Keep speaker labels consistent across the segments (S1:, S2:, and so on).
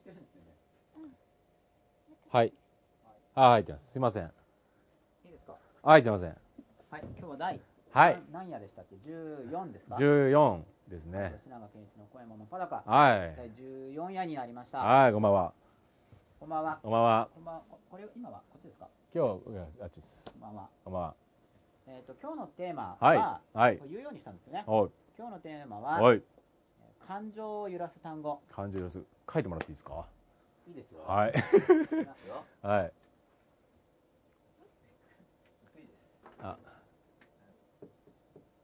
S1: してるんですよね。
S2: はい。あ、入ってます。すいません。あ、
S1: いいですか。
S2: 入ってません。
S1: はい、今日は第
S2: はい。
S1: な何夜でしたっけ？十四ですか？
S2: 14ですね。
S1: 吉永健一の小山のパダカ。
S2: は
S1: 第
S2: い。
S1: 十四夜になりました。
S2: はい、こんばんは。
S1: こんばんは。
S2: こんばんは。
S1: こんばんは。ここれ今はこっちですか？
S2: 今日、うんあっちです。
S1: こんばんは。
S2: こんばんは。
S1: えっ、と今日のテーマは、
S2: はい。はい
S1: こ。れ言うようにしたんですよね。
S2: おい。
S1: 今日のテーマは、
S2: おい。
S1: 感情を揺らす単語。
S2: 感情です。書いてもらっていいですか
S1: いいですよ。
S2: はい。
S1: いきますよ。
S2: はい。
S1: 薄いです。
S2: あ、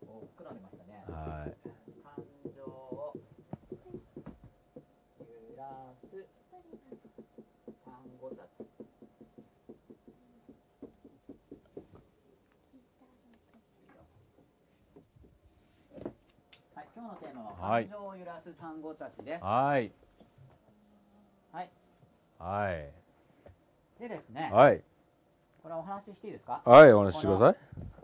S1: お、膨らみましたね。
S2: はい。
S1: 感情を揺らす単語たちはい、今日のテーマは
S2: は
S1: 感
S2: い
S1: 情を揺らす単語たちです。
S2: はい。
S1: はい。
S2: はい。
S1: でですね、
S2: はい。
S1: これはお話ししていいですか？
S2: はい、お話ししてください。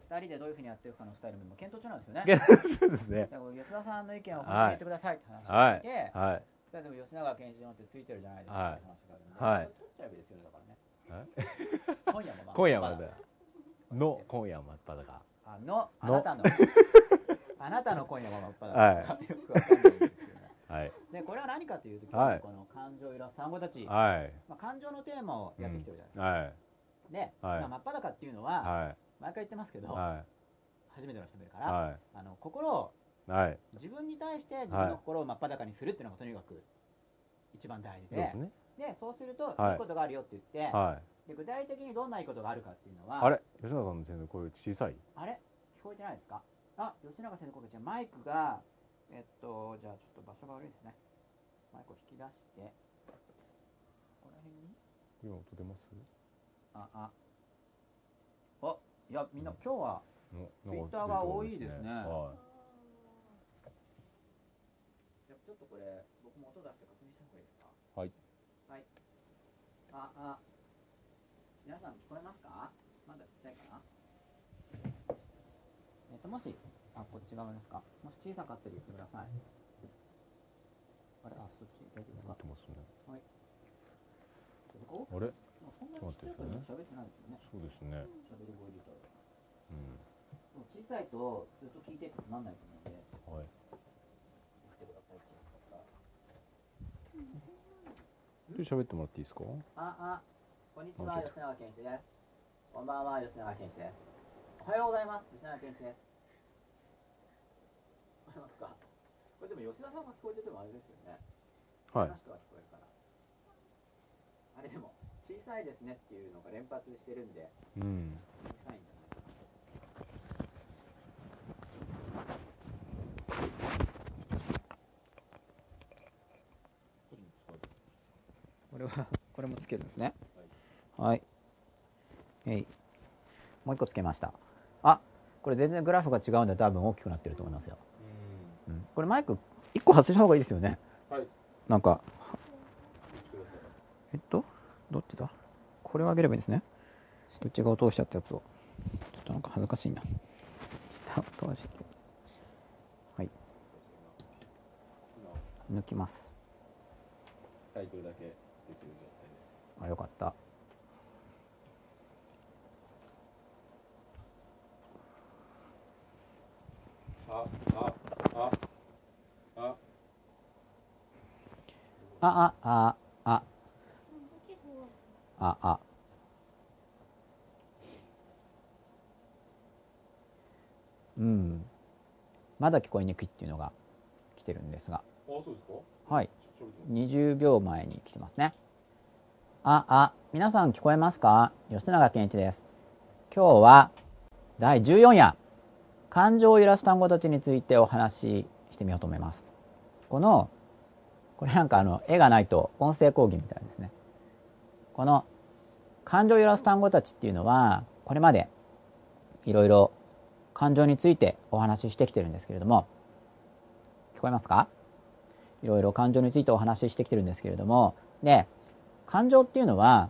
S1: 二人でどういうふうにやっていくかのスタイルも検討中なんですよね。
S2: いや そうですね。
S1: だから吉田さんの意見を本当に言ってくださいって話
S2: は
S1: をしていて、
S2: い。はい。
S1: 例えば吉永健一郎ってついてるじゃないですか、
S2: はい
S1: 話があ
S2: は
S1: る
S2: い
S1: んで、取っちゃえばいいですよねだからね。 今夜もまあ
S2: 今夜ま
S1: まだ
S2: で。の、今夜まっぱだか。
S1: あのあ
S2: の
S1: なたの あなたの今夜もまっぱだ。
S2: は
S1: よくわかんないんですけどね。
S2: はい。
S1: でこれは何かというと、
S2: はい
S1: この感情を揺らす単語たち、
S2: はい。
S1: まあ感情のテーマをやってきてるじゃないですか。
S2: はい。
S1: で、まあ真っ裸っていうのは、
S2: は
S1: 毎回言ってますけ
S2: い。
S1: ど、
S2: は
S1: 初めての人もいるか
S2: い。
S1: ら、
S2: は
S1: あの心を
S2: い。はい。
S1: 自分に対して自分の心を真っ裸にするっていうのがとにかく一番大事
S2: そうですね。
S1: でそうすると、
S2: はい
S1: い、いことがあるよって言って、
S2: はい。
S1: で具体的にどんないいことがあるかっていうのは
S2: あれ吉永さんの先生これ小さい
S1: あれ聞こえてないですかあ吉永先生これじゃあマイクがえっとじゃあちょっと場所が悪いですねマイクを引き出してここら辺に
S2: 今音出ます
S1: ああおいやみんな今日は
S2: の
S1: ツイッターが多いですね
S2: は
S1: ちょっとこれ僕も音出して確認した方がいいですか
S2: はい
S1: はいああ皆さん聞こえますかまだちっちゃいかなえっともしあこっち側ですかもし小さかったら言ってくださいあれあそっち大丈
S2: い
S1: 夫
S2: 持っ
S1: か
S2: てますね
S1: ここ
S2: あれ
S1: そんなちっちゃい声で喋ってないですよね
S2: そうですね
S1: 喋り声自体は
S2: う
S1: でも小さいとずっと聞いててつまんないと思うん
S2: んはい
S1: で来てください小さかったら
S2: で喋ってもらっていいですか
S1: ああ、こんにち
S2: も
S1: は、
S2: うちょっ
S1: 吉永健一です。こんばんは、吉永健一です。おはようございます、吉永健一です。聞こえますかこれでも吉田さんが聞こえててもあれですよね。
S2: はい
S1: この人は聞こえるから。あれでも、小さいですねっていうのが連発してるんで、
S2: うん
S1: 小さいんじゃないですか。これは、これもつけるんですね。はい。えい。もう一個つけました。あ、これ全然グラフが違うんで、多分大きくなってると思いますよ。うん、これマイク一個外した方がいいですよね。
S2: はい
S1: なんか、えっと、どっちだ。これを上げればいいんですね。内側を通しちゃったやつを。ちょっとなんか恥ずかしいな。下を通して。はい。抜きます。
S2: タイトルだけできる
S1: あ、よかった。
S2: 状態ですああああ
S1: ああああああうんまだ聞こえにくいっていうのが来てるんですが
S2: そうですか
S1: はい
S2: 喋って
S1: 20秒前に来てますねああ皆さん聞こえますか吉永健一です今日は第14夜感情を揺らす単語たちについてお話ししてみようと思いますこのこれなんかあの絵がないと音声講義みたいですねこの感情を揺らす単語たちっていうのはこれまでいろいろ感情についてお話ししてきてるんですけれども聞こえますかいろいろ感情についてお話ししてきてるんですけれどもで感情っていうのは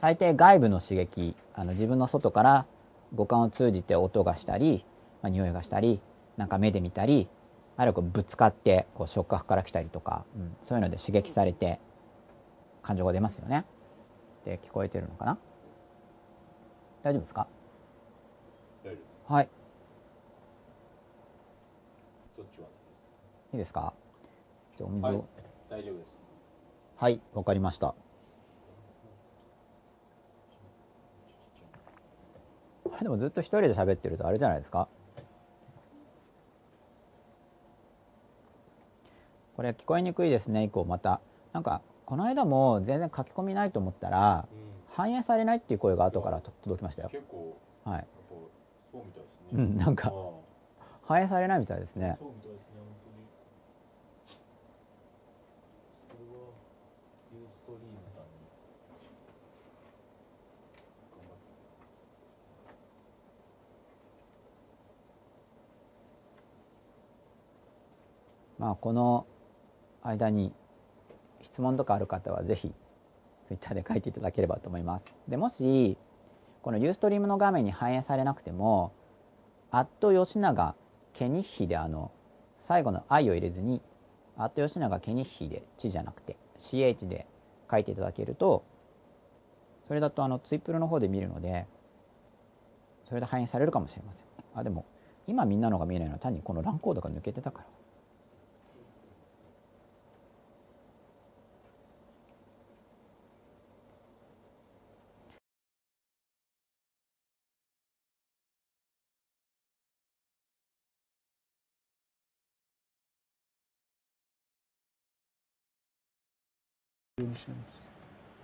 S1: 大抵外部の刺激あの自分の外から五感を通じて音がしたり、まあ、匂いがしたりなんか目で見たりあるいはこうぶつかってこう触覚から来たりとか、うんそういうので刺激されて感情が出ますよね。で、聞こえてるのかな大丈夫ですか
S3: 大丈夫です
S1: はい。
S3: そっちはい
S1: いですかじゃあお水
S3: はい
S1: を。
S3: 大丈夫です
S1: はい、わ、かりました。これでもずっと一人で喋ってるとあれじゃないですかこれ聞こえにくいですね以降またなんかこの間も全然書き込みないと思ったら
S3: うん
S1: 反映されないっていう声が後からと届きましたよ
S3: 結構
S1: はい
S3: やっぱそうみたいです
S1: う
S3: ね
S1: んなんか
S3: ああ
S1: 反映されないみたいですね
S3: そうみたいですね、本当に。それは、ユーストリームさんに。頑張って。
S1: まあこの間に質問とかある方はぜひツイッターで書いていただければと思います。でもしこのユーストリームの画面に反映されなくても「アット吉永ケニッヒ」であの最後の「i」を入れずに「アット吉永ケニッヒ」で「ち」じゃなくて「ch」で書いていただけるとそれだとあのツイプルの方で見るのでそれで反映されるかもしれません。あでも今みんなのが見えないのは単にこのランコードが抜けてたから。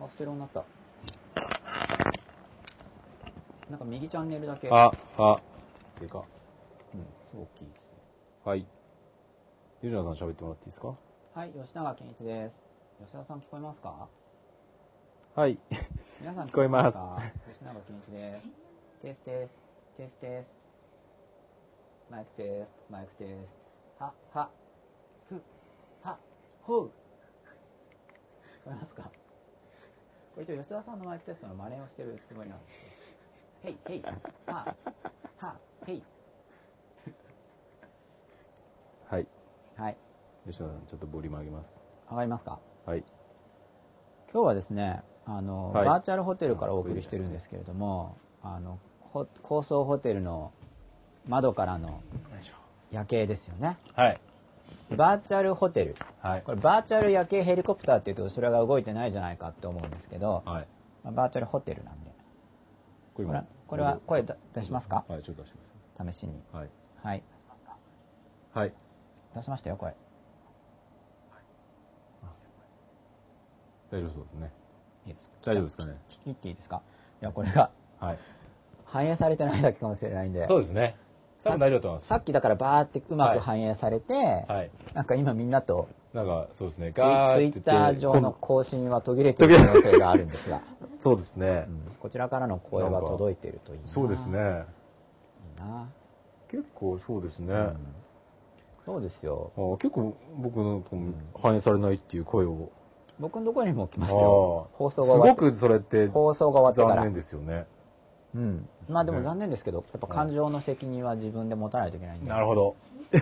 S1: あ、ステレオになった。なんか右チャンネルだけ。
S2: あ、あ、でか。
S1: うん、すごい大きいですね。
S2: はい。ゆじなさん喋ってもらっていいですか
S1: はい、吉永健一です。吉田さん聞こえますか
S2: はい。
S1: 皆さん
S2: 聞こえます
S1: 聞こえますか吉永健一です。テストです。テストです。マイクテスト、マイクテスト。は、は、ふ、は、ほう。聞こえますかこれ一応吉田さんのマイクテストの真似をしてるつもりなんですけど。へい、へい、は、は、へい。
S2: はい。
S1: はい、
S2: ゆじなさん、ちょっとボリューム上げます。
S1: わかりますか
S2: はい。
S1: 今日はですねあの、
S2: はい
S1: バーチャルホテルからお送りしてるんですけれどもあのほ高層ホテルの窓からの夜景ですよね
S2: はい。
S1: バーチャルホテル
S2: はい。
S1: これバーチャル夜景ヘリコプターっていうと後ろが動いてないじゃないかって思うんですけど、
S2: はい。
S1: まあバーチャルホテルなんで
S2: こ
S1: これこれは声だ出しますか
S2: はい、ちょっと出します。
S1: 試しに
S2: はい。
S1: はい
S2: はい。
S1: 出しましたよ声
S2: 大丈夫そうですね。
S1: いいですか
S2: 大丈夫ですかね。
S1: 聞いていいですかいやこれが
S2: はい。
S1: 反映されてないだけかもしれないんで
S2: そうですね。多分大丈夫だと思います。
S1: さっきだからバーってうま
S2: は
S1: く
S2: い
S1: 反映されて、
S2: はい。
S1: なんか今みんなと
S2: なんか、そうですね。
S1: ツイツイッター上
S2: 今
S1: の更新は途切れている可能性があるんですが、
S2: 度そうですね
S1: う。んこちらからの声は届いているといいな
S2: そうですね。
S1: いいな、
S2: 結構そうですね。
S1: う
S2: あ
S1: んそうですよ
S2: 結構僕のとこも反映されないっていう声を。
S1: 僕のところにも来
S2: あ
S1: ま
S2: あ
S1: すよ放送
S2: す
S1: が終わ
S2: ご
S1: って
S2: くそれって
S1: 放送が終わって
S2: 残
S1: から
S2: 念ですよね。
S1: うん、まあでも
S2: ね
S1: 残念ですけどやっぱ感情の責任は自分で持たないといけないんで
S2: なるほど。
S1: こ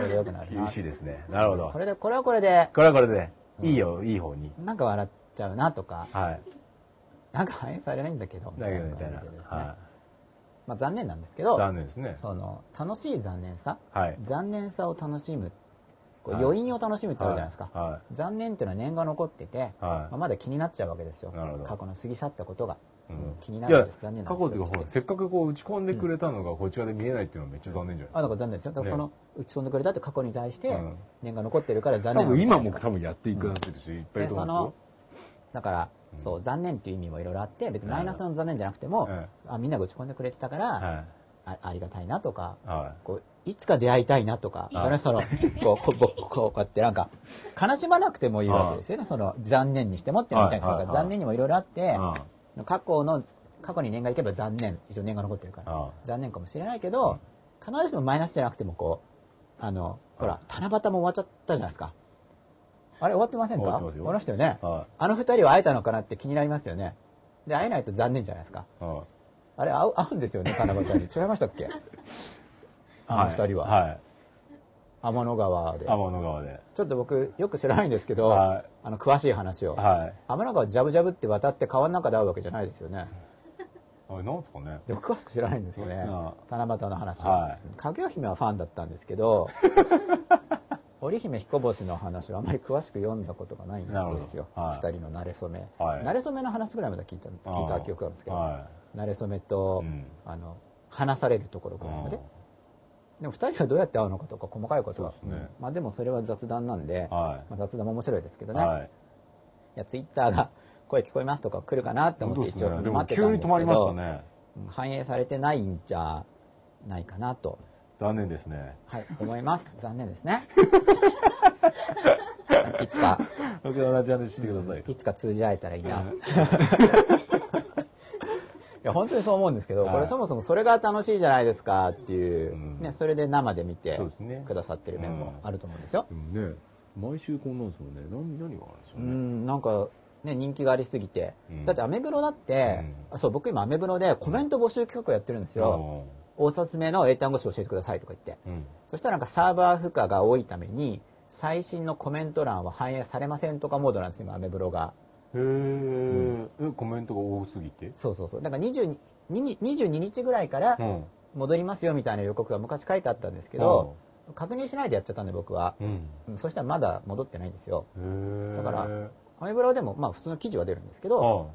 S1: れでよくなるな
S2: 厳しいですね。なるほど
S1: こ。れでこれはこれで
S2: これはこれで、いいよ、いい方に。
S1: なんか笑っちゃうなとか
S2: はい。
S1: なんか反映されないんだけどみ
S2: だ
S1: た
S2: け
S1: い
S2: ど
S1: な
S2: みたいな
S1: 感じで。ですね、
S2: は
S1: まあ残念なんですけ
S2: い。
S1: ど
S2: 残念ですね。
S1: その楽しい残念さ
S2: はい。
S1: 残念さを楽しむこう
S2: はい
S1: 余韻を楽しむってあるじゃないですか、
S2: は
S1: 残念っていうのは念が残ってて、
S2: い。は
S1: まあ、まだ気になっちゃうわけですよ
S2: なるほど
S1: 過去の過ぎ去ったことが、
S2: い。うん
S1: 気になるんです
S2: いや
S1: 残念な
S2: 過
S1: んで
S2: 去っ
S1: す
S2: ていうか、
S1: よ
S2: ほら、せっかくこう打ち込んでくれたのが、こっち側で見えないっていうのはめっちゃ残念じゃ
S1: あ
S2: ない
S1: だ
S2: で
S1: から残念ですよだからその打ち込んでくれたって過去に対して
S2: うん
S1: 念が残ってるから
S2: すか。
S1: 残
S2: 多分
S1: 念な
S2: 今
S1: んで
S2: も
S1: すよ
S2: 多分やっていくなってる人いっぱいいる
S1: で
S2: と
S1: そ
S2: 思
S1: の
S2: う
S1: だから、
S2: うん
S1: そう残念っていう意味もいろいろあって別にマイナスの残念じゃなくても、
S2: うん
S1: あみんなが打ち込んでくれてたから、
S2: んですよ。はい。
S1: あありがたいなとか
S2: は
S1: こういつか出会いたいなとか、
S2: はい
S1: そのそのこうこうこうこうこうやってなんか悲しまなくてもいいわけですよね、その残念にしてもっていうのみたいな、
S2: はいはい
S1: そうか残念にもいろいろあって、
S2: い。うん
S1: 過去の過去に念がいけば残念一応念が残ってるから、
S2: あ
S1: 残念かもしれないけど、必ずしもマイナスじゃなくてもこうあのほら
S2: は
S1: 七夕も終わっちゃったじゃないですかあれ終わってませんか
S2: 終わってますよ
S1: この人よね
S2: あ。は
S1: あの二人は会えたのかなって気になりますよねで会えないと残念じゃないですか
S2: い。はい
S1: あ れ会う会うんですよね七夕に違いましたっけあの二人は、
S2: はい。
S1: 天の川で。
S4: 天の川で。
S1: ちょっと僕、よく知らないんですけど、
S4: は
S1: あの、詳しい話を。
S4: はい。
S1: 天の川ジャブジャブって渡って川の中で会うわけじゃないですよね。
S4: あれ、なんですかね。
S1: で僕詳しく知らないんですよね
S4: うん
S1: 七夕の話は、
S4: は
S1: かぐや姫はファンだったんです けど織姫彦星の話はあまり詳しく読んだことがないんですよ、
S4: なるほどはい
S1: 二人の馴れ初め、
S4: はい
S1: 馴れ初めの話ぐらいまで聞いた聞い
S4: あ
S1: た
S4: ー
S1: 記憶があるんですけど、
S4: は
S1: 馴れ初めと、
S4: うん
S1: あの話されるところ
S4: い。
S1: ぐらいまで
S4: うん
S1: でも二人はどうやって会うのかとか細かいことは
S4: そうですね
S1: まあ、でもそれは雑談なんで、
S4: は
S1: まあ、雑談も面白いですけ
S4: い。
S1: どね、い、
S4: はい。
S1: やツイッターが声聞こえますとか来るかなって思って一応
S4: 本当ですねで
S1: 待
S4: も
S1: って
S4: 急
S1: たん
S4: に
S1: ですけ
S4: 止
S1: ど
S4: まりましたね。
S1: うん反映されてないんじゃないかなと、
S4: 残念ですね。
S1: はい、思 います。残念ですね。いつか、
S4: 僕は同じ話してください。
S1: いつか通じ合えたらいい な。いや、本当にそう思うんですけど、
S4: はい
S1: これそもそもそれが楽しいじゃないですかっていう、
S4: うん
S1: ね、それで生で見て
S4: そうですね
S1: くださってる面もあると思うんですよ。
S2: でもね毎週こんなんですもんね何何があるんでしょ
S1: う
S2: うね
S1: ん、なんか、ね、人気がありすぎて。
S4: うん
S1: だってアメブロだって、あそう、僕今アメブロでコメント募集企画をやってるんですよ。大札目の英単語詞教えてくださいとか言って。
S4: うん。うん
S1: そしたらなんかサーバー負荷が多いために、最新のコメント欄は反映されませんとかモードなんですよ、今アメブロが。
S4: へーえ、コメントが多すぎて。
S1: そうそうそう。だから22 22日ぐらいから
S4: ん。
S1: 戻りますよみたいな予告が昔書いてあったんですけど、確認しないでやっちゃったんで僕は。
S4: うん。
S1: うんそしたらまだ戻ってないんですよ。
S4: うん。へえ。
S1: だからアメブロでもまあ普通の記事は出るんですけど、
S4: うん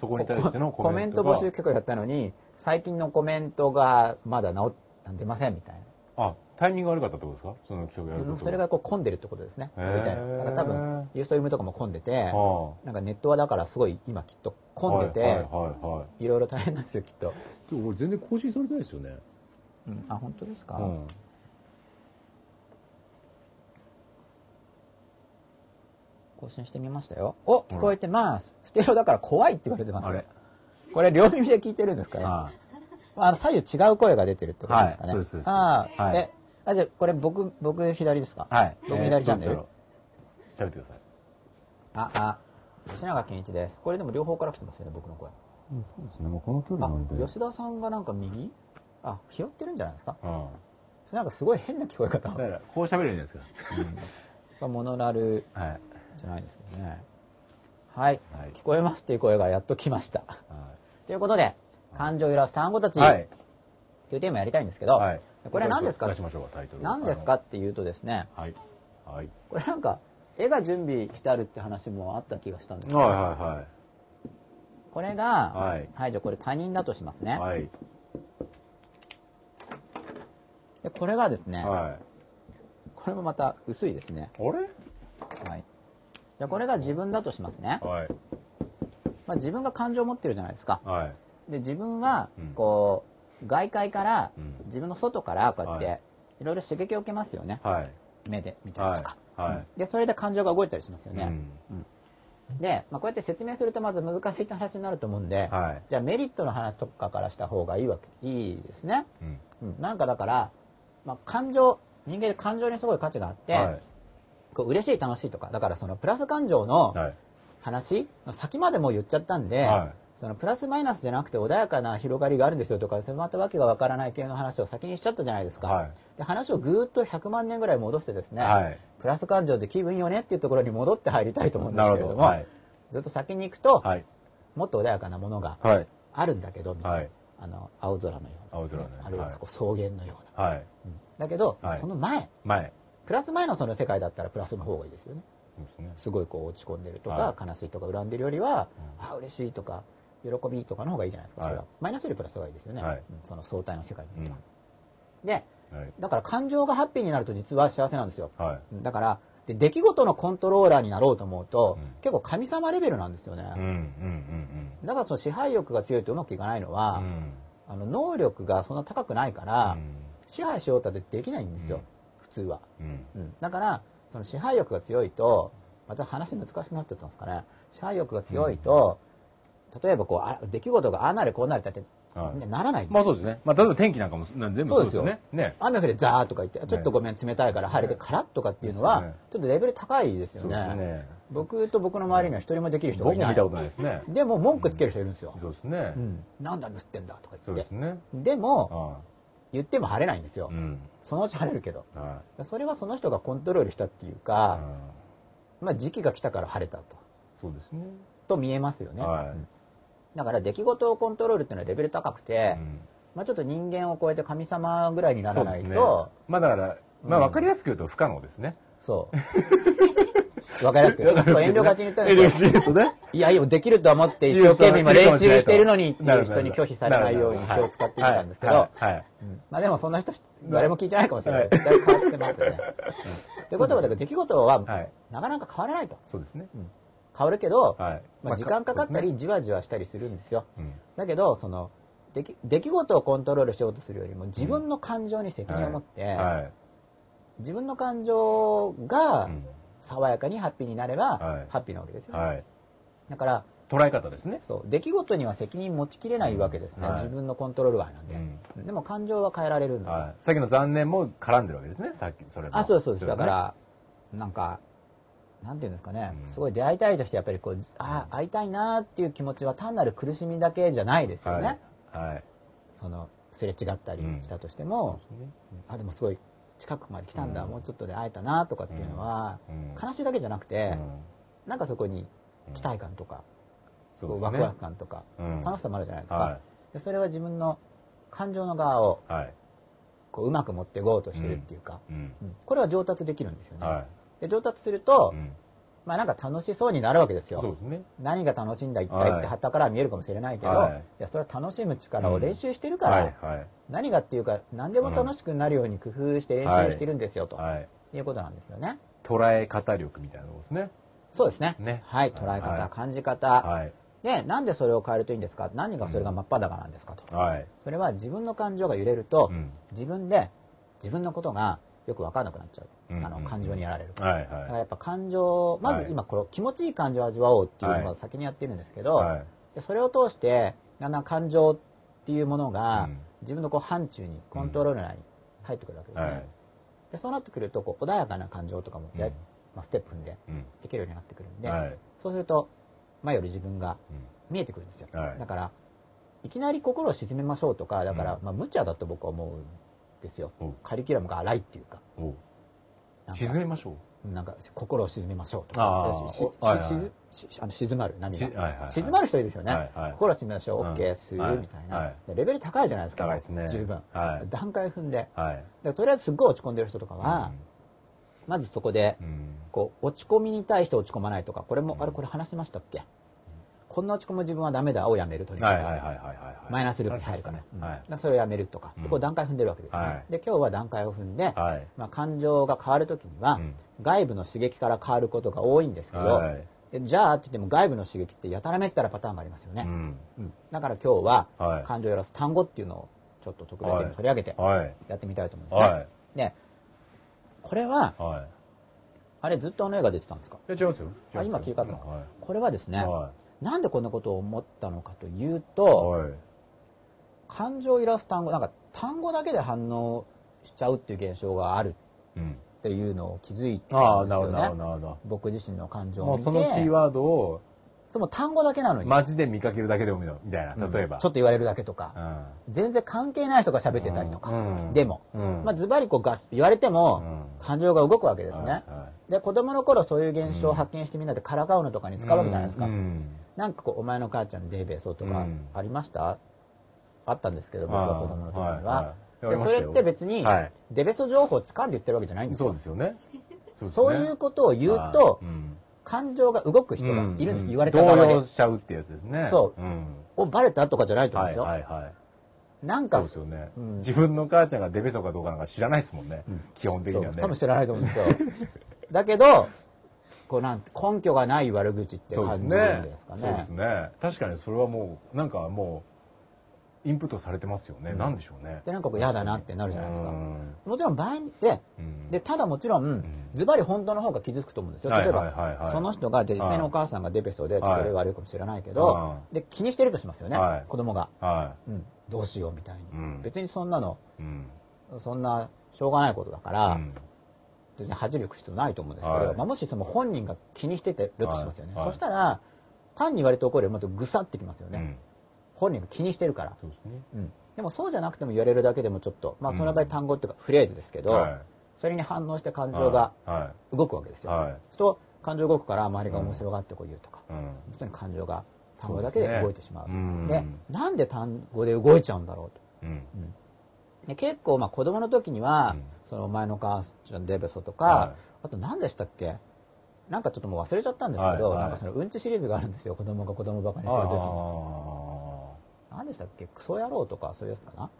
S4: そこに対しての
S1: コ
S4: コ
S1: メ
S4: メ
S1: ン
S4: ント
S1: ト募
S4: が
S1: 集企画やったのに、最近のコメントがまだ直っ出ませんみたいな。
S4: あ、タイミング悪かったってことですかその企画やること。
S1: それがこう混んでるってことですね。み
S4: へー
S1: たいな。だから多分、ユーストリームとかも混んでて、
S4: ああ、
S1: なんかネットはだからすごい今きっと混んでて、
S4: はい
S1: い
S4: はいは
S1: ろいろ大変なんですよきっと、
S2: でも俺全然更新されてないですよね
S1: うん、あ本当ですか、
S4: いはい。うん。
S1: 更新してみましたよお聞こえてますステレオだから怖いって言われてます
S4: あれ
S1: これ両耳で聞いてるんですかねあ
S4: はい。
S1: あの左右違う声が出てるってことですか
S4: はい
S1: ね、
S4: そうですそうです
S1: ああ、
S4: はい
S1: えあじゃあこれ僕僕左ですか、
S4: はい。
S1: 僕左チャンネル、
S4: えーどうぞ喋ってください。
S1: ああ吉永健一ですこれでも両方から来てますよね僕の声
S4: うん、そうですね。もうこの距
S1: あ吉田さんがなんか右あ拾ってるんじゃないですか
S4: うん。
S1: それなんかすごい変な聞こえ方
S4: だから、こう喋れるじゃないです
S1: モノラル
S4: か。はい。
S1: じゃないですけどね。はい。
S4: はい
S1: 聞こえますっていう声がやっと来ました。
S4: は
S1: ということで、感情を揺らす単語たち、
S4: い。はい。
S1: というテーマやりたいんですけど、
S4: はい
S1: これ何ですか
S4: 出しましょうか、タイトル。
S1: 何ですかっていうとですね、
S4: はい。はい。
S1: これなんか、絵が準備してあるって話もあった気がしたんですけど、
S4: は
S1: これが、は
S4: はいい、
S1: じゃあこれ他人だとします
S4: い
S1: ね。
S4: はいはい。はい。
S1: でこれがですね、
S4: はい。
S1: これもまた薄いですね。
S4: あれ
S1: はい。じゃあこれが自分だとしますね。
S4: はい。
S1: まあ、自分が感情を持ってるじゃないですか。
S4: はい。
S1: で自分は
S4: うん
S1: こう、外界から、
S4: うん
S1: 自分の外からこうやって、、
S4: はい
S1: ろいろ刺激を受けますよね
S4: はい。
S1: 目で見たりとか、
S4: はい。は
S1: でそれで感情が動いたりしますよ
S4: い。
S1: ね、
S4: うん
S1: で、まあ、こうやって説明するとまず難しいって話になると思うんで、
S4: はい。
S1: じゃあメリットの話とかからした方がいいわけいいですね、
S4: うん
S1: うん、なんかだから、まあ、感情人間で感情にすごい価値があって、
S4: はい。
S1: こう嬉しい楽しいとかだからそのプラス感情の
S4: はい。
S1: 話の先までもう言っちゃったんで、
S4: はい
S1: そのプラスマイナスじゃなくて穏やかな広がりがあるんですよとかそれまたわけがわからない系の話を先にしちゃったじゃないですか、
S4: はい
S1: で話をぐーっと100万年ぐらい戻してですね、
S4: はい
S1: プラス感情で気分いいよねっていうところに戻って入りたいと思うんです
S4: なる
S1: けれ
S4: ほ
S1: ど
S4: ど。
S1: も
S4: はい。
S1: ずっと先に行くと、
S4: はい。
S1: もっと穏やかなものが
S4: はい。
S1: あるんだけどみたいな、
S4: はい
S1: あの青空のような
S4: 青空ね
S1: あるいは
S4: はい
S1: こう草原のような、
S4: はい。
S1: だけど、
S4: はい
S1: その前
S4: 前。
S1: プラスマイナスの世界だったらプラスの方がいいですよね
S4: そうですね。
S1: すごいこう落ち込んでるとか、
S4: は
S1: 悲しいとか恨んでるよりは、あ嬉しいとか喜びとかの方がいいじゃないですか、それは
S4: はい
S1: マイナスよりプラスがいいですよね、
S4: はい
S1: うんその相対の世界に
S4: う
S1: おい
S4: ん
S1: ては。で
S4: はい。
S1: だから感情がハッピーになると実は幸せなんですよ、
S4: はい。
S1: うんだからで出来事のコントローラーになろうと思うと、
S4: うん
S1: 結構神様レベルなんですよね、
S4: うんうんうん
S1: だからその支配欲が強いとうまくいかないのは、
S4: うん。うん。
S1: あの能力がそんな高くないから、支配しようとはできないんですよ、
S4: うん
S1: 普通は、
S4: うん。うん。
S1: うん、だからその支配欲が強いとまた話難しくなってったんですかね支配欲が強いと、例えばこうあ出来事がああなるこうなるだって、
S4: はい
S1: ねならないんです
S4: まあそうですね。まあ例えば天気なんかもな全部そうですよね。ね。
S1: 雨降りザーとか言って、ちょっとごめん、冷たいから晴れて
S4: ね
S1: カラッとかっていうの
S4: そうで
S1: は
S4: すね、
S1: ちょっとレベル高いですよ
S4: そうです
S1: ね。
S4: ね。
S1: 僕と僕の周りには一人もできる人が
S4: 僕
S1: い
S4: も
S1: ない。
S4: 見たことないですね。
S1: でも文句つける人いるんですよ。
S4: そうですね
S1: う。ん。なんだ雨降ってんだとか
S4: そう
S1: 言っ
S4: で
S1: て
S4: す。ね。
S1: でも、
S4: あ
S1: 言っても晴れないんですよ。
S2: うん。
S1: そのうち晴れるけど。
S2: は
S1: それはその人がコントロールしたっていう
S2: い。
S1: か、
S2: うん
S1: まあ時期が来たから晴れたと。
S2: そうですね。
S1: と見えますよね。
S2: は
S1: うんだから出来事をコントロールっていうのはレベル高く
S2: い。
S1: て、
S2: うん
S1: まあちょっと人間を超えて神様ぐらいにな
S2: そ
S1: ら
S2: うです
S1: ない
S2: ね
S1: と、。
S2: まあだから、まあ
S1: うん
S2: わかりやすく言うと不可能ですね。
S1: そう。わかりやすく言うと。そう遠慮がちに言ったんですよ。
S2: 遠慮がちに言うとね。
S1: いやいや、できると思って一生懸命今練習してるのにっていう 人に拒否されないように気を使ってきたんですけど
S2: は、いはい。
S1: うんまあでもそんな人、誰も聞いてないかもしれない。だいぶ変わってますよね。うんってことは、だから出来事は
S2: はいはい。
S1: なかなか変わらないと。
S2: そうですね。
S1: 変わるけど、
S2: はい。
S1: まあ、時間かかっ
S2: そ
S1: た
S2: うですね、
S1: りじわじわしたりするんですよ。
S2: うん
S1: だけど、その、出来出来事をコントロールしようとするよりも自分の感情に責任を持って、
S2: はい。
S1: 自分の感情が
S2: うん
S1: 爽やかにハッピーになれ
S2: は
S1: ば
S2: い
S1: ハッピーなわけですよ。
S2: はい。
S1: だから、
S2: 捉え方ですね。
S1: そう、出来事には責任持ちきれないわけですね。
S2: はい
S1: 自分のコントロール外なんで。
S2: うん
S1: でも感情は変えられるんだと。
S2: はい。さっきの残念も絡んでるわけですね。さっき、それも
S1: あ、そうですそうです。
S2: れ
S1: だ
S2: も
S1: か
S2: ね
S1: ら、なんか、なんていうんですかね、
S2: うん
S1: すごい出会いたいとして、やっぱりこう、あ、会いたいなっていう気持ちは単なる苦しみだけじゃないですよね。
S2: はい。はい。
S1: その、すれ違ったりしたとしても、あ、でもすごい近くまで来たんだ、
S2: うん
S1: もうちょっとで会えたなとかっていうのは、悲しいだけじゃなく
S2: う
S1: て、
S2: ん
S1: なんかそこに期待感とか、
S2: そ
S1: こうワクワク感とか、楽し
S2: し
S1: さもあるじゃないですか、
S2: は
S1: で。それは自分の感情の側を
S2: い。はい。
S1: こううまく持っていこうとしてるっていうか、
S2: うん。
S1: うんこれは上達できるんですよね。
S2: は
S1: で上達する
S2: い。
S1: と、
S2: うん
S1: まあなんか楽しそうになるわけですよ。
S2: そうですね。
S1: 何が楽しいんだ一
S2: はい
S1: 体って旗から見えるかもしれないけど、
S2: はい
S1: い、やそれは楽しむ力を練習してるから、
S2: はい。はい。
S1: 何がっていうか何でも楽しくなるように工夫して練習してるんですよと、
S2: はい。
S1: い、うことなんですよね。
S2: 捉え方力みたいなことですね。
S1: そうですね。
S2: ね
S1: はい、捉え方、
S2: はい
S1: 感じ方、
S2: はい。
S1: で、なんでそれを変えるといいんですか何がそれが真っ裸なんですかと。
S2: はい。
S1: それは自分の感情が揺れると、
S2: うん
S1: 自分で自分のことがよく分かんなくなっちゃう。
S2: うん
S1: あの感情にやられるから。
S2: はい。
S1: だから
S2: は
S1: やっぱ感情、まず今この気持ちいい感情を味わおうっていうの
S2: は
S1: を
S2: い
S1: 先にやってるんですけ
S2: い。
S1: ど、
S2: はい。
S1: でそれを通して、だんだん感情っていうものが
S2: うん
S1: 自分のこう範疇に、コントロール内に入ってくるわけですね。
S2: はい。
S1: でそうなってくるとこう穏やかな感情とかもや、
S2: うん
S1: まあ、ステップ踏んで
S2: うん
S1: できるようになってくるんで、
S2: はい。
S1: そうすると前より自分が
S2: うん
S1: 見えてくるんですよ、
S2: はい
S1: だからいきなり心を沈めましょうとかだから、
S2: う
S1: まあ無茶だと僕は思うんですよ
S2: おう
S1: カリキュラムが荒いっていうか
S2: おう
S1: なんか
S2: 沈めましょ
S1: なんか心を沈めましょうとか
S2: あー
S1: しし
S2: おはいはい
S1: しししあの静まる
S2: う。し
S1: 涙、
S2: はいはい。
S1: 静まる人いいですよね、
S2: はいはい
S1: 心を沈めましょう、
S2: うん
S1: OK する
S2: はい
S1: みたいな、
S2: はい
S1: でレベル高いじゃないですか
S2: 高いですね。
S1: 十分、
S2: はい。
S1: 段階踏んでだか
S2: はい。
S1: らとりあえずすっごい落ち込んでる人とかは、まずそこで
S2: うん、うん
S1: こう落ち込みに対して落ち込まないとかこれも、
S2: うん
S1: あれこれ話しましたっけこんな落ち込む自分はダメだをやめるとにか
S2: はい
S1: く
S2: はいはいはいはい。
S1: マイナスループに入るから,、
S2: は
S1: だからそれをやめるとか、
S2: うん
S1: こう段階踏んでるわけですね、
S2: はい
S1: で今日は段階を踏んで、
S2: い。はい。
S1: まあ、感情が変わるときには、
S2: うん
S1: 外部の刺激から変わることが多いんですけど、
S2: はい。
S1: でじゃあって言っても外部の刺激ってやたらめったらパターンがありますよね、
S2: うん
S1: うんだから今日は
S2: はい
S1: 感情を揺らす単語っていうのをちょっと特別に取り上げて
S2: はい。
S1: やってみたいと思うんですね、
S2: は。
S1: でこれはい
S2: はい。
S1: あれずっとあの映画出てたんですか
S2: いや違いますよ。
S1: あ今切り替わったの
S2: は
S1: これはです
S2: い。
S1: ね、
S2: は
S1: なんでこんなことを思ったのかという
S2: い。
S1: と、
S2: はい。
S1: 感情を揺らす単語、なんか単語だけで反応しちゃうっていう現象がある
S2: うん。
S1: っていうのを気づいた
S2: ああ、
S1: んです
S2: なるほ
S1: よ
S2: ど、なるほ
S1: ね。
S2: ど、なるほ
S1: 僕自身の感情
S2: ど。
S1: を
S2: も
S1: 見
S2: う
S1: て。
S2: そのキーワードを、
S1: その単語だけなのに。
S2: 街で見かけるだけでもいいのみたい
S1: うん
S2: な、例えば。
S1: ちょっと言われるだけとか、
S2: うん。
S1: 全然関係ない人が喋ってたりとか。
S2: うん
S1: でも、
S2: うん
S1: まあズバリこうガス言われても、
S2: うん
S1: 感情が動くわけですね。
S2: はいは
S1: で、子供の頃そういう現象を発見してみんなでからかうのとかに
S2: い
S1: 使うわけじゃないですか。
S2: うん
S1: なんかこう、お前の母ちゃんデイベーソーとか
S2: うん
S1: ありました、あったんですけど、僕は子供の時に
S2: い
S1: は。
S2: い
S1: でそれって別に
S2: はい、
S1: デベソ情報を掴んで言ってるわけじゃないんです
S2: そう
S1: よ
S2: で。すよね。
S1: そう
S2: ですね
S1: いうことを言うと
S2: は、いん
S1: 感情が動く人がいるんです、
S2: う
S1: 言われた側
S2: 動
S1: で
S2: 揺。しちゃうってやつですね。
S1: そ
S2: うん。
S1: お、バレたとかじゃないと思うん
S2: は
S1: で
S2: い
S1: すよ。
S2: はいはい。
S1: な
S2: そう
S1: んか、
S2: ですよね
S1: うん。
S2: 自分の母ちゃんがデベソかどうかなんか知らないですもんね。基本的には
S1: そ
S2: ね。
S1: う多分知らないと思うんですよ。だけど、こうなんて根拠がない悪口って
S2: そうで
S1: 感
S2: す
S1: じるん
S2: ね
S1: ですか。
S2: そうです
S1: ね。
S2: ね。確かにそれはもう、なんかもう、インプットされてますよね。
S1: うん
S2: なんでしょうね。
S1: で、なんかこう嫌だなってなるじゃないです
S2: う
S1: か。
S2: ん
S1: もちろん場合に、で、
S2: うん
S1: で、ただもちろん、ズバリ本当の方が傷つくと思うんですよ。
S2: はい
S1: 例え
S2: はいはいは
S1: ば、
S2: い
S1: その人が、じゃあ実際に
S2: はい
S1: お母さんがデベソで、ちょっ
S2: は
S1: と
S2: い
S1: 例悪いかもしれないけど、で、気にしてるとしますよね
S2: はい、
S1: 子供が。
S2: は
S1: うん、どうしようみたいに
S2: い。。うん
S1: 別にそんなの、
S2: うん。
S1: そんな、しょうがないことだか
S2: う
S1: ら、
S2: ん
S1: 全然恥じる必要ないと思うんですけど、
S2: はい
S1: まあ、もしその本人が気にしててるとしますよね。
S2: はいはい
S1: そしたら、単に言われて怒るよりもっとぐさってきますよね。
S2: うん
S1: 本人が気にしてるから。
S2: そうですね。
S1: うんでもそうじゃなくても言われるだけでもちょっと、まあ、その場合
S2: うん
S1: 単語っていうかフレーズですけど、
S2: はい
S1: それに反応して感情が
S2: は
S1: 動くわけです
S2: い
S1: よ、
S2: は
S1: と感情動くから周りが面白がってこう言うとか、
S2: いうん
S1: 普通に感情が単語だけで動いてしまう
S2: う
S1: で,、
S2: ん
S1: なんで単語で動いちゃうんだろう
S2: うん
S1: とで結構まあ子供の時には、
S2: うん
S1: その前の母ちゃんデベソとか、
S2: はい
S1: あと何でしたっけなんかちょっともう忘れちゃったんですけど、
S2: はいはい
S1: なんかそのうんちシリーズがあるんですよ子供が子供ばかに
S2: あ
S1: する時に
S2: あ
S1: 何でしたっけクソ野郎とかそういうやつかな、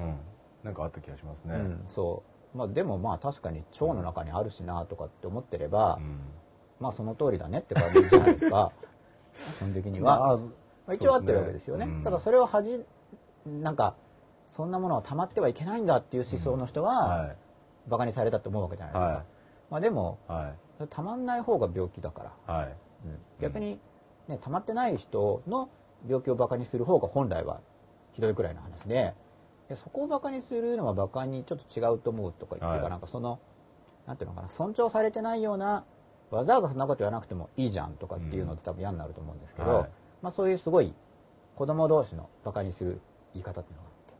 S2: うんなんかあった気がしますね
S1: うんそう、まあ、でもまあ確かに腸の中にあるしなとかって思ってれば、
S2: うん
S1: まあその通りだねって感じじゃないで すか基本的には、
S2: まあず
S1: まあ、一応合ってるわけですよね
S2: そうですねうん
S1: ただそれをはじなんかそんなものはたまってはいけないんだっていう思想の人は
S2: は
S1: バカにされたって思うわけじゃない
S2: い
S1: ですか、
S2: は
S1: まあ、でも
S2: いはい
S1: たまんない方が病気だから、
S2: はい
S1: 逆に、ね、たまってない人の病気をバカにする方が本来はひどいくらいの話ででそこをバカにするのはバカにちょっと違うと思うとか言っていうか、
S2: はい
S1: なんかそのなんていうのかな尊重されてないようなわざわざそんなこと言わなくてもいいじゃんとかっていうのって多分嫌になると思うんですけど、
S2: はい
S1: まあ、そういうすごい子供同士のバカにする言い方っていうのがあって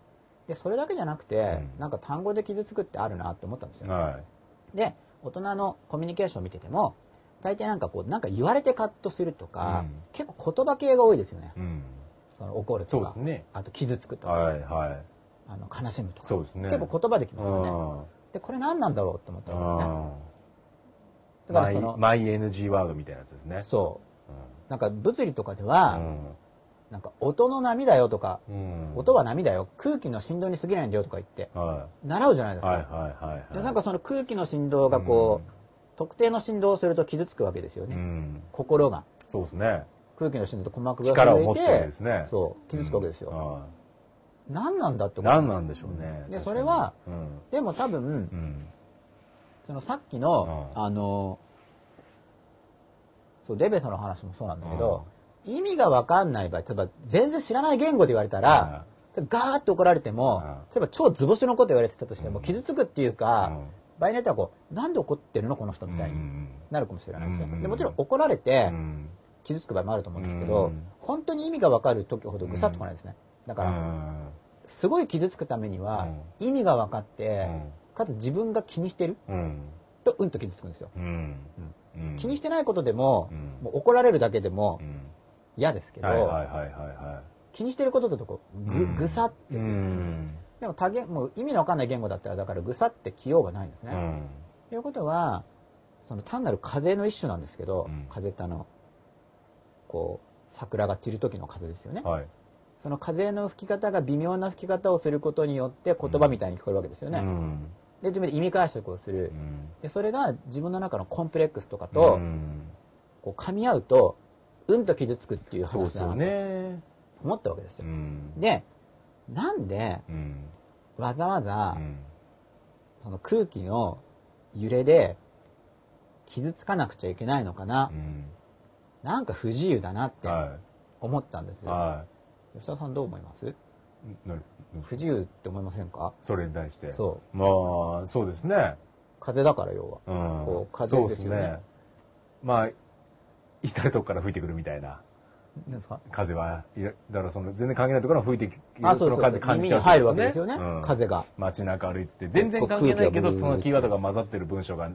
S1: でそれだけじゃなくて、
S2: うん
S1: なんか単語で傷つくってあるなって思ったんですよ、
S2: は
S1: で大人のコミュニケーションを見てても大抵なんかこうなんか言われてカッとするとか、
S2: うん
S1: 結構言葉系が多いですよね
S2: いうん
S1: その怒る
S2: そ
S1: と
S2: うで
S1: か、
S2: すね
S1: あと傷つくとか、
S2: はいはい
S1: あの悲しむとか、
S2: そうですね
S1: 結構言葉できますよね
S2: あ
S1: でこれ何なんだろうって思った
S2: あ
S1: わけですね
S2: ああ
S1: だか
S2: マ
S1: ら
S2: イ
S1: その
S2: マイ NG ワードみたいなやつですね
S1: そう
S2: う
S1: なんか物理とかでは、
S2: ん
S1: なんか音の波だよとか、
S2: うん
S1: 音は波だよ空気の振動に過ぎないんだよとか言って
S2: は
S1: 習うじゃないで
S2: い
S1: すか、
S2: はいはいはいはい
S1: でなんかその空気の振動がこう、特定の振動をすると傷つくわけですよ
S2: う
S1: ね、
S2: ん
S1: 心が
S2: そうですね
S1: 空気の振動と鼓膜が
S2: 力を
S1: 震
S2: 持っ
S1: え
S2: て
S1: て
S2: るわけですね
S1: そう傷つくわけですよ、
S2: よ
S1: 何なんだってこと
S2: 何なんでしょうね
S1: でそれは
S2: うん
S1: でも多分、
S2: うん
S1: そのさっきの、あのそうデベソの話もそうなんだけど、意味が分かんない場合例えば全然知らない言語で言われたら、ガーッと怒られても、
S2: うん
S1: 例えば超図星のこと言われてたとしても、
S2: うん
S1: 傷つくっていう
S2: あ
S1: か、場合によってはこうなんで怒ってるのこの人みたいになるかもしれないですね、
S2: うん
S1: でもちろん怒られて
S2: うん
S1: 傷つく場合もあると思うんですけど、
S2: うん
S1: 本当に意味が分かる時ほどぐさっとこないですねだから、
S2: うん
S1: すごい傷つくためには、意味が分かって、かつ自分が気にしてる
S2: うん
S1: とうんと傷つくんですよ、
S2: うんうん
S1: 気にしてないことでも,、
S2: うん
S1: もう怒られるだけでも
S2: うん
S1: 嫌ですけど、
S2: はいはいはいはいは
S1: 気にしてることだとこうぐ,、
S2: うん
S1: ぐさって
S2: いうん
S1: でも多言もう意味の分かんない言語だったらだからぐさって着ようがないんですね、
S2: うん
S1: ということはその単なる風の一種なんですけど、
S2: うん
S1: 風ってあのこう桜が散る時の風ですよね、
S2: はい
S1: その風の吹き方が微妙な吹き方をすることによって言葉みたいに聞こえるわけですよね、
S2: うん
S1: で自分で意味解釈をする、
S2: うん
S1: でそれが自分の中のコンプレックスとか
S2: う
S1: と、
S2: ん
S1: こう噛み合うとうんと傷つくっていう
S2: そうで
S1: 話
S2: す
S1: だな
S2: よ
S1: と
S2: ね
S1: 思ったわけです
S2: う
S1: よ、
S2: ん
S1: でなんで
S2: うん
S1: わざわざ
S2: うん
S1: その空気の揺れで傷つかなくちゃいけないのかな、
S2: うん
S1: なんか不自由だなって
S2: は
S1: 思ったんです
S2: い
S1: よ、
S2: は
S1: 吉田さんどう思います
S2: いな
S1: 不自由って思いませんか
S2: それに対して
S1: そう
S2: まあそうですね
S1: 風だから要は
S2: うん
S1: こう風ですよね
S2: そうまあ至るとこから吹いてくるみたいな
S1: 何ですか
S2: 風はいらだからその全然関係ないところから吹いてき
S1: あ
S2: て
S1: そ
S2: そうの
S1: そう
S2: 風感じ
S1: 耳
S2: ち
S1: に
S2: ゃう
S1: 入るわけですよね、
S2: うん
S1: 風が、
S2: 街中歩いてて全然関係ないけどそのキーワードが混ざってる文章が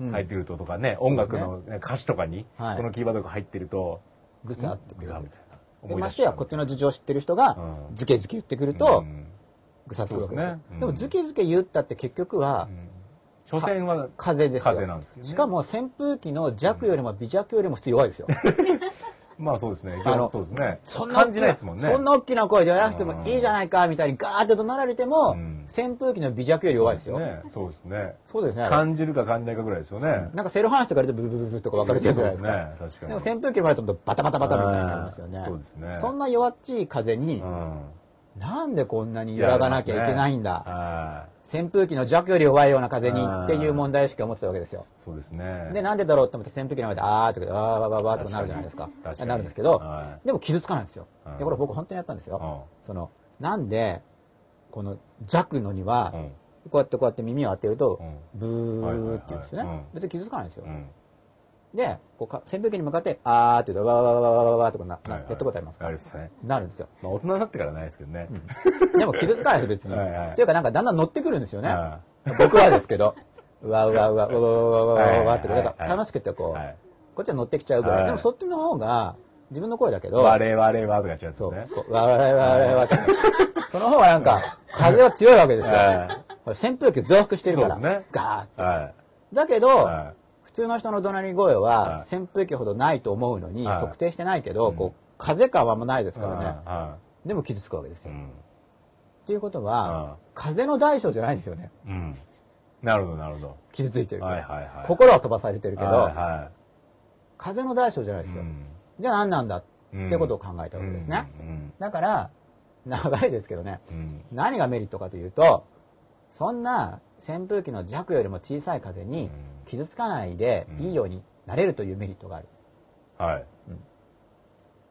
S1: うん
S2: 入ってるととかね、
S1: うん
S2: 音楽のね歌詞とかに
S1: はい
S2: そのキーワードが入ってると
S1: ぐさっと
S2: グ
S1: くる
S2: ザみたいな
S1: で
S2: 思い
S1: ま
S2: 出
S1: し
S2: して
S1: やこっちの事情を知ってる人が
S2: うん
S1: ズケズケ言ってくる
S2: う
S1: と、
S2: ん
S1: ぐさっとくるわけですよ
S2: そうですねうん
S1: でもズケズケ言ったって結局は
S2: うん所詮は
S1: 風ですよ
S2: 風なんですけどね
S1: しかも扇風機の弱よりも微弱よりも普通弱いですよ、
S2: まあそうですね
S1: あの
S2: そうですね
S1: そんな大
S2: 感
S1: き
S2: じないですもんね
S1: そんな大きな声でやらなくてもいいじゃないかみたいにガーって怒鳴られても、
S2: うん
S1: 扇風機の微弱より弱いですよ
S2: ねそうですね
S1: そうですね
S2: 感じるか感じないかぐらいですよね
S1: なんかセロハン紙とかやるとブブブブブとか分かるじゃないですか
S2: そうですね確かに
S1: でも扇風機の前だとバタバタバタみたいになりますよね
S2: うんそうですね
S1: そんな弱っちい風に、
S2: うん
S1: なんでこんなに揺らがなきゃいけないんだ、
S2: は
S1: 扇風機の弱より弱いような風に
S2: うん
S1: っていう問題意識を持ってたわけですよ
S2: いそうですね
S1: でなんでだろうって思って扇風機の前であーってわーわーわーわーとかなるじゃないですか
S2: 確かに確かに
S1: なるんですけど、
S2: は
S1: でも傷つかないんですよ
S2: うん
S1: でこれ僕本当にやったんですよ、
S2: う
S1: そのなんでこの弱のには、
S2: んうん
S1: こうやってこうやって耳を当てると、
S2: うん
S1: ブーって言うんですよ
S2: は
S1: ね、
S2: いはいはいうん
S1: 別に傷つかないんですよ、
S2: うん
S1: で、こうか扇風機に向かって、あーって言うと、わわわわわわわとかな、な
S2: はい
S1: やったことありますか
S2: ありますね。
S1: なるんですよ。
S2: まあ、大人になってからないですけどね。
S1: でも傷つかないです、別に。
S2: はいはい
S1: っていうか、なんかだんだん乗ってくるんですよね。
S2: は
S1: 僕はですけど、うわうわうわうわうわうわうわうわうわって、
S2: はいはいはい
S1: だから楽しくてこう、
S2: はい
S1: こっちは乗ってきちゃうぐらい。
S2: はい
S1: でもそっちの方が、自分の声だけど、
S2: 我々はとか違うんです
S1: そう、
S2: ね。
S1: こうわわわわわわわって、その方がなんか、風は強いわけですよ
S2: は。
S1: これ扇風機増幅してるか
S2: そうです
S1: ら
S2: ね、
S1: ガーッ
S2: は
S1: だけど、
S2: い。は
S1: 普通の人の怒鳴り声
S2: はい
S1: は扇風機ほどないと思うのに、
S2: はい
S1: 測定してないけど、
S2: うん
S1: こう風感はあんまないで
S2: い。
S1: すからね、
S2: は
S1: でも傷つくわけです
S2: い。う
S1: よ。
S2: ん。
S1: っていうこと
S2: は
S1: は、風の大小じゃないんですよね
S2: うん。なるほど、なるほ
S1: 傷ついてる
S2: ど。
S1: から、
S2: はいはいはい。
S1: 心は飛ばされてるけど、
S2: はいは
S1: 風の大小じゃないで
S2: い。
S1: すよ、
S2: うん
S1: じゃあ何なんだっ
S2: うん
S1: てことを考えたわけですね、
S2: うん。
S1: だから長いですけどね
S2: うんうん
S1: 何がメリットかというとそんな扇風機の弱よりも小さい風に傷つかないでいいようになれるというメリットがある
S2: はい。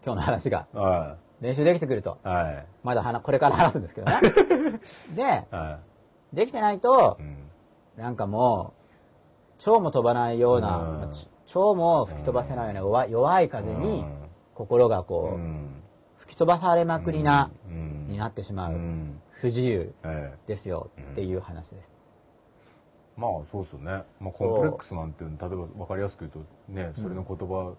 S1: 今日の話が
S2: は
S1: 練習できてくると
S2: い。はい。
S1: まだ話これから話すんですけどね で
S2: は
S1: できてないと
S2: い。うん。
S1: なんかもう蝶も飛ばないような、
S2: うん
S1: まあち蝶も吹き飛ばせないような弱い弱い風に心がこう、
S2: うん
S1: 吹き飛ばされまくりな、
S2: うん
S1: になってしま
S2: う
S1: う、
S2: ん。
S1: 不自由
S2: ええ。
S1: ですよっていう話です、
S2: まあそうですよね、まあ、コンプレックスなんて例えば分かりやすく言うとねそれの言葉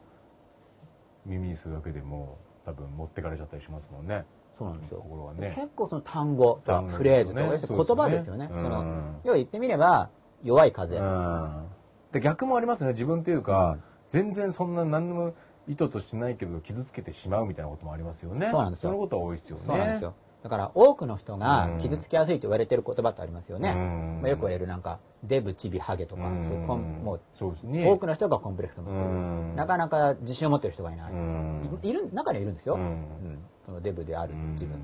S2: 耳にするだけでも多分持ってかれちゃったりしますもんね
S1: そうなんですよ
S2: 心はね
S1: 結構その単語とか
S2: 単語ですよね
S1: フレーズとか、要するに言葉
S2: そう
S1: で
S2: ですす
S1: よ
S2: よ
S1: ね
S2: ね
S1: その
S2: うん
S1: 要は言ってみれば弱い風、
S2: うんで逆もありますよね自分というか、全然そんな何も意図としてないけど傷つけてしまうみたいなこともありますよね
S1: そうなんですよ
S2: のことは多いですよね
S1: そうなんですよだから多くの人
S2: う
S1: が
S2: ん
S1: 傷つきやすいと言われてる言葉ってありますよね、
S2: うん
S1: まあ、よく言われるなんかデブチビハゲとか、
S2: うん
S1: そういうコンもう
S2: そうですね
S1: 多くの人がコンプレックスを持ってる、
S2: うん
S1: なかなか自信を持ってる人がいない、
S2: うん
S1: いる中にはいるんですよ、
S2: う
S1: うん
S2: ん
S1: そのデブである自分、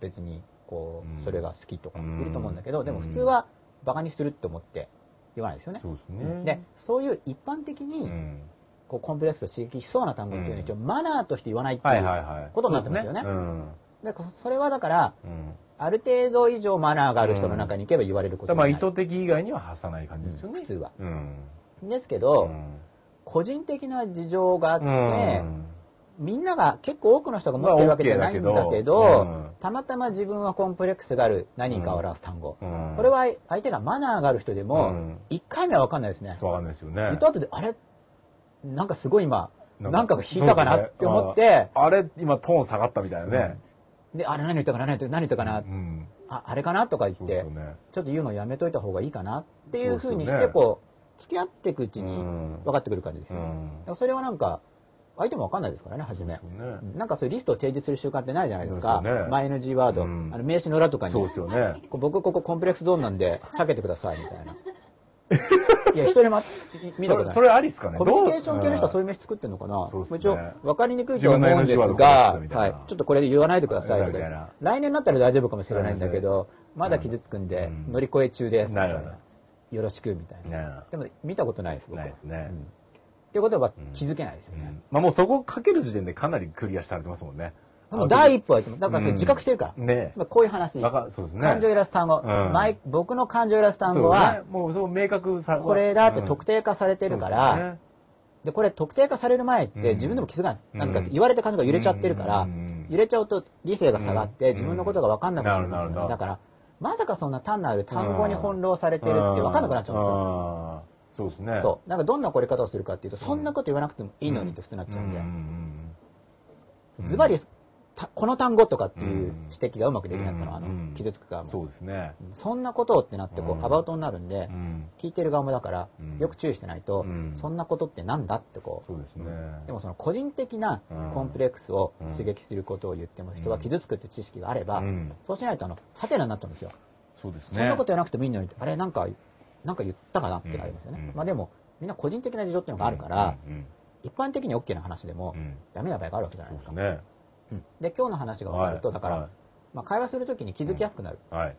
S1: 別にこう、
S2: うん
S1: それが好きとか
S2: うん
S1: いると思うんだけど、でも普通はバカにするって思って言わないですよね、
S2: そうですね
S1: でそういう一般的
S2: う
S1: に
S2: ん
S1: こうコンプレックスを刺激しそうな単語っていうのは一応マナーとして言わないってい
S2: はいはいは
S1: う
S2: い
S1: ことになってますよね,、
S2: うん
S1: でそれはだから
S2: うん
S1: ある程度以上マナーがある人の中に行けば言われるこ
S2: だ
S1: と
S2: から
S1: に
S2: ま
S1: な
S2: あ
S1: る
S2: 意図的以外には発さない感じですよね、
S1: 普通は
S2: うん
S1: ですけ
S2: う
S1: ど、
S2: ん
S1: 個人的な事情があって、
S2: うん
S1: みんなが結構多くの人が持ってるわけじゃないん
S2: まあ
S1: だ
S2: OK だ
S1: け
S2: け
S1: ど、
S2: どうん
S1: たまたま自分はコンプレックスがある何かを表す単語、
S2: うん
S1: これは相手がマナーがある人で
S2: う
S1: も
S2: ん
S1: 1回目は分かんないですね、
S2: そうなんですよね
S1: 言った後であれなんかすごい今
S2: なんか
S1: なんかが引いたかなって思って
S2: あれ今トーン下がったみたいなね、
S1: であれ何言ったかな何言ったかな何言ったかな、
S2: うん
S1: ああれかなとか言っ
S2: そうです
S1: て
S2: よね
S1: ちょっと言うのやめといた方がいいかなっていうふうにし
S2: そうですよね
S1: てこう付き合っていくうち
S2: う
S1: に
S2: ん
S1: 分かってくる感じです
S2: う
S1: よ、
S2: ん
S1: だからそれはなんか相手も分かんないですからね初め
S2: そうですよね
S1: なんかそういうリストを提示する習慣ってないじゃないです
S2: そ
S1: か。
S2: うですよね
S1: マイ NG ワード、
S2: うん
S1: あの名刺の裏とかに。
S2: そうですよね
S1: こう僕ここコンプレックスゾーンなんで避けてくださいみたいな。いや、一人も見たことない。
S2: それそれありっすかね
S1: コミュニケーション系の人はそう
S2: う
S1: いう名刺作ってるのかな、
S2: そうですね
S1: 一応分かりにくいとは思うんで
S2: 自分の NG
S1: すが、
S2: ワードこうですみたいな
S1: はい、ちょっとこれで言わないでくださいとか
S2: みたいな
S1: 来年になったら大丈夫かもしれないんだけど、まだ傷つくんで、
S2: うん
S1: 乗り越え中ですみたいな
S2: なるほ
S1: よろしくみたいな、
S2: ね
S1: でも見たことないです僕は
S2: ないですね
S1: うんっていうことは気づけないですよ
S2: う
S1: ね、
S2: んまあもうそこかける時点でかなりクリアされてますもんね
S1: でも第一歩は言ってもだからそれ自覚してるから、
S2: ね
S1: つまりこういう話、
S2: わかそうですね
S1: 感情を揺らす単語、
S2: うん
S1: マイ僕の感情を揺らす単語は、
S2: そうねもうそう明確さ
S1: これだって特定化されてるから、
S2: うんそうですよね
S1: でこれ特定化される前って自分でも気づかないです、
S2: うん
S1: なんか言われた感情が揺れちゃってるから、
S2: うん
S1: 揺れちゃうと理性が下がって、
S2: うん
S1: 自分のことが分かんなくなるんですよ
S2: なる
S1: ね、
S2: なる
S1: だからまさかそんな単なる単語に翻弄されてるって分かんなくなっちゃうんですよ、
S2: よ。そうですね。
S1: そうなんかどんな怒り方をするかっていうとそんなこと言わなくてもいいのにって普通になっちゃうんで、
S2: うん
S1: ズバリたこの単語とかっていう
S2: うん
S1: 指摘がうまくできないですから、あ
S2: う
S1: の
S2: ん
S1: 傷つく側も
S2: そうですね。
S1: そんなことをってなってこう、
S2: うん
S1: アバウトになるんで、
S2: うん
S1: 聞いてる側もだから、
S2: うん
S1: よく注意してないと、
S2: うん
S1: そんなことってなんだってこう
S2: そうですね。
S1: でもその個人的な
S2: うん
S1: コンプレックスを
S2: うん
S1: 刺激することを言っても人は傷つくって知識があれば、
S2: うん
S1: そうしないとあのハテナになっちゃうんですよ、
S2: そうですね。
S1: そんなこと言わなくてもいいのにあれなんかなんか言ったかなってなりますよね、
S2: うんうん
S1: まあ、でもみんな個人的な事情っていうのがあるから、
S2: うんうん
S1: 一般的に OK な話でも、
S2: うん
S1: ダメな場合があるわけじゃな
S2: そ
S1: いうで
S2: ですす
S1: か、
S2: ね。
S1: うんで今日の話が分かると、
S2: はい
S1: だから、
S2: はい
S1: まあ、会話するときに気づきやすくなる、
S2: はい。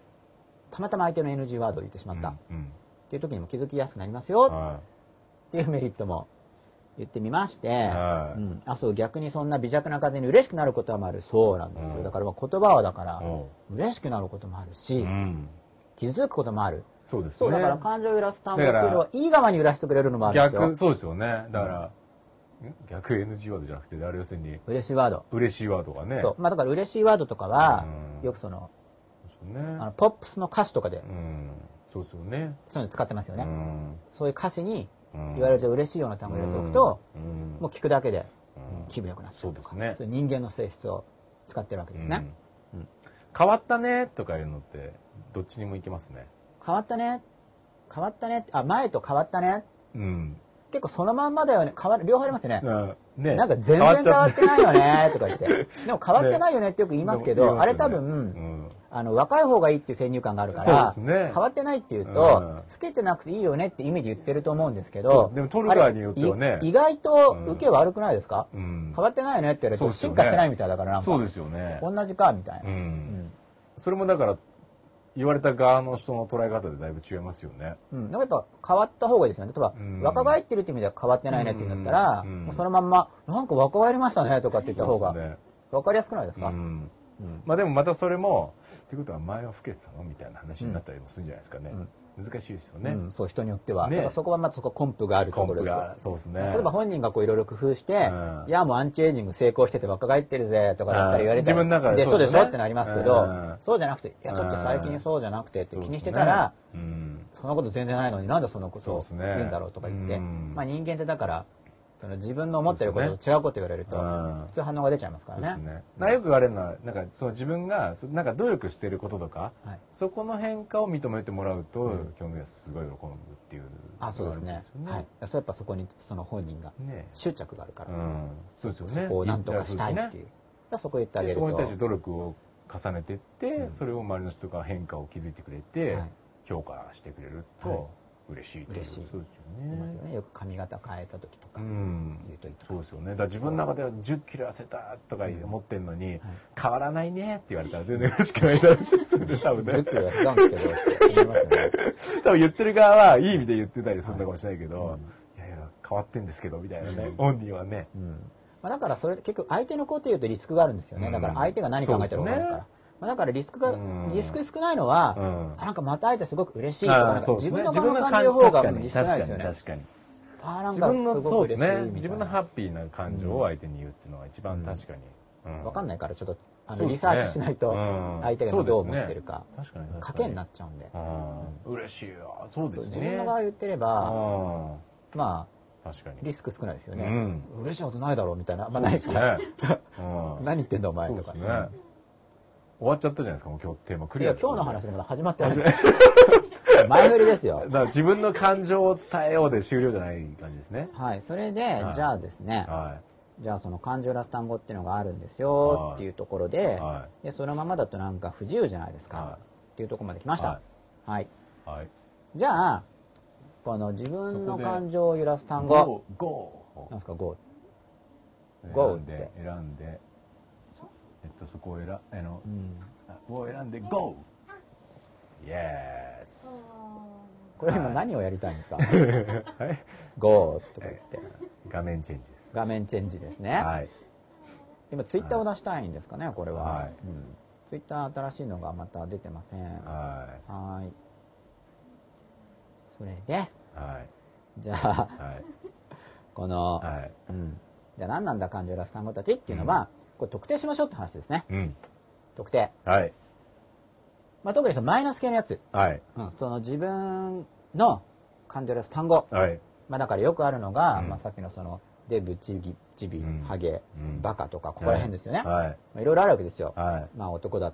S1: たまたま相手の NG ワードを言ってしまった、
S2: う
S1: っ
S2: んうん
S1: ていう時にも気づきやすくなりますよ
S2: は
S1: っていうメリットも言ってみまして、
S2: はい
S1: うん、あそう逆にそんな微弱な風に嬉しくなることもあるそうなんですよ、
S2: うん
S1: だからまあ言葉はだから
S2: お
S1: 嬉しくなることもあるし、
S2: い。うん
S1: 傷つくこともある
S2: そうですね。
S1: そう、だから感情を揺らす単語っていうのは
S2: だか、
S1: いい側に揺らしてくれるのもあるんですよ
S2: 逆、。そうですよね。だから、ん逆 NG ワードじゃなくて、あれ要するに、
S1: 嬉しいワード。
S2: 嬉しいワードがね。
S1: そう。まあだから嬉しいワードとかは、
S2: うん
S1: よくその、
S2: そうですよね。
S1: あの、ポップスの歌詞とかで、
S2: うん。そうですよね。
S1: そういうの使ってますよ
S2: う
S1: ね。
S2: ん。
S1: そういう歌詞に
S2: うん
S1: 言われると嬉しいような単語を入れておくと、
S2: うん
S1: もう聞くだけで
S2: うん
S1: 気分良くなっちゃ
S2: そう
S1: う
S2: で
S1: とか
S2: す、ね
S1: そういう人間の性質を使ってるわけですね。
S2: うん
S1: うん
S2: 変わったねとかいうのって、どっちにもいけますね。
S1: 変わったね、変わったね、あ、前と変わったね。
S2: うん。
S1: 結構そのまんまだよね。変わる、両方ありますよね。
S2: うんね
S1: なんか全然変わっ
S2: ち
S1: てないよね、とか言って。でも変わってないよねってよく言
S2: ゃ
S1: い
S2: う
S1: ますけ
S2: でも
S1: ど、あ
S2: 言
S1: れ
S2: いま
S1: 多
S2: すよね
S1: 分
S2: う、ん
S1: あの、若い方がいいっていう先入観があるか
S2: そう
S1: ら、
S2: ですね
S1: 変わってないっていうと、
S2: うん
S1: 老けてなくていいよねって意味で言ってると思うんですけ
S2: そ
S1: ど
S2: う、でも取る側によってはね
S1: あれい意外と受け悪くないですか、
S2: うん
S1: 変わってないよねって言われて
S2: そう
S1: も、
S2: ですよ
S1: 進
S2: ね
S1: 化してないみたいだからなんか、
S2: そうですよね。
S1: 同じか、みたいうな、
S2: ん。それもだから、言われた側の人の捉え方でだいぶ違いますよね。
S1: うん。うん。なんかやっぱ変わった方がいいですよね。例えば、
S2: うん
S1: 若返ってるって意味では変わってないねって言うんだったら、
S2: うん
S1: もうそのまんま、なんか若返りましたねとかって言った方
S2: そう
S1: が、
S2: ですね
S1: わかりやすくないですか、
S2: うん
S1: うん
S2: まあでもまたそれも、ってことは前は老けてたのみたいな話になったりもするんじゃないですかね。難しいですよね。
S1: うんそう、人によっては。
S2: ね
S1: だからそこはまたそこはコンプがあると
S2: コン
S1: ころ
S2: プ
S1: ですよ
S2: が。。そうですね。
S1: 例えば本人がこういろいろ工夫して、
S2: うん
S1: いやもうアンチエイジング成功してて若返ってるぜとかだったり言われたり、
S2: うん自分の中で
S1: でしょでし
S2: そうです
S1: ょ
S2: ね
S1: ってなりますけ
S2: う
S1: ど
S2: ん、
S1: そうじゃなくて、いやちょっと最近そうじゃなくてって気にしてたら、
S2: そうですね、うん
S1: そんなこと全然ないのになんでそんなこと
S2: そう
S1: を
S2: ですね
S1: 言うんだろうとか言って、
S2: うん
S1: まあ人間ってだから、その自分の思ってるこ
S2: そう
S1: と
S2: で
S1: と違うこと言われると、
S2: うん
S1: 普通反応が出ちゃいますか
S2: そうです
S1: らね。
S2: ね。なんかよく言われるのは、なんかその自分が、そなんか努力してることとか、
S1: はい
S2: そこの変化を認めてもらうと、
S1: うん
S2: 興味がすごい喜ぶっていう。
S1: あ、そうですね。
S2: のが
S1: は
S2: あ
S1: い。そうやっぱそこにその本人が
S2: るんですよね。ね
S1: 執着があるから、
S2: うん。そうですよね。
S1: そこをなんとかしたいっていう。だからそこ言ってあ
S2: で
S1: げる
S2: そこに対して
S1: と。
S2: 努力を重ねてって、
S1: うん
S2: それを周りの人が変化を気づいてくれて、
S1: はい
S2: 評価してくれる
S1: は
S2: と嬉しいとう
S1: 嬉しい
S2: そうですよ
S1: い
S2: ね
S1: ますよね。よく髪型変えた時と
S2: う
S1: か
S2: ん
S1: 言うといいとか
S2: そうですよねだから自分の中では1 0キロ痩せたとか思ってんのに、変わらないねって言われたら全然嬉しくないだろ うしですよね多分
S1: 10
S2: ね
S1: キロ痩せたんですけどって言いますね。
S2: 多分言ってる側はいい意味で言ってたりするのかもしれないけど、いやいや変わってんですけどみたいなね、本人はね
S1: うんまあ、だからそれ結局相手のこと言うとリスクがあるんですよね、
S2: うん
S1: だから相手が何考えてるか分からない
S2: そう
S1: から、
S2: ですね
S1: まあ、だからリスクが、
S2: うん
S1: リスク少ないのは、
S2: うん
S1: あなんかまた会えてすごく嬉しいとか
S2: あ
S1: な
S2: あ
S1: んか
S2: そうです
S1: 自
S2: ね
S1: 分の感の感情の方がリ
S2: 自
S1: スク
S2: 分の感じ確か
S1: ないですよね
S2: に確かに
S1: あーなん
S2: 自
S1: か
S2: 分
S1: す
S2: の
S1: ご
S2: そう
S1: く
S2: です
S1: 嬉
S2: ね
S1: しいみた
S2: 自
S1: い
S2: 分の
S1: な、
S2: ハッピーな感情を相手に言うっていうのが一番確かに、うん
S1: 分かんないからちょっとあ
S2: そ
S1: の
S2: うで
S1: リ
S2: す
S1: サ
S2: ね
S1: ーチしないと
S2: うん
S1: 相手が今どう思ってるか、
S2: 確かに確か
S1: 賭けになっちゃうんで、
S2: うん嬉しいわそうで
S1: そう
S2: すね
S1: 自分の側言ってれば、
S2: あ
S1: まあ
S2: あ確かに
S1: リスク少ないですよね、
S2: う
S1: 嬉しいことないだろうみたいな、
S2: そ
S1: まあ、
S2: う
S1: な
S2: で
S1: い
S2: す
S1: か
S2: ね
S1: ら、
S2: うん
S1: 何言ってんだお前
S2: そう
S1: と
S2: で
S1: か
S2: すね終わっちゃったじゃないですかもう今日テーマク
S1: い
S2: リア
S1: や今日の話でまだ始まって ない前振りですよ
S2: だから自分の感情を伝えようで終了じゃない感じですね
S1: はい、それで、
S2: い
S1: じゃあですね、
S2: は
S1: じゃあその感情ラス単語っていうのがあるんですよっていうところで、
S2: は
S1: でそのままだとなんか不自由じゃないですか、
S2: は
S1: っていうところまで来ました。は。
S2: はいいはい
S1: じゃあ、この自分の
S2: そこで
S1: 感情を揺らす単語、
S2: ゴー
S1: なんですか、GO。
S2: ゴ
S1: Go
S2: ー選ん
S1: って
S2: で選んでそえっとそこを選あの
S1: うん、
S2: を選んでゴーイエス
S1: これ今何をやりたいんですか、
S2: はい、
S1: ?GO とか言って。
S2: 画面チェンジです。
S1: 画面チェンジですね。
S2: はい。
S1: 今ツイッターを出したいんですかね、これは。
S2: はい
S1: うん、ツイッター新しいのがまた出てません。は。
S2: はい
S1: それで、
S2: い。はい。
S1: じゃあ、
S2: はい。
S1: この、
S2: はい。
S1: うん、じゃあ何なんだ感情ラス単語たちっていうのは、これ特定しましょうって話ですね
S2: うん。
S1: 特定、
S2: はい。
S1: まあ、特にそのマイナス系のやつ、
S2: はい。
S1: うん、その自分の感情ラス単語、
S2: はい。
S1: まあ、だからよくあるのが、
S2: うん
S1: まあ、さっきのそのデブチビチビ、
S2: うん
S1: ハゲ、
S2: うん
S1: バカとかここら辺ですよね、ま
S2: はい。
S1: あいろいろあるわけですよ、
S2: はい。
S1: まあ、男だ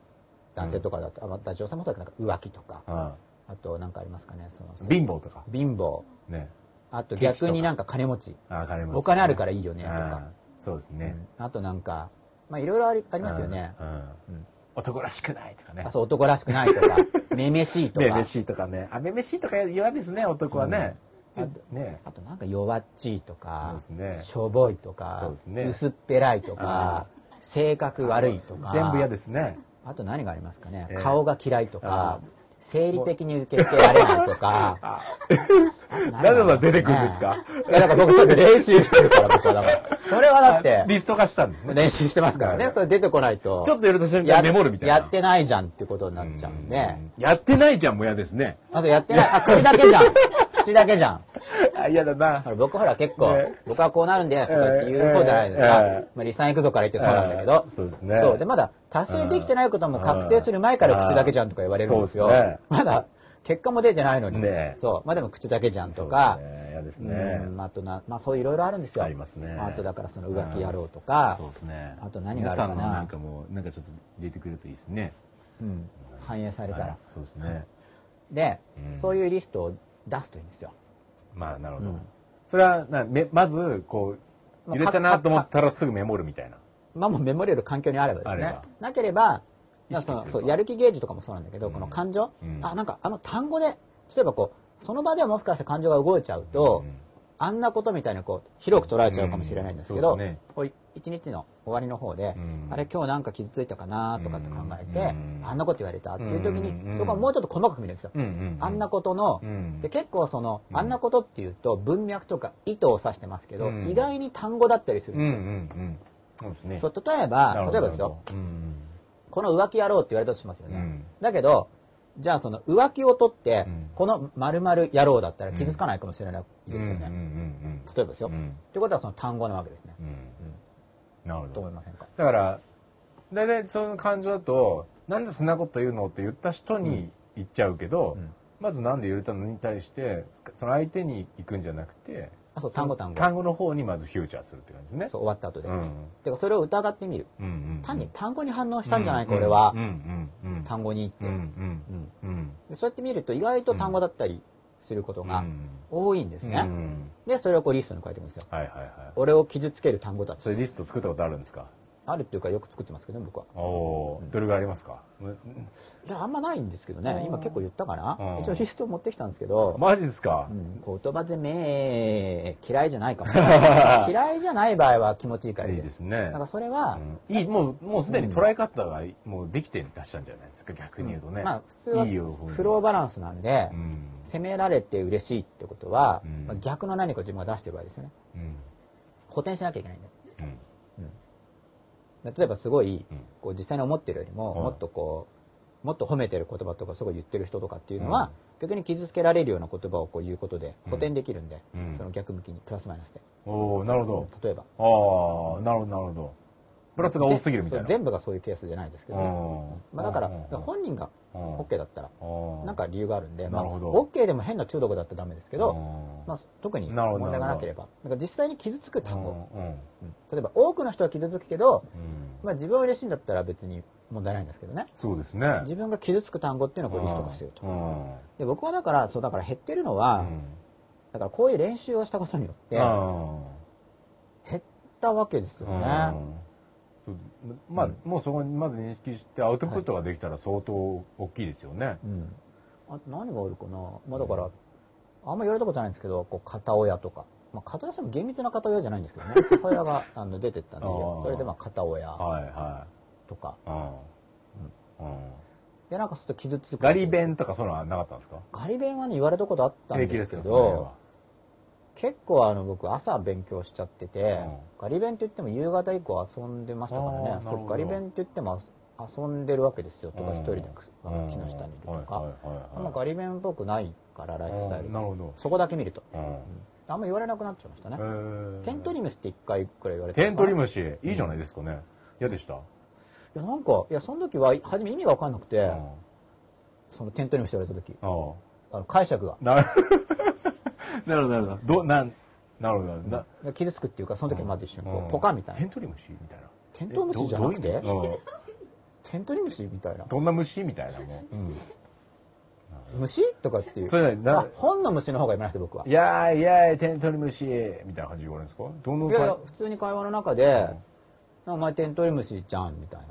S1: 男性とかだと、あまあ、女性もそうだけどなんか浮気とか
S2: あ
S1: あと何かありますかねその
S2: 貧乏とか。
S1: 貧乏
S2: ね。
S1: あと
S2: ケチとか
S1: 逆になんか金持ち、
S2: あ、わかります。
S1: お金あるからいいよねとか
S2: あ、ー。そうですね。
S1: うんあとなんか、まあ、いろいろありありますよね、
S2: うん。うん男らしくないとかね
S1: あ。そう男らしくないと か、めめしいと
S2: め
S1: か、
S2: めしいとかね。あ、めめしいとか嫌ですね、男はね。
S1: うん
S2: あね。
S1: あとなんか弱っちいとか、
S2: そうですね
S1: しょぼいとか
S2: そうですね
S1: 薄っぺらいとか、性格悪いとか、。
S2: 全部嫌ですすね。
S1: あと何がありますかね
S2: え、え
S1: 顔が嫌いとか
S2: あ、
S1: 生理的に受け付けられないと か。
S2: なぜま出てくるんですか
S1: いや、だから僕ちょっと練習してるから、僕はだ から。それはだって、
S2: リスト化したんですね。
S1: 練習してますからね。それ出てこないと。
S2: ちょっとやるとした
S1: や
S2: らメモるみたいな。
S1: やってないじゃんってことになっちゃうんで。
S2: やってないじゃんも嫌ですね。
S1: あとやってない。あ、口だけじゃん。口だけじゃん。
S2: あ、嫌だな
S1: ほ。ら僕ほら結構、
S2: ね
S1: 僕はこうなるんですとかって言う方じゃないですか。
S2: ええええ
S1: まあ、リサン行くぞから言ってそうなんだけど。
S2: ええそうですね
S1: そう。で、まだ達成できてないことも確定する前から口だけじゃんとか言われるんですよ。
S2: そうですね
S1: まだ結果も出てないのに。
S2: ねえ
S1: そう。まあでも口だけじゃんとか
S2: そう。ですね嫌です
S1: うん、あとな、まあそういろいろあるんですよ。
S2: ありますね
S1: あとだからその浮気やろうとか
S2: そう、ですね。
S1: あと何があるかな
S2: 皆さんのなんかもう、なんかちょっと入れてくれるといいですね。
S1: うん、反映された
S2: は
S1: ら
S2: い。そうですね。
S1: で、
S2: うん
S1: そういうリストを出すといいんですよ。
S2: まあ、なるほど。
S1: うん
S2: それはな、め、まず、こう、
S1: まあ
S2: 入れたなと思ったらすぐメモるみたいな。
S1: まあもうメモれる環境にあればです
S2: あれ
S1: ね
S2: ば。
S1: なければ、
S2: 意識す
S1: そ
S2: る
S1: の
S2: と
S1: そうやる気ゲージとかもそうなんだけど、
S2: うん
S1: この感情、
S2: うん
S1: あなんかあの単語で例えばこうその場ではもしかして感情が動いちゃうと、
S2: うん
S1: あんなことみたいにこう広く捉えちゃうかもしれないんですけ
S2: う
S1: ど、
S2: んそうですね
S1: こう一日の終わりの方で、
S2: うん
S1: あれ今日なんか傷ついたかなとかって考えて、
S2: うん
S1: あんなこと言われたっていう時に、
S2: うん
S1: そこはもうちょっと細かく見るんですよ。
S2: うんうん。
S1: あんなことの、
S2: うん
S1: で結構その、
S2: うん
S1: あんなことっていうと文脈とか意図を指してますけど、
S2: うん
S1: 意外に単語だったりする
S2: うんんうんうん。そ
S1: ですよ。
S2: うですね。
S1: そう例え
S2: なる
S1: ば
S2: ほど
S1: 例えばですよ。
S2: なるほどうん
S1: この浮気野郎って言われたとしますよね、
S2: うん
S1: だけどじゃあその浮気を取って、
S2: うん
S1: この〇〇野郎だったら傷つかないかもしれない
S2: うん。
S1: ですよね、
S2: うんうんうん
S1: 例えばですよ、
S2: うん。う
S1: っ
S2: ん
S1: てことはその単語なわけですね、
S2: うん。なるほ
S1: と
S2: ど
S1: 思い。ませんか
S2: だから、大体その感情だと、なんでそんなこと言うのって言った人に言っちゃうけど、
S1: うん
S2: まずなんで言われたのに対して、その相手に行くんじゃなくて、
S1: あそう単語単語
S2: 単語の方にまずフューチャーするって感じです
S1: そ
S2: ね。
S1: う終わった後で、
S2: うん
S1: てかそれを疑ってみる
S2: うんうん
S1: 単に
S2: う
S1: 単語に反応したんじゃないか、俺は
S2: う、んうんうん
S1: 単語にって、
S2: うんうん
S1: うん
S2: うん
S1: でそうやって見ると意外と単語だったりすることが多いんですね、
S2: うん
S1: でそれをこうリストに書いていくんですよ
S2: はいはいはい。
S1: 俺を傷つける単語たち
S2: それリスト作ったことあるんですか
S1: あるっていうかよく作ってますけどね僕は
S2: おおー、どれぐらいありますか
S1: いやあんまないんですけどね今結構言ったかな
S2: うん
S1: 一応リスト持ってきたんですけど、
S2: マジですか
S1: うん、言葉攻め嫌いじゃないか も嫌いじゃない場合は気持ちいいからい
S2: い
S1: い
S2: い
S1: で
S2: ですすね
S1: だ。からそれは、
S2: うんいい、もう、もうすでに捉え方が、もうできてらっしゃるんじゃないですか、逆に言うとね。
S1: まあ普通はい
S2: いよ
S1: フローバランスなんで、
S2: うん。
S1: 責められて嬉しいってことは、
S2: うん
S1: まあ逆の何かを自分が出してる場合ですよね
S2: うん。
S1: 補填しなきゃいけないんだよ
S2: うん。
S1: で例えばすごい、
S2: うん
S1: こう実際に思ってるよりも、
S2: はい
S1: もっとこうもっと褒めてる言葉とかすごい言ってる人とかっていうのは、逆に傷つけられるような言葉をこう言うことで
S2: うん
S1: 補填できるんで、
S2: うん
S1: その逆向きにプラスマイナスで
S2: おおなるほ
S1: 例えば
S2: ど。ああ、なるほど、なるほど。プラスが多すぎるみたい
S1: そう
S2: な。
S1: 全部がそういうケースじゃないですけどね、まあ、だから本人が
S2: 本
S1: OK だったらなんか理由があるんで、まあ、
S2: なるほど
S1: OK でも変な中毒だったらダメですけ
S2: け
S1: ど、、まあ、特に
S2: なるほど
S1: 問題がなければなんか実際に傷つく単語、
S2: うんうん
S1: うん例えば多くの人は傷つくけど、
S2: うん
S1: まあ、自分は嬉しいんだったら別に問題ないんですけどね
S2: そうですね。
S1: 自分が傷つく単語っていうのをこうリスト化してる
S2: う
S1: と
S2: ん
S1: で僕はだからそうだから減ってるのは、だからこういう練習をしたことによって
S2: うん
S1: 減ったわけですよ
S2: うん
S1: ね、
S2: そうまあ、もうそこにまず認識してアウトプットができたら相当大きいですよね。
S1: うんあと何があるかな、まあ、だからあんま言われたことないんですけどこう片親とか、まあ、片親も厳密な片親じゃないんですけど ね母親があの出てったんで
S2: あー
S1: それでまあ片親
S2: はいは
S1: とか
S2: い。うんうん
S1: でなんかちょっと傷つく
S2: ガリ弁とかそういうのはなかったんですか
S1: ガリ弁はね言われたことあったん
S2: 平気
S1: で
S2: ですす
S1: け
S2: よ、
S1: ど結構あの僕朝勉強しちゃってて、
S2: うん
S1: ガリ弁って言っても夕方以降遊んでましたから
S2: あー
S1: ね
S2: なる
S1: そ
S2: ほど
S1: うガリ弁って言っても遊遊んでるわけですよとか
S2: うん
S1: 一人でくあ
S2: それは
S1: の木の下にいるとか、
S2: うんはいはいはい
S1: あんまガリ弁っぽくないからライフスタイ
S2: う
S1: ル
S2: ん
S1: が
S2: なるほど。
S1: そこだけ見ると
S2: うん
S1: あんま言われなくなっちゃいましたね、
S2: えー
S1: テントリムシって1回くらい言われて
S2: テントリ
S1: シ
S2: ムシ、いいじゃないですかね。嫌でした
S1: いやなんかいやその時は初め意味が分かんなくて、
S2: うん
S1: そのテントリムシって言われた時
S2: あ
S1: あの解釈が
S2: あなる なるほど、なるほど。ど、なん、なるほど、な
S1: 傷つくっていうかその時はまず一瞬こ
S2: うん
S1: うポカみたいな
S2: テントリムシみたいな。
S1: テントウムシじゃなくて
S2: えどどういうの
S1: テントリムシみたいな
S2: うんどんな虫みたいなもん。
S1: 虫とかっていう
S2: それな
S1: あ本の虫の方が読めなくて僕はい
S2: やーいやーテントリムシみたいな感じで言われるんですかどの
S1: いやいや普通に会話の中で「お前テントウムシじゃん」みたいな、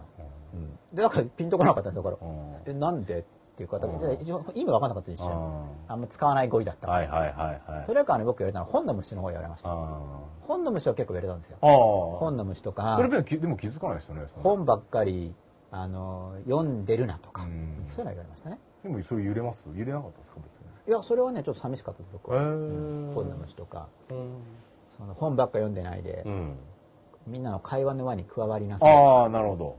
S1: うんでだからピンとこなかったんですよだか
S2: う
S1: ら
S2: ん
S1: 「えなんで?」っていう方
S2: うん
S1: が一応意味分かんなかったんです
S2: う
S1: よ
S2: ん
S1: あんま使わない語彙だったから、
S2: はいはいはいはい。
S1: それからね僕言われたのは本の虫の方言われまし
S2: あ
S1: た本の虫は結構言われたんですよ
S2: あー。
S1: 本の虫とか
S2: それでもきでも気づかないですよね。そんな
S1: 本ばっかりあの読んでるなとか、
S2: うん
S1: そういうのは言われましたね
S2: でもそれ揺れます揺れなかったですか別に
S1: いや、それはね、ちょっと寂しかったです、僕は。本の虫とか、その本ばっか読んでないで、
S2: うん
S1: みんなの会話の輪に加わりなさい。
S2: ああなるほど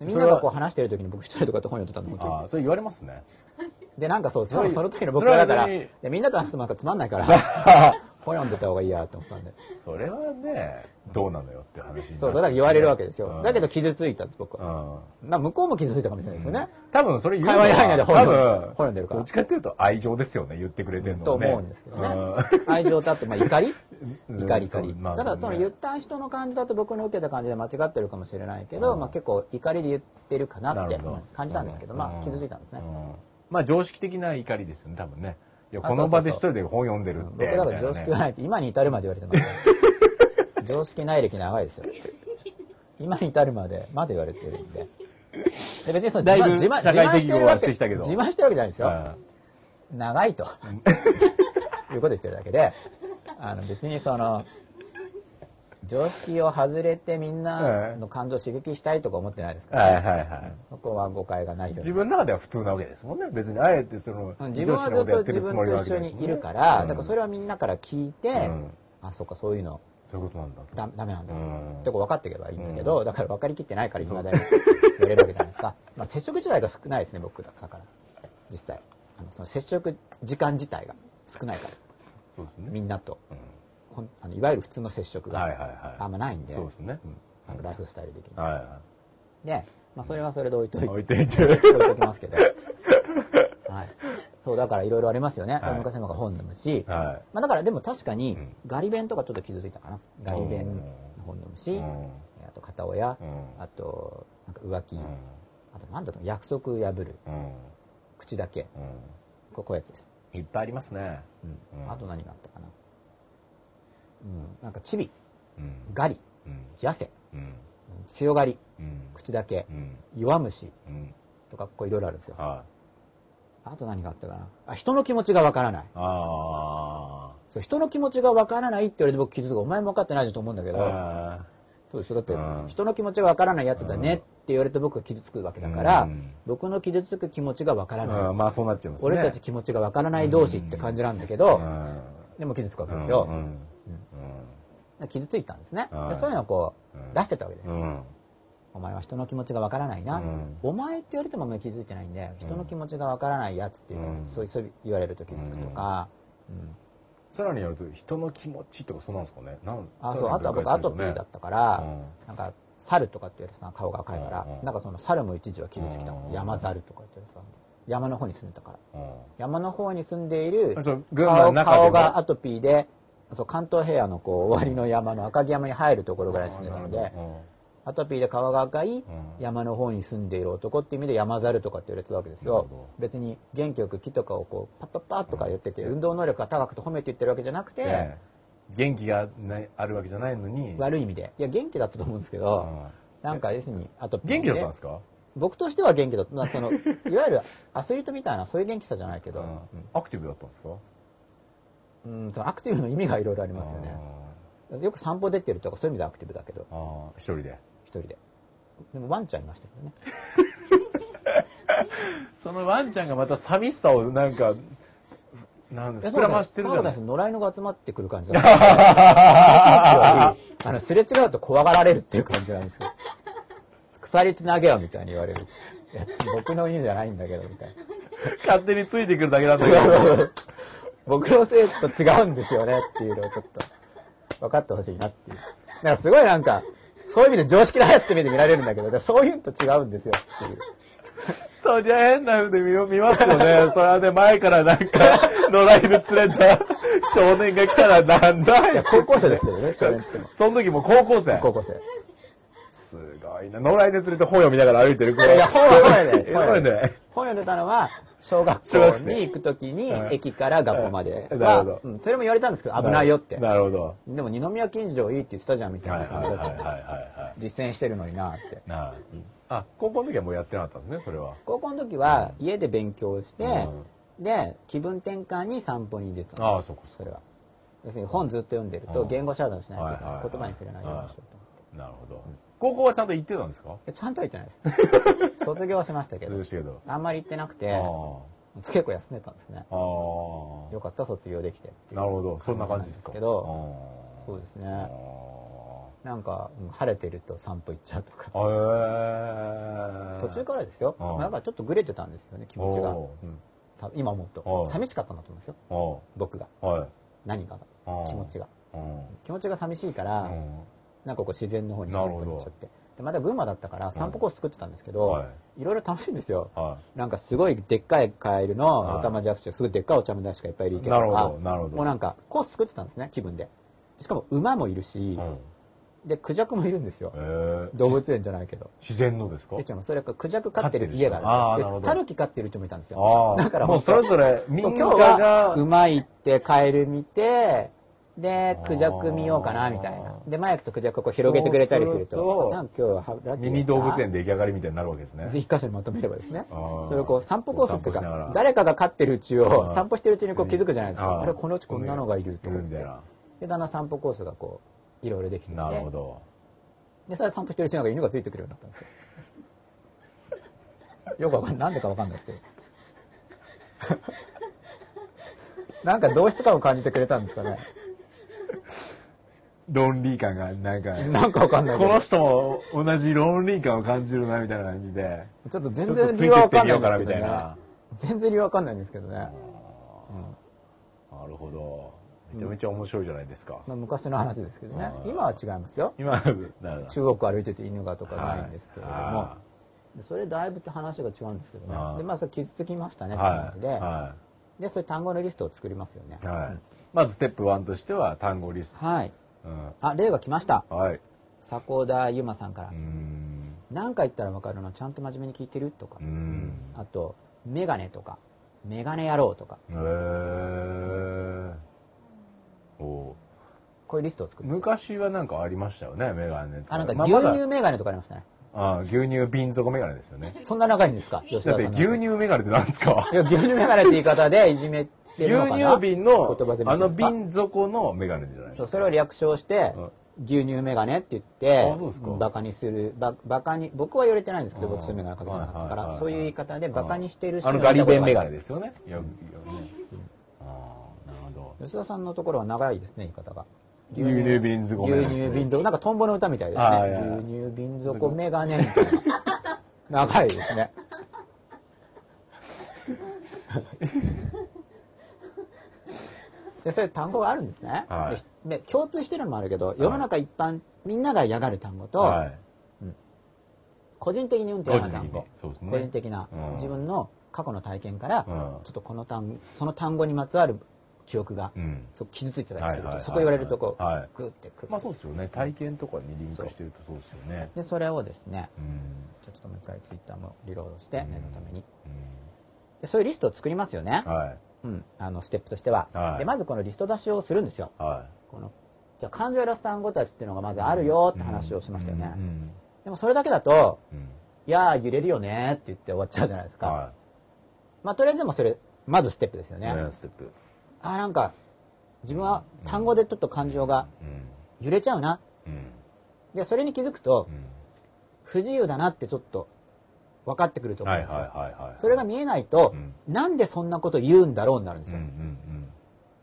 S1: でみんながこう話してる時に僕一人とかって本読んでたの、本当に
S2: ああそれ言われますね
S1: で、なんかそう、そ
S2: それ
S1: のその時の僕はだから、
S2: それは別
S1: で
S2: に
S1: みんなと話すとなんかつまんな いから、本読んでた方がいいやって思ってたんで。
S2: それはねどうなのよって話になる
S1: そうそう、だから言われるわけです
S2: う
S1: よ
S2: ん。
S1: だけど傷ついたんです、僕
S2: う
S1: は。
S2: ん
S1: まあ、向こうも傷ついたかもしれないですよね。
S2: 多分それ言うの
S1: 会話に入らないで本
S2: 多
S1: 読んで
S2: 分
S1: 本読んでるから
S2: どっちかっていうと愛情ですよね言ってくれてるの
S1: と
S2: はね
S1: 思うんですけどね。愛情とあと、まあ、怒り
S2: うん
S1: 怒り怒
S2: そう
S1: り。
S2: まあ
S1: ただ、その
S2: ね
S1: 言った人の感じだと僕の受けた感じで間違ってるかもしれないけど、
S2: うん
S1: まあ、結構怒りで言ってるかなって
S2: なるほど
S1: 感じたんですけど、ま
S2: うん
S1: あ、傷ついたんですね
S2: う。んまあ常識的な怒りですよね多分ねいや
S1: あ
S2: この場で一人で本読んでるって
S1: 僕だから常識がないって今に至るまで言われてます、 ね、常識ない歴長いですよ今に至るまでまだ言われてるんでで別にその
S2: だいぶ
S1: 自慢自
S2: 社
S1: 慢
S2: 会的
S1: 自慢してる
S2: 語
S1: わ
S2: は
S1: け
S2: してきたけど
S1: 自慢してるわけじゃないですよ、
S2: は
S1: 長いということ言ってるだけであの別にその常識を外れてみんなの感情を刺激したいとか思ってないです
S2: い
S1: から、
S2: はいはいはい
S1: そこは誤解がないように
S2: 自分の中では普通なわけですもんね別にあえてその
S1: うん自分はずっと自分と一緒にいるから、だからそ
S2: れ
S1: れはみんなから聞いて、
S2: うん
S1: あそうかそういうの
S2: そういうことなんだと
S1: ダダメなんだ、
S2: うん
S1: ってこう分かっていけばいいんだけど、だから分かりきってないから今だに言われるわけじゃないですか、まあ、接触自体が少ないですね僕だから実際あのその接触時間自体が少ないから
S2: そうですね
S1: みんなと、ほんあのいわゆる普通の接触
S2: はいはい
S1: が
S2: はい
S1: あんまないんで、
S2: そうですねうん
S1: あのライフスタイル的に、
S2: はいは
S1: で、まあ、それはそれで置いとい
S2: い
S1: て
S2: 置いていて
S1: 置いときますけどはいそうだからいろいろありますよね、
S2: はい
S1: 昔の方が本の虫、
S2: は
S1: まあ、だからでも確かに
S2: うん
S1: ガリ弁とかちょっと傷ついたかな、ガリ
S2: う
S1: 弁
S2: ん
S1: の本の
S2: い
S1: 虫、
S2: うん
S1: あと片親、
S2: うん
S1: あとなんか浮気、
S2: うん
S1: あとなんだと約束破る
S2: うん
S1: 口だけ
S2: うん
S1: ここういうやつです、
S2: いっぱいありますね
S1: うん
S2: うん
S1: あと何があったかな、うん、なんかチビ
S2: うん
S1: ガリ
S2: うん
S1: 痩せ
S2: うん
S1: 強がり
S2: うん
S1: 口だけ
S2: うん
S1: 弱虫
S2: うん
S1: とかこういろいろあるんですよ
S2: はい
S1: あと何があったかなあ人の気持ちがわからない
S2: あ
S1: そう人の気持ちがわからないって言われて僕傷つくお前も分かってないじゃんと思うんだけ
S2: ー
S1: ど、
S2: あ
S1: そうですよだ
S2: う
S1: っ
S2: ん
S1: て人の気持ちがわからないやつだねって言われて僕が傷つくわけだから、
S2: うん
S1: 僕の傷つく気持ちがわからない、
S2: ーうんまあそうなっちゃいますね
S1: 俺たち気持ちがわからない同士って感じなんだけど、
S2: うん
S1: でも傷つくわけですよ、
S2: うん
S1: だ
S2: う
S1: か
S2: ん
S1: ら傷ついたんですね、
S2: うん
S1: でそういうのをこ
S2: うん
S1: う出してたわけです、
S2: うんうん
S1: お前は人の気持ちがわからないな、
S2: うん
S1: お前って言われてもあんまり気づいてないんで人の気持ちがわからないやつっていうのは、
S2: うん
S1: そうそう言われると傷つくとか、うん
S2: さらにやると人の気持ちとかそうなんですかねなん
S1: あそうあとは僕アトピーだったか
S2: た
S1: ら、
S2: うん
S1: なんか猿とかって言われてた顔が赤いから、
S2: うんうん
S1: なんかその猿も一時は傷つきたの、
S2: うん
S1: 山猿とかって言われてたんで山の方に住んでたから
S2: う
S1: 山の方に住んでいる
S2: んそう群馬の
S1: 顔
S2: 中で
S1: 顔
S2: も
S1: がアトピーでそう関東平野のこう終わりの山の赤城山に入るところぐらいに住んでたん
S2: なる
S1: で
S2: ほ
S1: アトピーで顔が赤い
S2: どうん
S1: 山の方に住んでいる男っていう意味で山猿とかって言われてたわけです
S2: なる
S1: よ
S2: ほど
S1: 別に元気よく木とかをこうパッパッパッとか言ってて運動能力が高くて褒めて言ってるわけじゃなくて、
S2: ね元気がないあるわけじゃないのに
S1: 悪い意味でいや元気だったと思うんですけど、
S2: うん
S1: なんか要するにアトピー
S2: 元気だったんですか
S1: 僕としては元気だったなその いわゆるアスリートみたいなそういう元気さじゃないけ
S2: う
S1: ど、
S2: んアクティブだったんですか
S1: うん、そのアクティブの意味がいろいろありますよねよく散歩出てるとかそういう意味ではアクティブだけど
S2: あーあー一人で
S1: 一人ででもワンちゃんいましたけどね
S2: そのワンちゃんがまた寂しさをなんか、なん
S1: いや
S2: 膨らましてるじゃない
S1: そんなことないです野良犬が集まってくる感じだったんで あのすれ違うと怖がられるっていう感じなんですよ鎖つなげよみたいに言われるいや僕の犬じゃないんだけどみたいな
S2: 勝手についてくるだけなんだけど。
S1: 僕のせいと違うんですよねっていうのをちょっと分かってほしいなっていう。なんかすごいなんか、そういう意味で常識なやつって目で見られるんだけど、じゃあそういうのと違うんですよっていう。
S2: そりゃ変な風で見見ますよ ね。それはね、前からなんか、 野良犬連れた少年が来たらなんだ
S1: いや、
S2: よ。
S1: 高校生ですけどね、少 年っつっても。
S2: その時もう高校生。
S1: 高校生。
S2: すごいな。野良犬連れて本読みながら歩いてる子。
S1: いや、本は本やで
S2: え
S1: す。
S2: 本
S1: 本
S2: 読ん
S1: 読ん
S2: で
S1: で
S2: ない
S1: 本読んでたのは、小学
S2: 小学
S1: 校
S2: 生
S1: に行くときに
S2: う、ん
S1: 駅から学校まで
S2: う
S1: は。
S2: んなるほど
S1: うんそれも言われたんですけど、危ないよって。
S2: なるほど。は
S1: でも二宮近所いいって言ってたじゃんみ
S2: い
S1: た
S2: はいい
S1: な
S2: は
S1: 感
S2: い
S1: じ
S2: は
S1: だ
S2: い
S1: っ
S2: は
S1: た
S2: い
S1: んで。
S2: はい。
S1: 実践してるのになって。
S2: なああ、高校の時はもうやってなかったんですね、それは。
S1: 高校の時は家で勉強して、
S2: う
S1: で気分転換に散歩に出てたんです
S2: ああそうかそうか
S1: それは要するに本ずっと読んでる
S2: う
S1: と
S2: ん
S1: 言語遮断しないといけ
S2: はい
S1: な
S2: はい
S1: い
S2: はい
S1: 言葉に触れないようにしようと思って
S2: なるほど。高校はちゃんと行ってたんですか
S1: ちゃんとは言ってないで す卒業しましたけ
S2: ず
S1: ど
S2: るしてけど。
S1: あんまり行ってなく
S2: あ
S1: て
S2: ー
S1: 結構休んでたんですね
S2: あー。
S1: よかった卒業できてっていう
S2: なるほど。そんな感じですか。
S1: けど
S2: あー
S1: そうです
S2: あ
S1: ねなんかうん晴れてると散歩行っちゃうとか
S2: ーあえー
S1: 途中からですよ
S2: うん
S1: なんかちょっとぐれてたんですよね気持ちが
S2: お
S1: うん多分今思
S2: お
S1: うと
S2: う
S1: 寂しかったんだと思うんですよ
S2: あー
S1: 僕が
S2: はい
S1: 何かが
S2: あー。
S1: 気持ちが
S2: うん。
S1: 気持ちが寂しいから
S2: うん
S1: なんかこう自然の方に散歩に行っちゃってでまた群馬だったから散歩コース作ってたんですけど、、
S2: はい
S1: ろいろ楽しいんですよ
S2: い。は
S1: なんかすごいでっかいカエ
S2: は
S1: ルの
S2: い
S1: オタマジャクシすごいでっかいお茶目大師がいっぱいいる
S2: い。
S1: 池と
S2: なるほ
S1: か
S2: ど。なるほど。
S1: もうなんかコース作ってたんですね気分でしかも馬もいるし、
S2: うん
S1: でクジャクもいるんですよ
S2: えー
S1: 動物園じゃないけど
S2: 自然のですか
S1: え違うのそれかクジャク飼ってる家が
S2: 飼っ
S1: あ
S2: てる人あーなるほど
S1: るんですよタヌキ飼ってる人もいたんですよ
S2: ああ。
S1: だから
S2: もうそれぞれ、み
S1: 今
S2: ん
S1: 日
S2: なが
S1: は、馬行ってカエル見てでクジャク見ようかなみたいな
S2: あー
S1: でマイクとクジャクをこう広げてくれたりすると
S2: そうすると
S1: なんか今日ははラッキーだった
S2: ミニ動物園出来上がりみたいになるわけですね。
S1: 一箇所にまとめればですね
S2: あー
S1: それをこう散歩コースってい
S2: 散
S1: う
S2: 歩しなが
S1: から誰かが飼ってるうち
S2: う
S1: を
S2: ん
S1: 散歩してるうちにこう気づくじゃないです
S2: う
S1: か
S2: ん
S1: あれこのうちこんなのがいると
S2: い
S1: 思
S2: る
S1: っ
S2: みたい
S1: て
S2: な。
S1: でだんだん散歩コースがこういろいろできてきて
S2: なるほど。
S1: でそれで散歩してるうちになんか犬がついてくるようになったんですよ よくわかんないなんでかわかんないですけどなんか同質感を感じてくれたんですかね
S2: 論理感が、なんか、
S1: なんかわかんないけ
S2: この
S1: ど
S2: 人も同じ論理感を感じるな、みたいな感じで。
S1: ちょっと全
S2: ちょっ
S1: 然
S2: とつい
S1: 理
S2: て
S1: 由はわ
S2: って
S1: かん
S2: み
S1: な
S2: よ
S1: いうんで
S2: かな、みたい
S1: すけどね
S2: な。
S1: 全然理由わかんないんですけどね、うん
S2: なるほど。めちゃめちゃ面白いじゃないですか。
S1: まあ、昔の話ですけどね
S2: あー
S1: 今は違いますよ
S2: 今、なるほ
S1: 中国歩いてて犬がとかないんですけれども、
S2: は
S1: でそれだいぶって話が違うんですけどね
S2: あー
S1: でまあそれ傷つきましたね
S2: い。
S1: って感じで、
S2: は
S1: でそういう単語のリストを作りますよね
S2: い。はい。まず、ステップ1としては、単語リス
S1: はい
S2: ト。うん
S1: あ例が来ました
S2: はい。
S1: 迫田ゆまさんから
S2: うーん。
S1: 「何回言ったら分かるのちゃんと真面目に聞いてる?」とか
S2: うーん。
S1: あと「メガネ」とか「メガネ野郎」とか
S2: へーおう
S1: こういうリストを作るんですよ
S2: 昔はなんかありましたよね、メガネと
S1: あなんか
S2: まあ
S1: 牛
S2: まだ
S1: 乳メガネとかありましたね
S2: ああ牛乳瓶底メガネですよね。
S1: そんな長いんですか吉田
S2: だっ
S1: さ
S2: て
S1: ん
S2: 牛乳メガネって何です か
S1: いや牛乳メガネって言い方でいじめて
S2: 牛
S1: るのかな
S2: 乳瓶の
S1: 言葉攻め
S2: あ
S1: てる
S2: の
S1: んですか
S2: 瓶底のメガネじゃないです
S1: そう
S2: か。
S1: それを略称して
S2: うん
S1: 牛乳メガネって言っ
S2: あそうで
S1: て
S2: すか
S1: バカにするババカに僕は言われてないんですけど
S2: うん
S1: 僕そういうメガネかけてなかったか
S2: はいはいはいは
S1: ら
S2: い
S1: そういう言い方でバカにしてる人
S2: あのガリベンメガネですよね。よくよくねああ、なるほど。
S1: 吉田さんのところは長いですね言い方が
S2: 牛乳瓶底メガ
S1: 牛
S2: ネ。
S1: 乳瓶底なんかトンボの歌みたいです
S2: あーいやい
S1: ね
S2: や
S1: 牛乳瓶底メガネみたいな長いで すねでそういう単語があるんですね、
S2: はい
S1: でで共通してるのもあるけど世の中一般みんなが嫌がる単語と、
S2: はい。
S1: 個人的に運転な単
S2: 個人
S1: 語
S2: 的にそうですね
S1: 個人的な、
S2: うん
S1: 自分の過去の体験から、
S2: うん
S1: ちょっとこの単その単語にまつわる記憶が、
S2: うん。
S1: そう傷ついてたり
S2: はい
S1: すると、
S2: はいはいはい
S1: そこ言われるとこう、
S2: はい
S1: グーってくる、
S2: まあそうですよね。体験とかにリンクしてるとそうですよね。
S1: でそれをですね
S2: うん。
S1: ちょっともう一回ツイッターもリロードして
S2: うん
S1: 念のために
S2: う
S1: でそういうリストを作りますよね
S2: ん、はい。
S1: うん、あのステップとしては、
S2: はい
S1: でまずこのリスト出しをするんですよ
S2: は
S1: このじゃあ感情ラス単語たちっていうのがまずある
S2: い。
S1: よって話をしましたよね、
S2: うんうん
S1: でもそれだけだと
S2: うん。
S1: 「いやー揺れるよね」って言って終わっちゃうじゃないですか、
S2: は
S1: まあとりあえずでもそれまずステップですよ
S2: い。
S1: ね、
S2: ねステップ。
S1: あーなんか自分は単語でちょっと感情が
S2: うん。
S1: 揺れちゃうな
S2: うん。
S1: でそれに気づくと不自由だなってちょっと分かってくると
S2: うん。
S1: 思
S2: は
S1: うん
S2: い
S1: で
S2: はい
S1: すよ、
S2: はいはい。
S1: それが見えないと、
S2: う
S1: なんでそんなこと言うんだろうになるんです
S2: うんう
S1: よ、
S2: んうん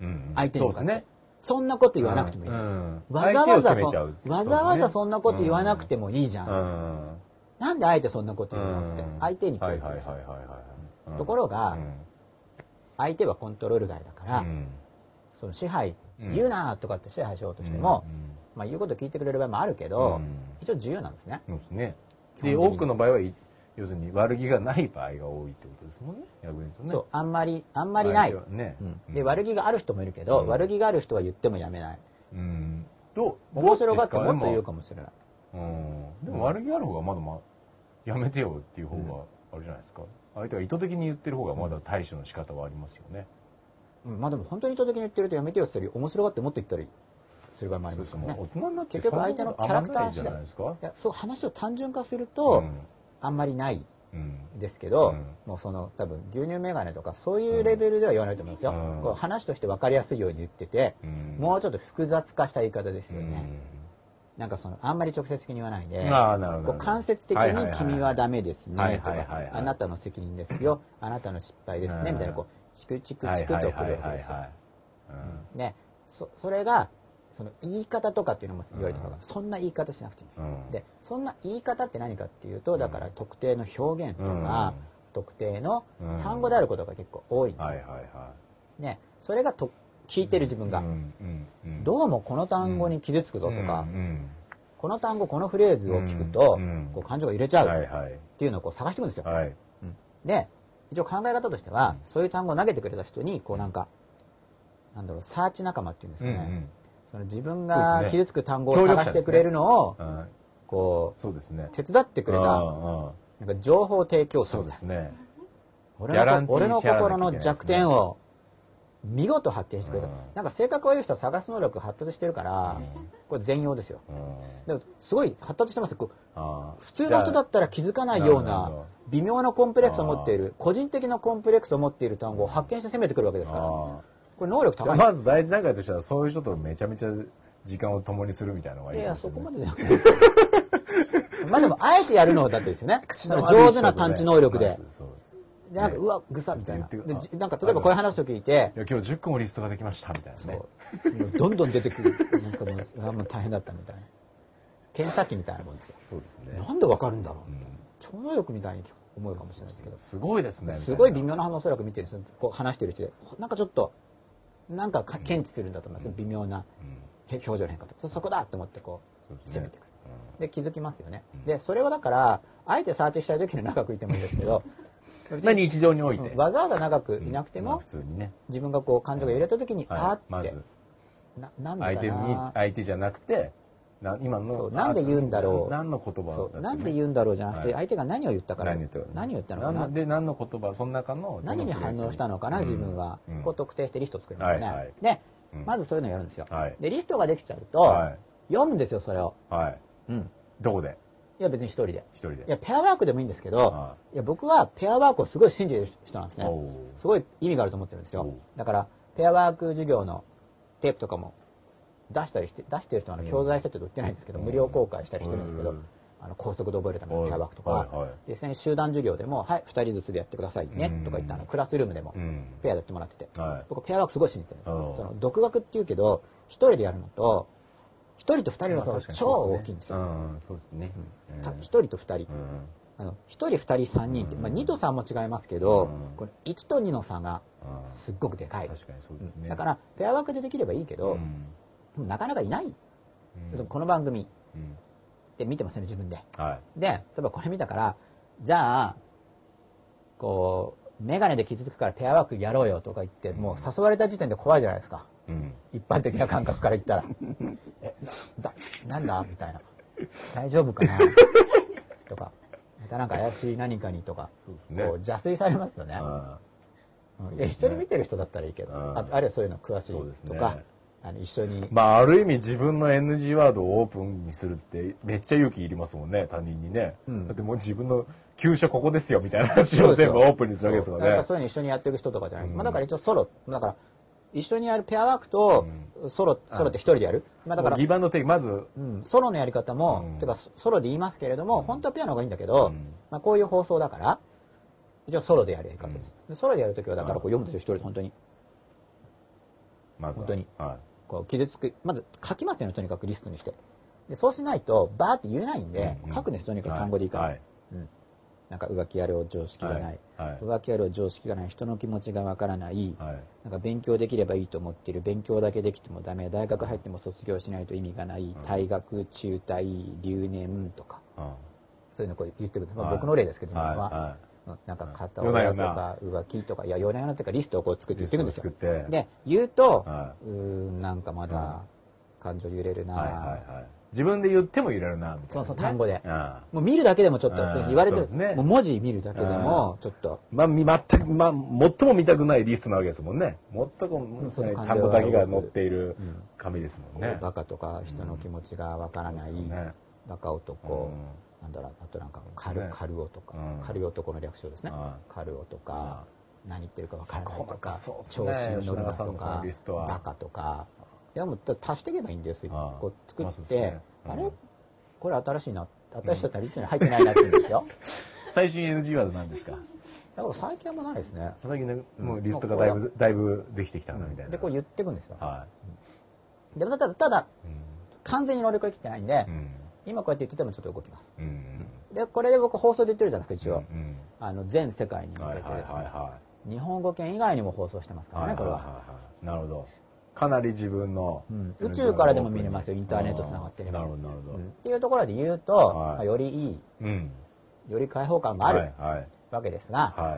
S2: うんうん
S1: 相手に向かっ
S2: そう
S1: て
S2: ですね
S1: そんなこと言わなくてもいい、
S2: うん
S1: わざわざ
S2: 相手を責
S1: そ
S2: めちゃう
S1: わざわざそんなこと言わなくて
S2: も
S1: もいいじゃん、
S2: うん
S1: なんであえてそんなこと言うのって、
S2: うん
S1: 相手にこ
S2: は
S1: う言
S2: いうはいはい
S1: んですよ
S2: はいはい
S1: ところが、
S2: うん
S1: 相手はコントロール外だから、
S2: うん
S1: その支配、
S2: うん
S1: 言うなとかって支配しようとしても、
S2: うん
S1: まあ、言うこと聞いてくれる場合もあるけど、
S2: うん
S1: 一応自由なんですね
S2: そうですね
S1: 基本的に
S2: で多くの場合はい要するに悪気がない場合が多いってことですもんね逆に言うとね
S1: そうあんまりあんまりない、
S2: 相手はね
S1: うんで悪気がある人もいるけど、
S2: うん
S1: 悪気がある人は言ってもやめない
S2: うんどう
S1: 面白がってもっと言う
S2: か
S1: かもしれない
S2: うんでも悪気ある方がまだまやめてよっていう方があれじゃないですか相手が意図的に言ってる方がまだ対処の仕方はありますよね
S1: うんまあでも本当に意図的に言ってるとやめてよって言ったり面白がってもっと言ったりする場合もありますからね
S2: 大人になって
S1: 結局相手のキャラクター次第
S2: そんなことあんまないじゃないですか
S1: いやそう話を単純化すると、あんまりない
S2: うんうん
S1: ですけど、
S2: うん
S1: もうその多分牛乳メガネとかそういうレベルでは言わないと思うんですよ、
S2: うん
S1: こう話として分かりやすいように言ってて、
S2: うん
S1: もうちょっと複雑化した言い方ですよね、なんかその、あんまり直接的に言わないで、
S2: ああなるほど
S1: こう間接的
S2: はいはいはい
S1: に君はダメです
S2: はい
S1: ね、と
S2: はいはいはい
S1: か、あなたの責任ですよ、あなたの失敗です
S2: う
S1: ね、
S2: ん
S1: みたいな、こう、チクチクチクとくるわけですよ。
S2: いはい
S1: ね、そそれがその言い方とかっていうのも言われた方が、
S2: うん
S1: そんな言い方しなくていいんです
S2: う
S1: よ、
S2: んうん
S1: でそんな言い方って何かっていうとだから特定の表現と
S2: うん
S1: か、特定の
S2: うん
S1: 単語であることが結構多いんですよ、
S2: はいはいは
S1: ね、それがと聞いてる自
S2: い
S1: 分が、
S2: うんうんうん
S1: どうもこの単語に傷つくぞとか、
S2: うんうん
S1: この単語このフレーズを聞くと、
S2: うん
S1: こう感情が揺れちゃ
S2: は
S1: う
S2: いはい
S1: っていうのをこう探していくんですよ、
S2: はい
S1: うんで一応考え方としては、そういう単語を投げてくれた人にこうなんかなんだろうサーチ仲間っていうんです
S2: う
S1: か
S2: んう
S1: ね、
S2: ん
S1: その自分
S2: そう
S1: が
S2: ですね
S1: 傷つく単語を探してくれるのを、
S2: はい
S1: こ
S2: そうですね
S1: う、手伝って
S2: う
S1: く
S2: ん
S1: れ
S2: う
S1: た、
S2: んうん
S1: なんか情報提供者
S2: そ
S1: み
S2: うで
S1: たい
S2: すねギャ
S1: な。
S2: ランティー
S1: 俺の
S2: しやらなきゃ
S1: 心
S2: いけない
S1: の
S2: ですね
S1: 弱点を見事発見してくれた
S2: うん。
S1: なんか性格悪い人は探す能力発達してるから
S2: うん、
S1: これ全容ですよ。
S2: うん
S1: でも、すごい発達してますよこう
S2: あー
S1: 普通の人だったら気づかないよう
S2: じゃあなるほ
S1: な
S2: ど、
S1: 微妙なコンプレックスを持っている、個人的なコンプレックスを持っている単語を発見して攻めてくるわけですから、
S2: あ
S1: これ能力
S2: じゃ
S1: 高
S2: あ
S1: いんです
S2: まず第一段階としてはそういう人とめちゃめちゃ時間を共にするみたいなのがい
S1: い
S2: い
S1: やい
S2: か
S1: や、
S2: もし
S1: そ
S2: れな
S1: こ
S2: い
S1: までじゃなくていいですよまあでも、あえてやるのだっ てですよね。その上手な探知能力で。
S2: そう
S1: じゃなく、
S2: ね
S1: うわ、ぐさみたいな。で、
S2: 言っ
S1: じ
S2: て
S1: なんか、例えばこういう話を聞いて
S2: い、や今日10個もリストができましたみたいなね
S1: そうもうどんどん出てくる。なんかもう、うわもう大変だったみたいな。検査機みたいなもんですよ。
S2: そうですね
S1: なんでわかるんだろうみたいな超能力みたいに思うかもしれないですけど。
S2: すごいですねみたな
S1: すごい微妙な反応をおそらく見てるんですよこう話してるうちで。なんかちょっと、なんか検知するんだと思います。微妙な
S2: うん
S1: へ表情の変化とか。そそこだと思ってこ
S2: そうで
S1: う、
S2: す
S1: 攻
S2: ね
S1: めてくる。で気づきますよね、
S2: うん
S1: でそれをだからあえてサーチしたい時に長くいてもいいんですけ ど
S2: うんまあ日常において
S1: うんわざわざ長くいなくて
S2: まあ
S1: も
S2: 普、通にね
S1: 自分がこう感情が揺れた時に、
S2: はい
S1: あーっ
S2: ま
S1: て、
S2: ず
S1: ななんで
S2: 相
S1: か
S2: 手に
S1: な
S2: 相手じゃなくてな今
S1: そ
S2: の
S1: うなんで言うんだろう
S2: 何の言葉だった
S1: そう
S2: っけ
S1: なんで言うんだろうじゃなくて、
S2: はい
S1: 相手が何を言ったから
S2: 何言った
S1: 何を言ったのか
S2: 何
S1: な
S2: で何の言葉その中の
S1: 何に反応したのかな、
S2: うん
S1: 自分は、
S2: うん
S1: こう特定してリストを作りますよね、
S2: はいはい
S1: で
S2: うん
S1: まずそういうのをやるんですよ、
S2: はい
S1: でリストができちゃうと、
S2: は
S1: 読むんですよそれを、
S2: いはい
S1: うん、
S2: どこで
S1: いや別に一人で
S2: 一人で
S1: いやペアワークでもいいんですけど
S2: はい
S1: や僕はペアワークをすごい信じる人なんですね
S2: おう
S1: すごい意味があると思ってるんです
S2: お
S1: よ
S2: う
S1: だからペアワーク授業のテープとかも出したりして出してる人はあの教材セットで売ってないんですけど、
S2: うん
S1: 無料公開したりしてるんですけど、
S2: うん
S1: あの高速で覚えるためのペアワークとか、
S2: はいはいはい
S1: 実際に集団授業でも「はい2人ずつでやってくださいね」
S2: うん
S1: とか言ったあのクラスルームでも
S2: うん
S1: ペアでやってもらってて、
S2: はい
S1: 僕ペアワークすごい信じてるんですよ
S2: おう
S1: その独学っていうけど1人でやるのと1人と2人の差
S2: まあ
S1: が
S2: 確かに
S1: 超
S2: そうです
S1: 大
S2: ね
S1: きいんですよ、
S2: うんそうですねうん
S1: 1人と2人、
S2: うん
S1: あの1人2人3人って、まあ、2と3も違いますけ
S2: う
S1: ど、
S2: ん
S1: これ1と2の差が
S2: うん
S1: すっごくでかい、
S2: 確かにそうです
S1: うん
S2: ね
S1: だからペアワークでできればいいけど、
S2: うん
S1: でもなかなかいない、
S2: うん
S1: そのこの番組
S2: うん
S1: で見てますよね自分で
S2: はい
S1: で例えばこれ見たからじゃあこう眼鏡で傷つくからペアワークやろうよとか言ってもう誘われた時点で怖いじゃないですか
S2: うん
S1: 一般的な感覚から言ったらえなだなんだみたいな大丈夫かなとかまたなんか怪しい何かにとか
S2: そうですね
S1: こう邪推されますよね、
S2: あ
S1: うんいや一緒に見てる人だったらいいけど、
S2: うん
S1: あとあるいはそういうの詳し
S2: そうです
S1: い
S2: ね
S1: とか、あの一緒に
S2: ーまあある意味自分の NG ワードをオープンにするってめっちゃ勇気いりますもんね他人にね、
S1: うん
S2: だってもう自分の急所ここですよみたいな話
S1: そう
S2: を全
S1: ですよ
S2: 部オープンにするわけですか
S1: そう
S2: ら
S1: なん
S2: ね
S1: そういうの一緒にやっていく人とかじゃない、
S2: うん
S1: まあ、だから一応ソロだから一緒にやるペアワークとソロ,、ソロって一人でやる、まあ、だから
S2: 2番の手まず
S1: うん、ソロのやり方も、
S2: うん
S1: てかソロで言いますけれども、本当はペアの方がいいんだけど、
S2: うん
S1: まあ、こういう放送だから一応ソロでやるやり方です、でソロでやるときはだからこう読むんですよ一人で本当に
S2: まずは
S1: 本当に
S2: は
S1: こう傷つくまず書きますよねとにかくリストにしてでそうしないとバーって言えないんで、
S2: うんうん
S1: 書くんですとに
S2: い
S1: かく単語でいいから、
S2: はい
S1: うん、なんか浮気やるを常識がない、
S2: はいはい
S1: 浮気やるを常識がない人の気持ちがわからない、
S2: はい
S1: なんか勉強できればいいと思ってる勉強だけできてもダメ大学入っても卒業しないと意味がない退学中退留年とか
S2: うん
S1: そういうのこう言ってくるんです、まあ
S2: はい
S1: 僕の例ですけど今
S2: はい
S1: は
S2: は、
S1: うんなんか片
S2: 夜な
S1: 親
S2: 夜
S1: と
S2: な
S1: か浮気とかいや夜な夜なっていうかリストをこう作って言ってくるんですよ
S2: リストを作って
S1: で言うと、
S2: は
S1: うーんなんかまだ感情揺れるな、
S2: はいはいはい自分で言ってもいられるなみたいなね、
S1: そうそう単語で
S2: あ
S1: もう見るだけでもちょっと
S2: うん
S1: 言われて
S2: そうで
S1: る、
S2: すね
S1: もう文字見るだけでもちょっと
S2: まあ、み全く、まあ、最も見たくないリストなわけですもんね。最も、
S1: その感じは
S2: 単語だけが載っている紙ですもんね。
S1: バカとか人の気持ちがわからない、
S2: うんそうですよね
S1: バカ男、なんだろうあとなんかカル,、
S2: ね
S1: カルオとか、
S2: うん
S1: カルオ男の略称ですね、
S2: あ
S1: カルオとか、何言ってるかわからないと
S2: 細か
S1: か
S2: そうっす
S1: 調
S2: ね
S1: 子に乗るな
S2: 吉永さん
S1: と
S2: のその
S1: か
S2: リストは
S1: バカとかやもうだ足していけばいいんですよ
S2: ああ
S1: こう作
S2: まあ
S1: っ
S2: そう
S1: て、
S2: ですねうん
S1: あれこれ新しいな私たちはリストに入ってないなって言う んですよ
S2: 最新 NG ワードなんですか
S1: だから最近はもうないですね
S2: 最近ね、
S1: うん
S2: もうリストがだい
S1: もう
S2: ぶ、だいぶできてきたな、みたいな。
S1: でこう言っていくんですよ
S2: は
S1: でただただ
S2: い。
S1: 完全に乗り越えきってないんで、
S2: うん。
S1: 今こうやって言っててもちょっと動きます
S2: うん。うん。
S1: でこれで僕放送で言ってるじゃなくて一応、
S2: うん。
S1: あの全世界に向
S2: はい
S1: け
S2: はいはい
S1: てですね、
S2: は
S1: 日本語圏以外にも放送してます
S2: い。
S1: からね、
S2: はいはいはい
S1: これは、
S2: はい。なるほど。かなり自分の
S1: うん、宇宙からでも見れますよインターネットつながってれば
S2: あーなるほど、なるほど
S1: うんっていうところで言うと、
S2: はい
S1: まあよりいい。
S2: うん。
S1: より開放感があ
S2: は
S1: る
S2: いはい。
S1: わけですが、
S2: は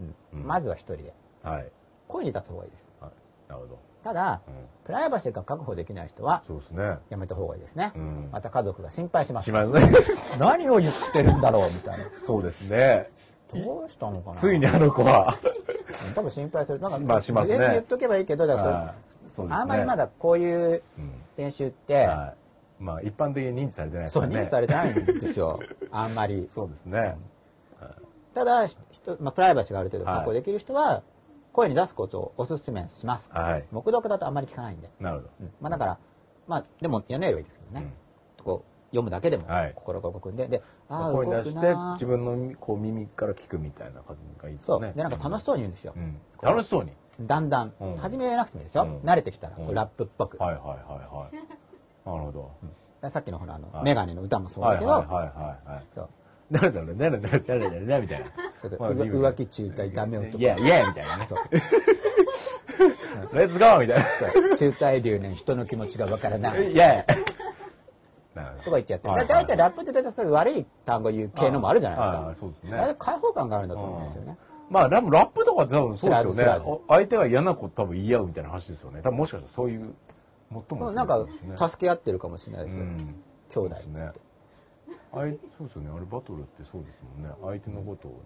S2: い。
S1: うん
S2: うん
S1: まずは一人で
S2: はい。
S1: 声に立つ方がいいです
S2: はいなるほど。
S1: ただ
S2: うん
S1: プライバシーが確保できない人は
S2: そうですね。
S1: やめた方がいいですね、
S2: うん
S1: また家族が心配します
S2: しまいますね。
S1: 何を言ってるんだろうみたいな
S2: そうですね。
S1: どうしたのかな
S2: ついにあの子は。
S1: 多分心配するなんか、
S2: まあしますね
S1: 事前に言っとけばいいけどだから
S2: はい
S1: そ
S2: そううですね
S1: あんまりまだこういう
S2: うん
S1: 練習って、
S2: はいまあ、一般的に認知されてないです
S1: そう
S2: からね。
S1: 認知されてないんですよあんまり
S2: そうですね。
S1: ただ、ひとまあ、プライバシーがある程度確保できる人は声に出すことをお勧めします、
S2: はい。
S1: 黙読だとあんまり聞かないんで、
S2: なるほ
S1: うんまあ、だから、まあ、でもやんないればいいですけど
S2: ど。
S1: ね、こう読むだけでも
S2: はい
S1: 心が動くんで、でああ動
S2: 声
S1: くな
S2: に出して
S1: ー、
S2: 自分のこう耳から聞くみたいな感じがいいです
S1: そ
S2: よ
S1: う
S2: ね。
S1: でなんか楽しそうに言うんですよ、
S2: うん
S1: こう
S2: 楽しそうに。
S1: だんだん、
S2: うん
S1: 初めは言わなくてもいいですよ、
S2: うん
S1: 慣れてきたら、こう
S2: うん
S1: ラップっぽく、
S2: はいはいはいはい。なるほど。
S1: さっきのほらあの、
S2: はい
S1: メガネの歌もそう
S2: はい
S1: だ
S2: は
S1: け
S2: い
S1: ど、
S2: はいはい。
S1: そう
S2: 誰だろう誰だろう誰だろう誰みたいな。
S1: そうそう、
S2: まあ
S1: うわ
S2: リブ
S1: 浮気中退ダメ男
S2: いやいやみたいなね。
S1: そう
S2: レッツゴーみたいな。
S1: そう中退留年人の気持ちがわからない
S2: いやなるほど
S1: とか言ってやってる
S2: はい
S1: だ
S2: はい
S1: 大体ラップって大体そういう悪い単語言う系のもあるじゃないですか
S2: ああそうですね
S1: あれ開放感があるんだと思うんですよね、
S2: まあ、ララップとかって多分そうです
S1: スラ
S2: よ
S1: ズスラ
S2: ね
S1: ズ。
S2: 相手が嫌なこと多分言い合うみたいな話ですよね。多分もしかしたらそういう、もっと
S1: でも
S2: も
S1: なん
S2: そ
S1: か
S2: うですね
S1: 助け合ってるかもしれないです、
S2: うん
S1: 兄弟っつっ
S2: そうですね
S1: て
S2: あいそうですよね。あれバトルってそうですもんね。相手のことを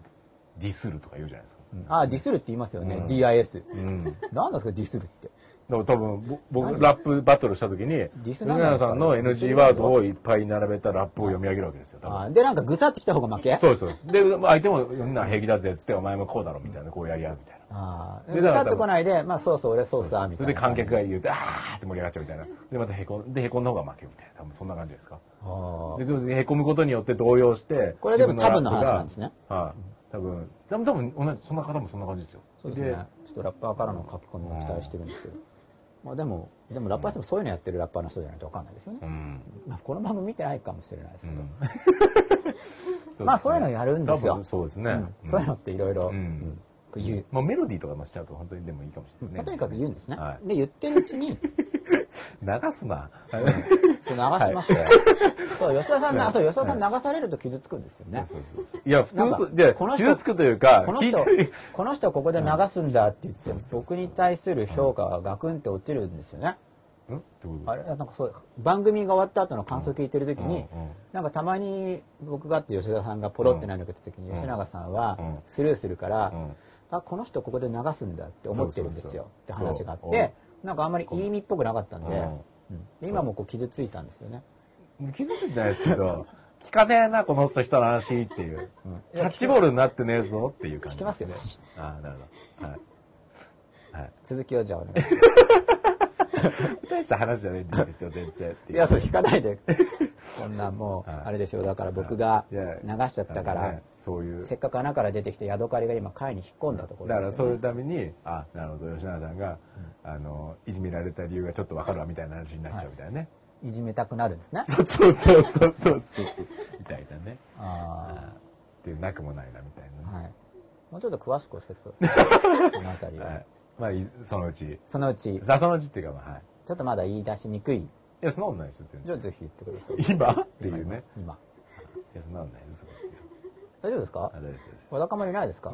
S2: ディスるとか言うじゃないですか。
S1: ああディスるって言いますよね、
S2: うん
S1: DIS
S2: うん。だか
S1: 何なんですかディスるって
S2: ら多分ぼ
S1: 何
S2: 僕ラップバトルした時に
S1: ィス
S2: 藤
S1: なんなんで
S2: 永
S1: すか
S2: さんの NG ワードをいっぱい並べたラップを読み上げるわけですよ。多分
S1: ああでなんかぐさってきた方が負け
S2: そうですそうです。で相手もみんな平気だぜっつってお前もこうだろみたいなこうやり合うみたいな。
S1: ああ
S2: で
S1: ぐ
S2: だから
S1: さっとこないでまあそうそう俺そうさみ
S2: そ
S1: たいな
S2: れで観客が言うてあーって盛り上がっちゃうみたいな。でまたへこんでへこんだ方が負けみたいな。多分そんな感じですか。
S1: ああ
S2: でへこむことによって動揺して。
S1: これでも多分の話
S2: 自
S1: なん
S2: ラッ
S1: で
S2: プ
S1: すね
S2: が。はい。多分多分多分同じそんな方もそんな感じですよ。
S1: そうですね。ちょっとラッパーからの書き込みを期待してるんですけど、まあでも、でもラッパーしてもそういうのやってるラッパーの人じゃないとわかんないですよね
S2: う。ん。
S1: まあこの番組見てないかもしれないですけど、
S2: うん
S1: まあそういうのやるんです
S2: 多
S1: よ
S2: 分。そうです
S1: う
S2: ね
S1: ん。そういうのっていろいろ
S2: うん
S1: うんこう言う。
S2: まあメロディーとかもしちゃうと本当にでもいいかもしれない
S1: まあ
S2: ね。
S1: とにかく言うんですね
S2: は。
S1: で、言ってるうち
S2: い。
S1: に、
S2: 流すな。
S1: 流しましたよ。そう、吉田さんな、そう、吉田さん流されると傷つくんですよ ね。
S2: そうそうそういや、普通
S1: な
S2: そ
S1: んか
S2: う、で、
S1: この人
S2: 傷つくというか、
S1: この
S2: 聞い
S1: 人
S2: て、
S1: この人ここで流すんだって言って
S2: うんそう、そうそ
S1: 僕
S2: う
S1: に対する評価がガクンって落ちるんですよね。
S2: んってこと
S1: あれなんかそう、番組が終わった後の感想聞いてるときに、
S2: うんうん
S1: なんかたまに僕があって吉田さんがポロって何か言った時に
S2: うん
S1: 吉永さんは
S2: うん
S1: スルーするから、
S2: うん
S1: あこの人ここで流すんだって思ってるんですよって
S2: そうそうそう
S1: 話があっ
S2: そう
S1: てなんかあんまりいい意味っぽくなかったんで、
S2: うん
S1: うん今もこう傷ついたんですよね、
S2: 気づいてないですけど、聞かねえな、この人人の話っていう。キャッチボールになってねえぞっていう感
S1: 聞
S2: じ。
S1: きますよ、
S2: ああ、なるほど。はい。はい。
S1: 続きをじゃあお願いしま
S2: 大した話じゃないんですよ、全然ってう。
S1: すいやそう引かな いでこんなもう
S2: はい
S1: あれですよだから僕が
S2: いや
S1: 流しちゃったか
S2: なん
S1: ら
S2: ねそういう。
S1: せっかく穴から出てきてヤドカリが今貝に引っ込んだとこ
S2: だ
S1: ろ
S2: か
S1: で
S2: ら
S1: す
S2: そうい
S1: よね
S2: うために、あ、なるほど、吉永さんが、あの、いじめられた理由がちょっとわかるわみたいな話になっちゃうみたいなね。
S1: いじめたくなるんですね
S2: そうそうそうそうそうそう。みたいなね。
S1: あ
S2: あっていう、なくもないなみたい
S1: ー
S2: なね。
S1: はいもうちょっと詳しく教え てくださいそのあたりは、
S2: はい。まあい、そのうち。
S1: そのうち
S2: さあそのうちっていうか、まあ、はい。
S1: ちょっとまだ言い出しにくい。
S2: いや、そんなことないですよ、全
S1: じゃ
S2: 然
S1: あぜひ言ってください。
S2: 今っていうね。
S1: 今。
S2: いや、そんなことないです。ですよ。
S1: 大丈夫ですか
S2: あ、大丈夫です。
S1: わだかまりないで すか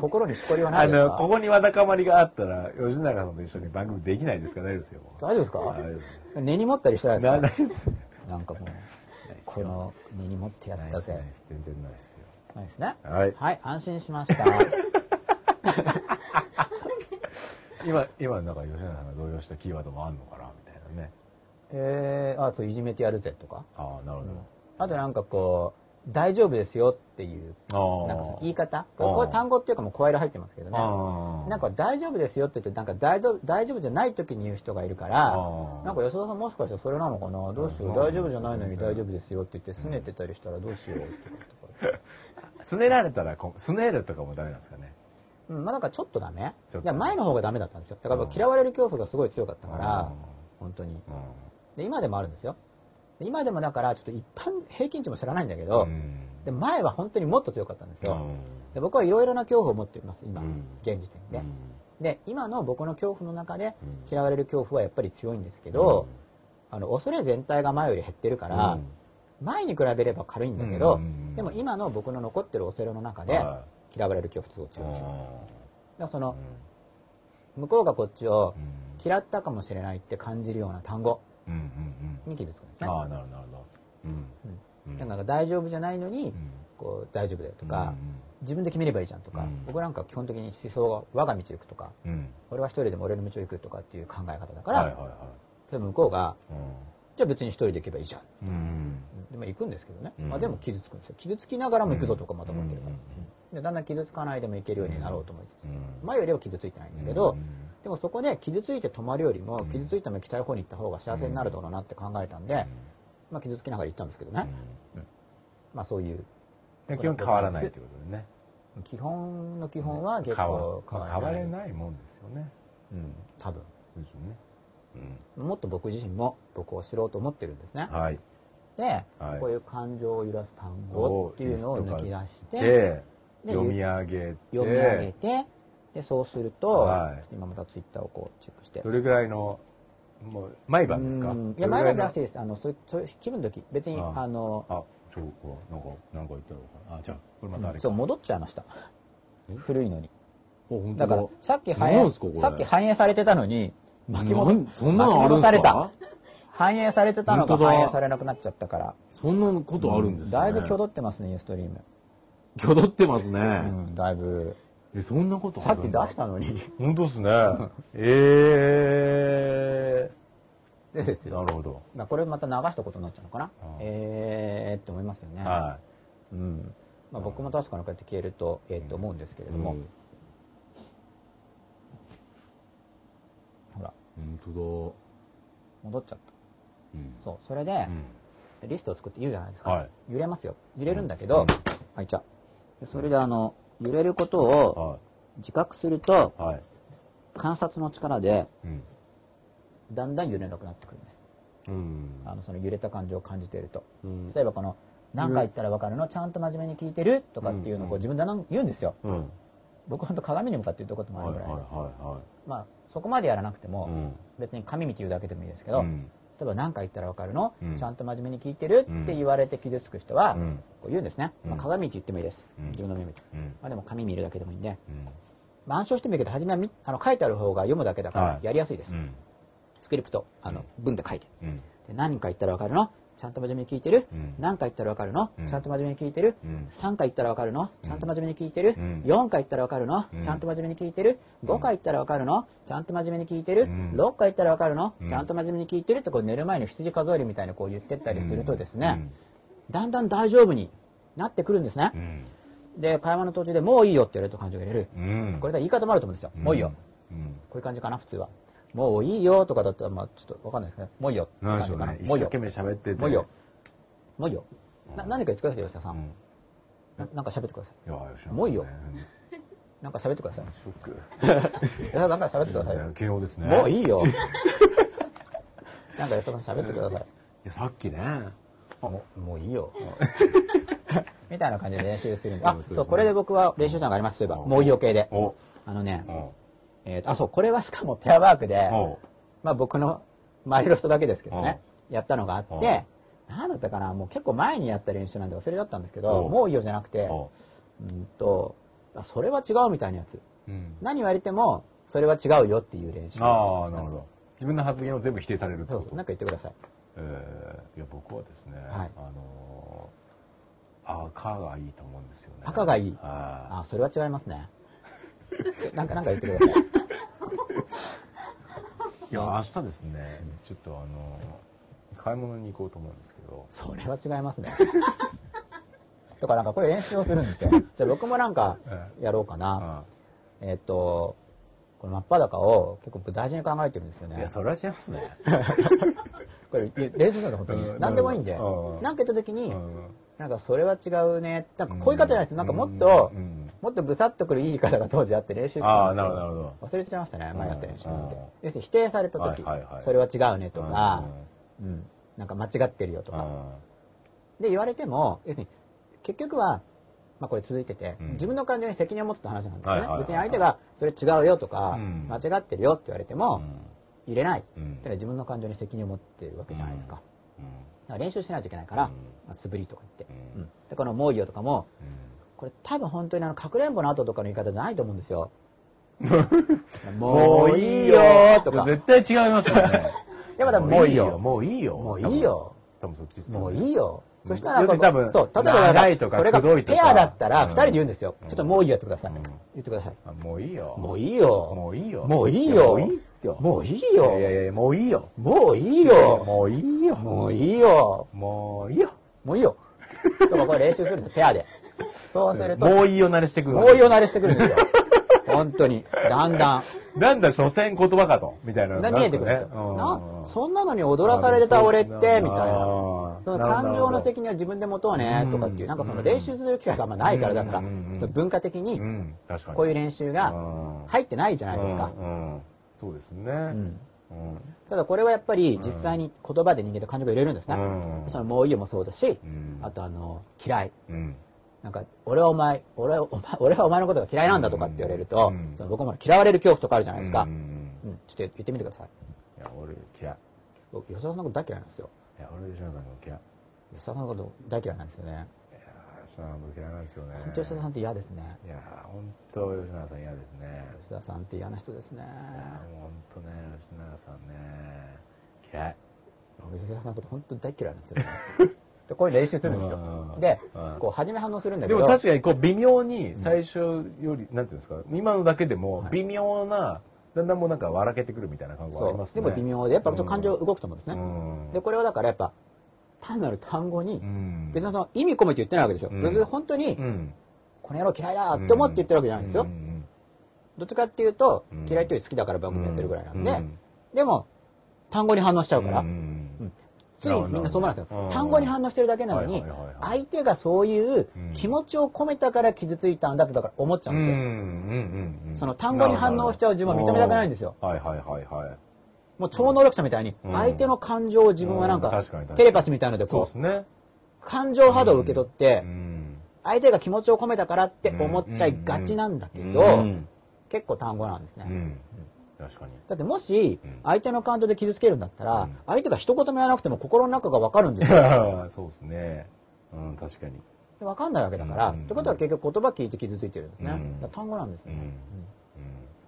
S1: 心にしこりはな
S2: あ
S1: いです
S2: の、
S1: か
S2: ここにわだかまりがあったら、吉永さんと一緒に番組できないですから、大丈夫ですよ。
S1: 大丈夫です
S2: あ
S1: か
S2: 大丈夫です
S1: 根に持ったりしてないです
S2: なな
S1: か
S2: いです。
S1: なんかもう、
S2: ないです
S1: こ
S2: よ
S1: の根に持ってや
S2: な
S1: っ
S2: い
S1: た
S2: です
S1: ぜ
S2: ない。です全然ないですよ。
S1: ないですね。
S2: はい
S1: はい、安心し ました。
S2: 今、今、なんか吉永さんが動揺したキーワードもあんのかな、みたいなね。
S1: えー、あ、そう、いじめてやるぜとか。
S2: ああ、なるほど。
S1: あとなんかこう、大丈夫ですよっていう、
S2: ああ。
S1: なんかその言い
S2: か
S1: 方。これ
S2: あー
S1: これ単語っていうかもうコイル入ってますけどね。
S2: ああ。
S1: なんか大丈夫ですよって言って、なんか大丈夫大丈夫じゃない時に言う人がいるか
S2: あ
S1: ら、
S2: あ、
S1: なんか吉田さんもしかしてそれなのかなどうしよう
S2: うん
S1: 大丈夫じゃないのに大丈夫ですよって言って拗ねてたりしたらどうしようとかとか。
S2: すねられたらこう、すねるとかもダメなんですかね。
S1: うん、まあなんかちょっとダメ
S2: ちょっと
S1: だから前の方がダメだったんですよ。だから
S2: うん
S1: 嫌われる恐怖がすごい強かったから
S2: うん、
S1: 本当に。
S2: う
S1: で、今でもあるんですよ。で今でもだから、ちょっと一般平均値も知らないんだけ
S2: ん。
S1: ど、
S2: うん
S1: で、前は本当にもっと強かったんです
S2: う
S1: よ。
S2: ん
S1: で僕はいろいろな恐怖を持っています、今、
S2: うん
S1: 現時点で、で、今の僕の恐怖の中で
S2: うん
S1: 嫌われる恐怖はやっぱり強いんですけど、あの、恐れ全体が前より減ってるから、
S2: うん
S1: 前に比べれば軽いんだけど、
S2: うん
S1: でも今の僕の残ってる恐れの中で、
S2: は
S1: 嫌われる恐怖すごく
S2: い
S1: 強いんですよ。だからそ
S2: うん
S1: の、向こうがこっちを
S2: うん
S1: 嫌ったかもしれないって感じるような単語
S2: うんうん
S1: に傷つくんで
S2: う
S1: す
S2: ん。
S1: ね。
S2: ああ、なるほど、なるほど。うんうん
S1: なんか大丈夫じゃないの
S2: う
S1: に、
S2: ん
S1: こう大丈夫だよとか、自分で決めればいいじゃんとか、
S2: うん
S1: 僕なんか基本的に思想は我が道行くとか、
S2: うんうん。
S1: 俺は一人でも俺の道を行くとかっていう考え方だか、
S2: からはいはいは
S1: それ向こうが、
S2: い。
S1: じゃあ別に一人で行けばいいじゃん。
S2: うんうん。
S1: でまあ行くんですけどね、
S2: うん
S1: まあ、でも傷つくんですよ傷つきながらも行くぞとかまた思ってるから、
S2: うん
S1: でだんだん傷つかないでも行けるようになろうと思いつつ、
S2: うん
S1: 前よりは傷ついてないんだけど、
S2: うん
S1: でもそこで傷ついて止まるよりも
S2: ん
S1: 傷ついても行きたい方に行った方が幸せになるだろうなって考えたんで、まあ、傷つきながら行ったんですけどね、まあそういう
S2: うん基本変わらないってことでね。
S1: 基本の基本は結構変わら
S2: 変わ
S1: ない、
S2: れないもんですよね。
S1: うん、多分
S2: そうですよね。うん。
S1: もっと僕自身も僕を知ろうと思ってるんですね、
S2: はい。
S1: で、
S2: はい
S1: こういう感情を揺らす単語っていうのを抜き出して
S2: で
S1: で
S2: 読み上げて
S1: 読み上げてでそうすると、
S2: はい
S1: ちょっと今またツイッターをこうチェックして
S2: どれぐらいのもう毎晩ですか
S1: うんいや前まで出していいですあのそういうそういう気分の時別に
S2: あ
S1: あの
S2: あちょこうなんかなんか言ったのかなあじゃあこれまたあれか、
S1: そう戻っちゃいました
S2: え
S1: 古いのに
S2: お本
S1: だ
S2: 当
S1: からさっき反
S2: なん
S1: 映
S2: すかこれ
S1: さっき反映されてたのに巻き戻
S2: なんそんなの
S1: 巻き戻され
S2: ある
S1: た
S2: ん
S1: 反映されてたのが
S4: 本当だ
S1: 反映されなくなっちゃったから
S4: そんなことあるんですね。
S1: だいぶ挙動ってますねユーストリーム、
S4: きょどってますね。
S1: うん、だいぶ
S4: え、そんなこと
S1: さ
S4: あ
S1: っき
S4: るん
S1: 出
S4: だ
S1: したのに
S2: 本当ですねえ
S1: でです
S2: え
S1: よ
S2: なるほど
S1: まあこれまた流したことになっちゃうのかな
S2: あ
S1: えーって思いますよね、
S2: は
S1: うんまあ、僕も確かにこうやって消えるとえー、と思うんですけれ
S2: い
S1: ども、
S2: うん
S1: ほら
S4: 本
S1: 戻っちゃった
S4: 当だ。うん
S1: そうそれで、
S2: うん
S1: リストを作って言うじゃないですか、
S2: はい
S1: 揺れますよ揺れるんだけど、はいじゃあそれであの揺れることを
S2: は
S1: 自覚すると
S2: いはい
S1: 観察の力で
S2: うん
S1: だんだん揺れなくなってくるんです
S2: うん
S1: あのその揺れた感情を感じていると
S2: うん
S1: 例えばこの「何回言ったら分かるのちゃんと真面目に聞いてる?」とかっていうのをこう
S2: うん
S1: 自分でなん言うんですよ
S2: うん
S1: 僕ほんと鏡に向かって言ったこともあ
S2: はい
S1: る
S2: はい
S1: ぐらい、
S2: は
S1: まあそこまでやらなくて
S2: いはい
S1: も、
S2: ん
S1: 別に紙見て言うだけでもいいですけど、
S2: うん
S1: 例えば「何回言ったら分かるの、
S2: うん
S1: ちゃんと真面目に聞いてる?」って言われて傷つく人は、
S2: うん
S1: こう言うんですね、まあ、
S2: うん
S1: 鏡って言ってもいいです、
S2: うん
S1: 自分の目見て、
S2: うん
S1: まあ、でも紙見るだけでもいいんで、
S2: うん
S1: まあ、暗唱してもいいけど初めはみあの書いてある方が読むだけだから
S2: はい
S1: やりやすいです、
S2: うん
S1: スクリプトあの文で書いて
S2: うん
S1: で何回言ったら分かるのちゃんと真面目に聞いてる、
S2: うん
S1: 何回言ったら分かるの、
S2: うん
S1: ちゃんと真面目に聞いてる、
S2: うん
S1: 3回言ったら分かるのちゃんと真面目に聞いてる、
S2: うん
S1: 4回言ったら分かるの、
S2: うん
S1: ちゃんと真面目に聞いてる、5回言ったら分かるのちゃんと真面目に聞いてる、
S2: うん
S1: 6回言ったら分かるの、
S2: うん
S1: ちゃんと真面目に聞いてるってこう寝る前の羊数えるみたいにこう言ってったりするとですね、だんだん大丈夫になってくるんですね、
S2: うん
S1: で会話の途中でもういいよって言われると感情が入れる、
S2: うん
S1: これだから言い方もあると思うんですよ、もういいよ
S2: うん
S1: こういう感じかな普通はもういいよとかだったらまあちょっとわかんないですけどもういいよって
S2: なんでし
S1: 感じ
S2: ょう
S1: かな
S2: ね一
S1: もう
S2: 生
S1: いいよ
S2: 懸命喋ってて
S1: もういいよもういいよな何か言ってください吉田さ、
S2: うんん
S1: ななんか喋ってください
S2: いやよし
S1: もういいよ
S2: うん
S1: なんか喋ってください
S2: ショック
S1: 吉田さんなんか喋ってくださいよ
S2: 慶応ですね
S1: もう
S2: い
S1: いい よなんか吉田さん喋ってください
S2: やさっきね
S1: もうもういいよ みたいな感じで練習するんで
S2: う
S1: あ
S2: んそうですね
S1: そうこれで僕は練習したのがありますそういえば
S2: うん
S1: もういいよ系で
S2: お
S1: あのね
S2: お
S1: えーとあそうこれはしかもペアワークで
S2: お
S1: まあ僕の周りの人だけですけどね、やったのがあって、なんだったかな、もう結構前にやった練習なんで忘れちゃったんですけど、
S2: うん
S1: もういいよじゃなくて、
S2: お
S1: うんと、あそれは違うみたいなやつ。
S2: うん
S1: 何言われても、それは違うよっていう練習
S2: あ
S1: を
S2: あ
S1: した
S2: なんるほ
S1: ですよ
S2: ど自分の発言を全部否定されるって
S1: そ
S2: こ
S1: うそう、な
S2: と
S1: んか言ってください。
S2: えーいや僕はですね
S1: はい
S2: あのー赤がいいと思うんですよね
S1: 赤がいい
S2: あ
S1: あ、それは違いま すね。なんか、なんか言ってください。
S2: いや明日ですねちょっとあのー買い物に行こうと思うんですけど
S1: それは違いますね。とかなんかこういう練習をするんですよ。じゃあ僕もな んかやろうか
S2: あ
S1: な。えっと、この真っ裸を結構大事に考えてるんですよ
S2: あい
S1: ね
S2: や、。それは違いますね。
S1: これ練習するんです本当
S2: う
S1: に。
S2: ん
S1: 何でもいいんで。
S2: う
S1: なんんか言った時
S2: う
S1: に、
S2: ん
S1: なんかそれは違うね。なんかこういう方じゃないです。なんかもっと
S2: う、ん
S1: もっとぐさっとくるいい言い方が当時あって練習して
S2: ああ、
S1: たんです
S2: なるほど、
S1: よ
S2: な。るほど。
S1: 忘れちゃいましたね、前やった練習なんで
S2: うん。
S1: 要するに否定された時
S2: はいはいは、い
S1: それは違うねとか、
S2: う
S1: うん、なんか間違ってるよと
S2: んう
S1: か。
S2: ん
S1: で、言われても、要するに、結局は、まあこれ続いてて、
S2: うん
S1: 自分の感情に責任を持つって話なんです
S2: はいは
S1: ね
S2: いはい。はい
S1: 別に相手が、それ違うよとか
S2: う、ん
S1: 間違ってるよって言われても、入れない。だ
S2: うん
S1: から自分の感情に責任を持ってるわけじゃないですか。だ
S2: うん
S1: から練習しないといけないから
S2: うん、
S1: まあ素振りとか言って。
S2: う
S1: うんんで、この猛魚とかも、これ多分本当にあの、かくれんぼの後とかの言い方じゃないと思うんです よ。もういいよーと
S2: いや
S1: か。い
S2: 絶対違いますよね。
S1: や、まだもういいよ。
S2: もういいよ。
S1: もういいよ。
S2: 多分。多分そっちっすよね
S1: もういいよ。
S2: うん
S1: そしたら、
S2: 要するに多分
S1: そう、例えば
S2: 長いとか
S1: これが
S2: くどいとか
S1: ペアだったら、
S2: うん
S1: 二人で言うんですよ。
S2: うん
S1: ちょっともういいよってください。
S2: う
S1: 言
S2: ん
S1: ってください。
S2: あもういいよ。
S1: もういいよ。
S2: もういいよ。
S1: もういいよ。
S2: もういいよ。
S1: もういい
S2: いやい
S1: よ。
S2: やいや、もういいよ。
S1: もういいよ。
S2: もういいよ。
S1: もう
S2: いいよ。
S1: いいよ。
S2: もういいよ。
S1: もういいよ。とか、これ練習するんですよ、ペアで。そうすると、も
S2: もういいよ慣れしてくる。
S1: ういいよ慣れしてくる んですよ。本当に。だんだん。
S2: なんだ、所詮言葉かと。みたいな。
S1: な見えてくるんです
S2: なんかね
S1: よ。
S2: うん
S1: な、そんなのに踊らされてた俺って、みたいな。
S2: あー
S1: その
S2: なるほど
S1: 感情の責任は自分で持とうね、とかっていうう、
S2: ん
S1: なんかその練習する機会があんまないからだから、
S2: う
S1: そ
S2: んうんうんうん
S1: の文化的に
S2: うん、確かに。
S1: こういう練習が
S2: うん
S1: 入ってないじゃないですか。
S2: うんうんそうですね。
S1: うん
S2: うん
S1: ただこれはやっぱり実際に言葉で人間と感情が入れるんですね。
S2: うん
S1: そのもういいよもそうだし
S2: う、ん
S1: あとあの、嫌い。
S2: うん
S1: なんか、俺はお前、俺はお前、俺はお前のことが嫌いなんだとかって言われる
S2: う
S1: と
S2: ん、
S1: その僕も嫌われる恐怖とかあるじゃないですか
S2: うん。うん
S1: うん、ちょっと言ってみてください。
S2: いや、俺嫌い。
S1: 僕吉田さんのこと大嫌いなんですよ。
S2: いや、俺、吉野さんが嫌い。
S1: 吉田さんのこと大嫌いなんですよね。
S2: いやー、吉野さん僕嫌いなんですよね。
S1: 本当吉田さんって嫌ですね。
S2: いやー、本当吉永さん嫌ですね。
S1: 吉田さんって嫌な人です
S2: い
S1: ね。
S2: やー、もう本当ね、吉永さんね、嫌い。
S1: 吉田さんのこと本当に大嫌いなんですよね。 でこういう練習するんですよ
S2: う。ん
S1: で
S2: うん、
S1: こう、初め反応するんだけ
S2: でも
S1: ど。
S2: 確かにこう微妙に最初より、なんていうんですか、今のだけでも微妙な、だんだんもうなんか笑けてくるみたいな感じがあり
S1: そ
S2: ま
S1: う。
S2: す
S1: で
S2: ね。
S1: も微妙で、やっぱちょっと感情動くと思うんです
S2: う
S1: ね。
S2: ん。
S1: で、これはだからやっぱ、単なる単語に
S2: う、ん。
S1: 別にその意味込めて言ってないわけですよ。
S2: うん
S1: 別に本当に
S2: う、ん。
S1: この野郎嫌いだって思って言ってるわけじゃないんですよ
S2: う。ん
S1: どっちかっていうと
S2: うん、
S1: 嫌いというより好きだから番組やってるぐらいなん
S2: う
S1: で
S2: ん、
S1: でも、単語に反応しちゃうから
S2: うん、
S1: うんついみんなそう思うん
S2: な
S1: です
S2: るほど
S1: よ。単語に反応してるだけなの
S2: はい
S1: に
S2: はいはいはい、
S1: 相手がそういう気持ちを込めたから傷ついたんだとだから思っちゃ
S2: う
S1: うん
S2: ん
S1: ですよ。
S2: うんうん
S1: その単語に反応しちゃう自分は認めたくないんですよ。
S2: はいはいはいはい。
S1: もう超能力者みたいに、
S2: うん
S1: 相手の感情を自分はな
S2: う
S1: ん
S2: ん
S1: か
S2: 確かに確か、に
S1: テレパスみたいなので
S2: そう
S1: こ
S2: です
S1: う、
S2: ね。
S1: 感情波動を受け取っ
S2: う
S1: て、
S2: ん。
S1: 相手が気持ちを込めたからって思っちゃいがちなんだけ
S2: う
S1: ど、
S2: ん。
S1: 結構単語なんです
S2: う
S1: ね。
S2: ん確かに。
S1: だってもし
S2: うん、
S1: 相手の感情で傷つけるんだった
S2: う
S1: ら
S2: ん、
S1: 相手が一言も言わなくても心の中がわかるんですよ。
S2: そうですね。うん、確かに。
S1: でわかんないわけだから、
S2: うん
S1: ってことは結局言葉聞いて傷ついてるんですね。
S2: うん
S1: だから単語なんですね、
S2: うん
S1: うん
S2: うん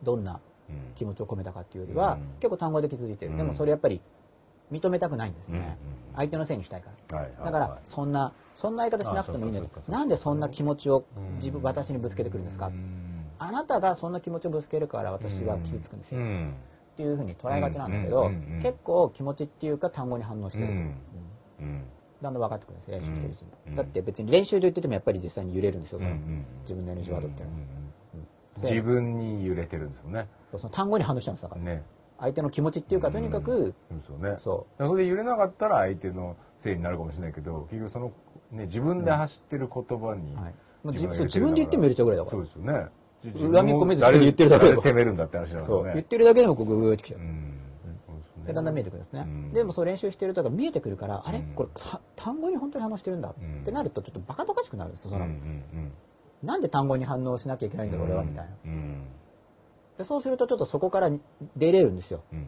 S1: どんな
S2: うん
S1: 気持ちを込めたかっていうよりは、
S2: うん
S1: 結構単語で傷ついてる。
S2: うん
S1: でもそれやっぱり認めたくないんですね。
S2: うん
S1: 相手のせいにしたいから。
S2: はいはいはい
S1: だから、そんな、そんな言い方しなくてもいいの
S2: あそう
S1: に
S2: かそうかそう、か
S1: なんでそんな気持ちを
S2: うん
S1: 自分、私にぶつけてくるんですか
S2: うん
S1: あなたがそんな気持ちをぶつけるから私は傷つくんですよ。
S2: う
S1: っ
S2: ん
S1: ていうふうに捉えがちなんだけ
S2: うん
S1: ど、
S2: うんうん
S1: 結構気持ちっていうか単語に反応してると。
S2: うん
S1: うん
S2: うん
S1: だんだん分かってくるんです、練習してるうちに。
S2: うん
S1: だって別に練習で言っててもやっぱり実際に揺れるんですよ、その
S2: うんうん
S1: 自分の NG ワードっていうのは。
S2: うん自分に揺れてるんですよね。
S1: そうその単語に反応しちゃうんですだから。
S2: ね。
S1: 相手の気持ちっていうか、とにかく、
S2: うんそうですよね。
S1: そ
S2: だからそれで揺れなかったら相手のせいになるかもしれないけど、結局その、ね、自分で走ってる言葉に
S1: う。はい。もう
S2: 自
S1: 自
S2: 分が
S1: そう
S2: 揺れてるんだか
S1: 自
S2: ら
S1: 分で言っても揺れちゃうぐらいだか
S2: そう
S1: ら。
S2: ですよね。じ
S1: 恨み込めず人に言ってるだけ
S2: 誰責めるんだって話だ
S1: そ
S2: か
S1: う。
S2: ら
S1: 言っ
S2: ね。
S1: てるだけでもこうグーってきちゃ
S2: う
S1: う。
S2: んそうですね
S1: でだんだん見えてくるんですね
S2: う。ん
S1: でもそう練習してるとだから見えてくるから、あ
S2: う
S1: れ
S2: ん
S1: これた単語に本当に反応してるんだ
S2: うん
S1: ってなるとちょっとバカバカしくなるんですよ。そ
S2: うん
S1: の
S2: う、ん
S1: なんで単語に反応しなきゃいけな
S2: う
S1: い
S2: ん
S1: んだ俺はみたいな。
S2: うん
S1: で、そうするとちょっとそこから出れるんですよ。
S2: うん
S1: う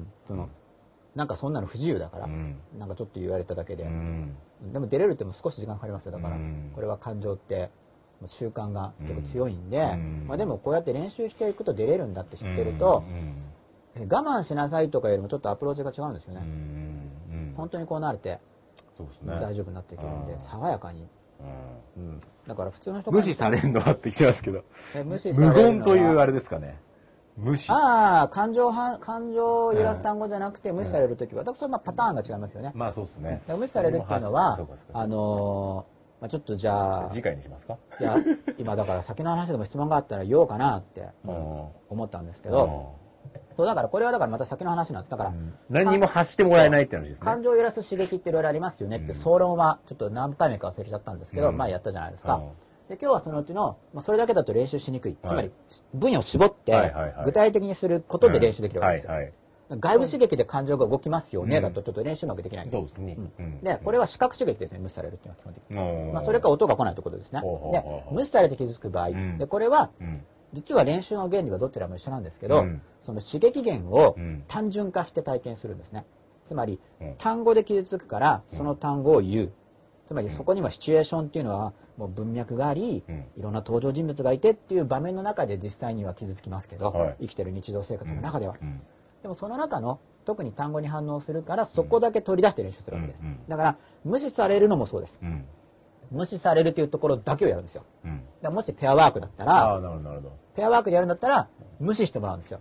S1: んその、なんかそんなの不自由だか
S2: う
S1: ら。
S2: ん
S1: なんかちょっと言われただけ
S2: う
S1: で。
S2: ん
S1: でも出れるってもう少し時間かかりますよ。だから
S2: うん、
S1: これは感情って、もう習慣が結構強いんで、
S2: うん
S1: まあでもこうやって練習していくと出れるんだって知ってると
S2: う、ん
S1: 我慢しなさいとかよりもちょっとアプローチが違うんですよ
S2: う
S1: ね。
S2: んうん
S1: 本当にこうなれて
S2: そうですね
S1: 大丈夫になっていけるん
S2: う
S1: で、
S2: ん
S1: 爽やかに。
S2: うん
S1: だから普通の人か
S2: 無
S1: ら
S2: 視されるのはってきちゃいますけど
S1: え無視され
S2: 無
S1: るのは
S2: 言というあれですかね無視
S1: ああ、感情は、感情を揺らす単語じゃなくて無視されるときは、だからそれはまあパターンが違いますよね。だか
S2: まあそうですね
S1: ら無視されるっていうのは
S2: そうかそう、か
S1: あのー、まあ、ちょっとじゃあ
S2: 次回にしますか
S1: いや今だから先の話でも質問があったら言おうかなって
S2: うん
S1: 思ったんですけど、そうだからこれはだからまた先の話なんですだから、
S2: うん何にも発してもらえないって話ですね
S1: 感情を揺らす刺激っていろいろありますよねって、
S2: うん
S1: 総論はちょっと何回目か忘れちゃったんですけど、
S2: うん
S1: まあやったじゃないですか、
S2: うん
S1: で今日はそのうちの、まあ、それだけだと練習しにくい、
S2: はい
S1: つまり分野を絞って
S2: はいはいはい
S1: 具体的にすることで練習できるわけですよ、
S2: はいはい
S1: 外部刺激で感情が動きますよね、
S2: うん
S1: だとちょっと練習うまくできないんで
S2: そうですねうん
S1: でこれは視覚刺激ですね無視されるっていうのは基本的に、
S2: うん
S1: まあ、それか音が来ないってことですね
S2: ほうほう
S1: で
S2: ほうほう
S1: 無視されて傷つく場合、
S2: ん
S1: でこれは
S2: うん
S1: 実は練習の原理はどちらも一緒なんですけど、
S2: うん
S1: その刺激源を
S2: うん
S1: 単純化して体験するんですねつまり
S2: うん
S1: 単語で傷つくからその単語を言うつまりそこにはシチュエーションっていうのはもう文脈があり
S2: うん
S1: いろんな登場人物がいてっていう場面の中で実際には傷つきますけど、
S2: はい
S1: 生きてる日常生活の中では、
S2: うん
S1: でもその中の特に単語に反応するからそこだけ取り出して練習するわけです、
S2: うんうん
S1: だから無視されるのもそうです
S2: うん
S1: 無視されるというところだけをやるんですよ
S2: うん
S1: だからもしペアワークだった
S2: あ
S1: ら
S2: あなるほどなるほど
S1: ペアワークでやるんだったら無視してもらうんですよ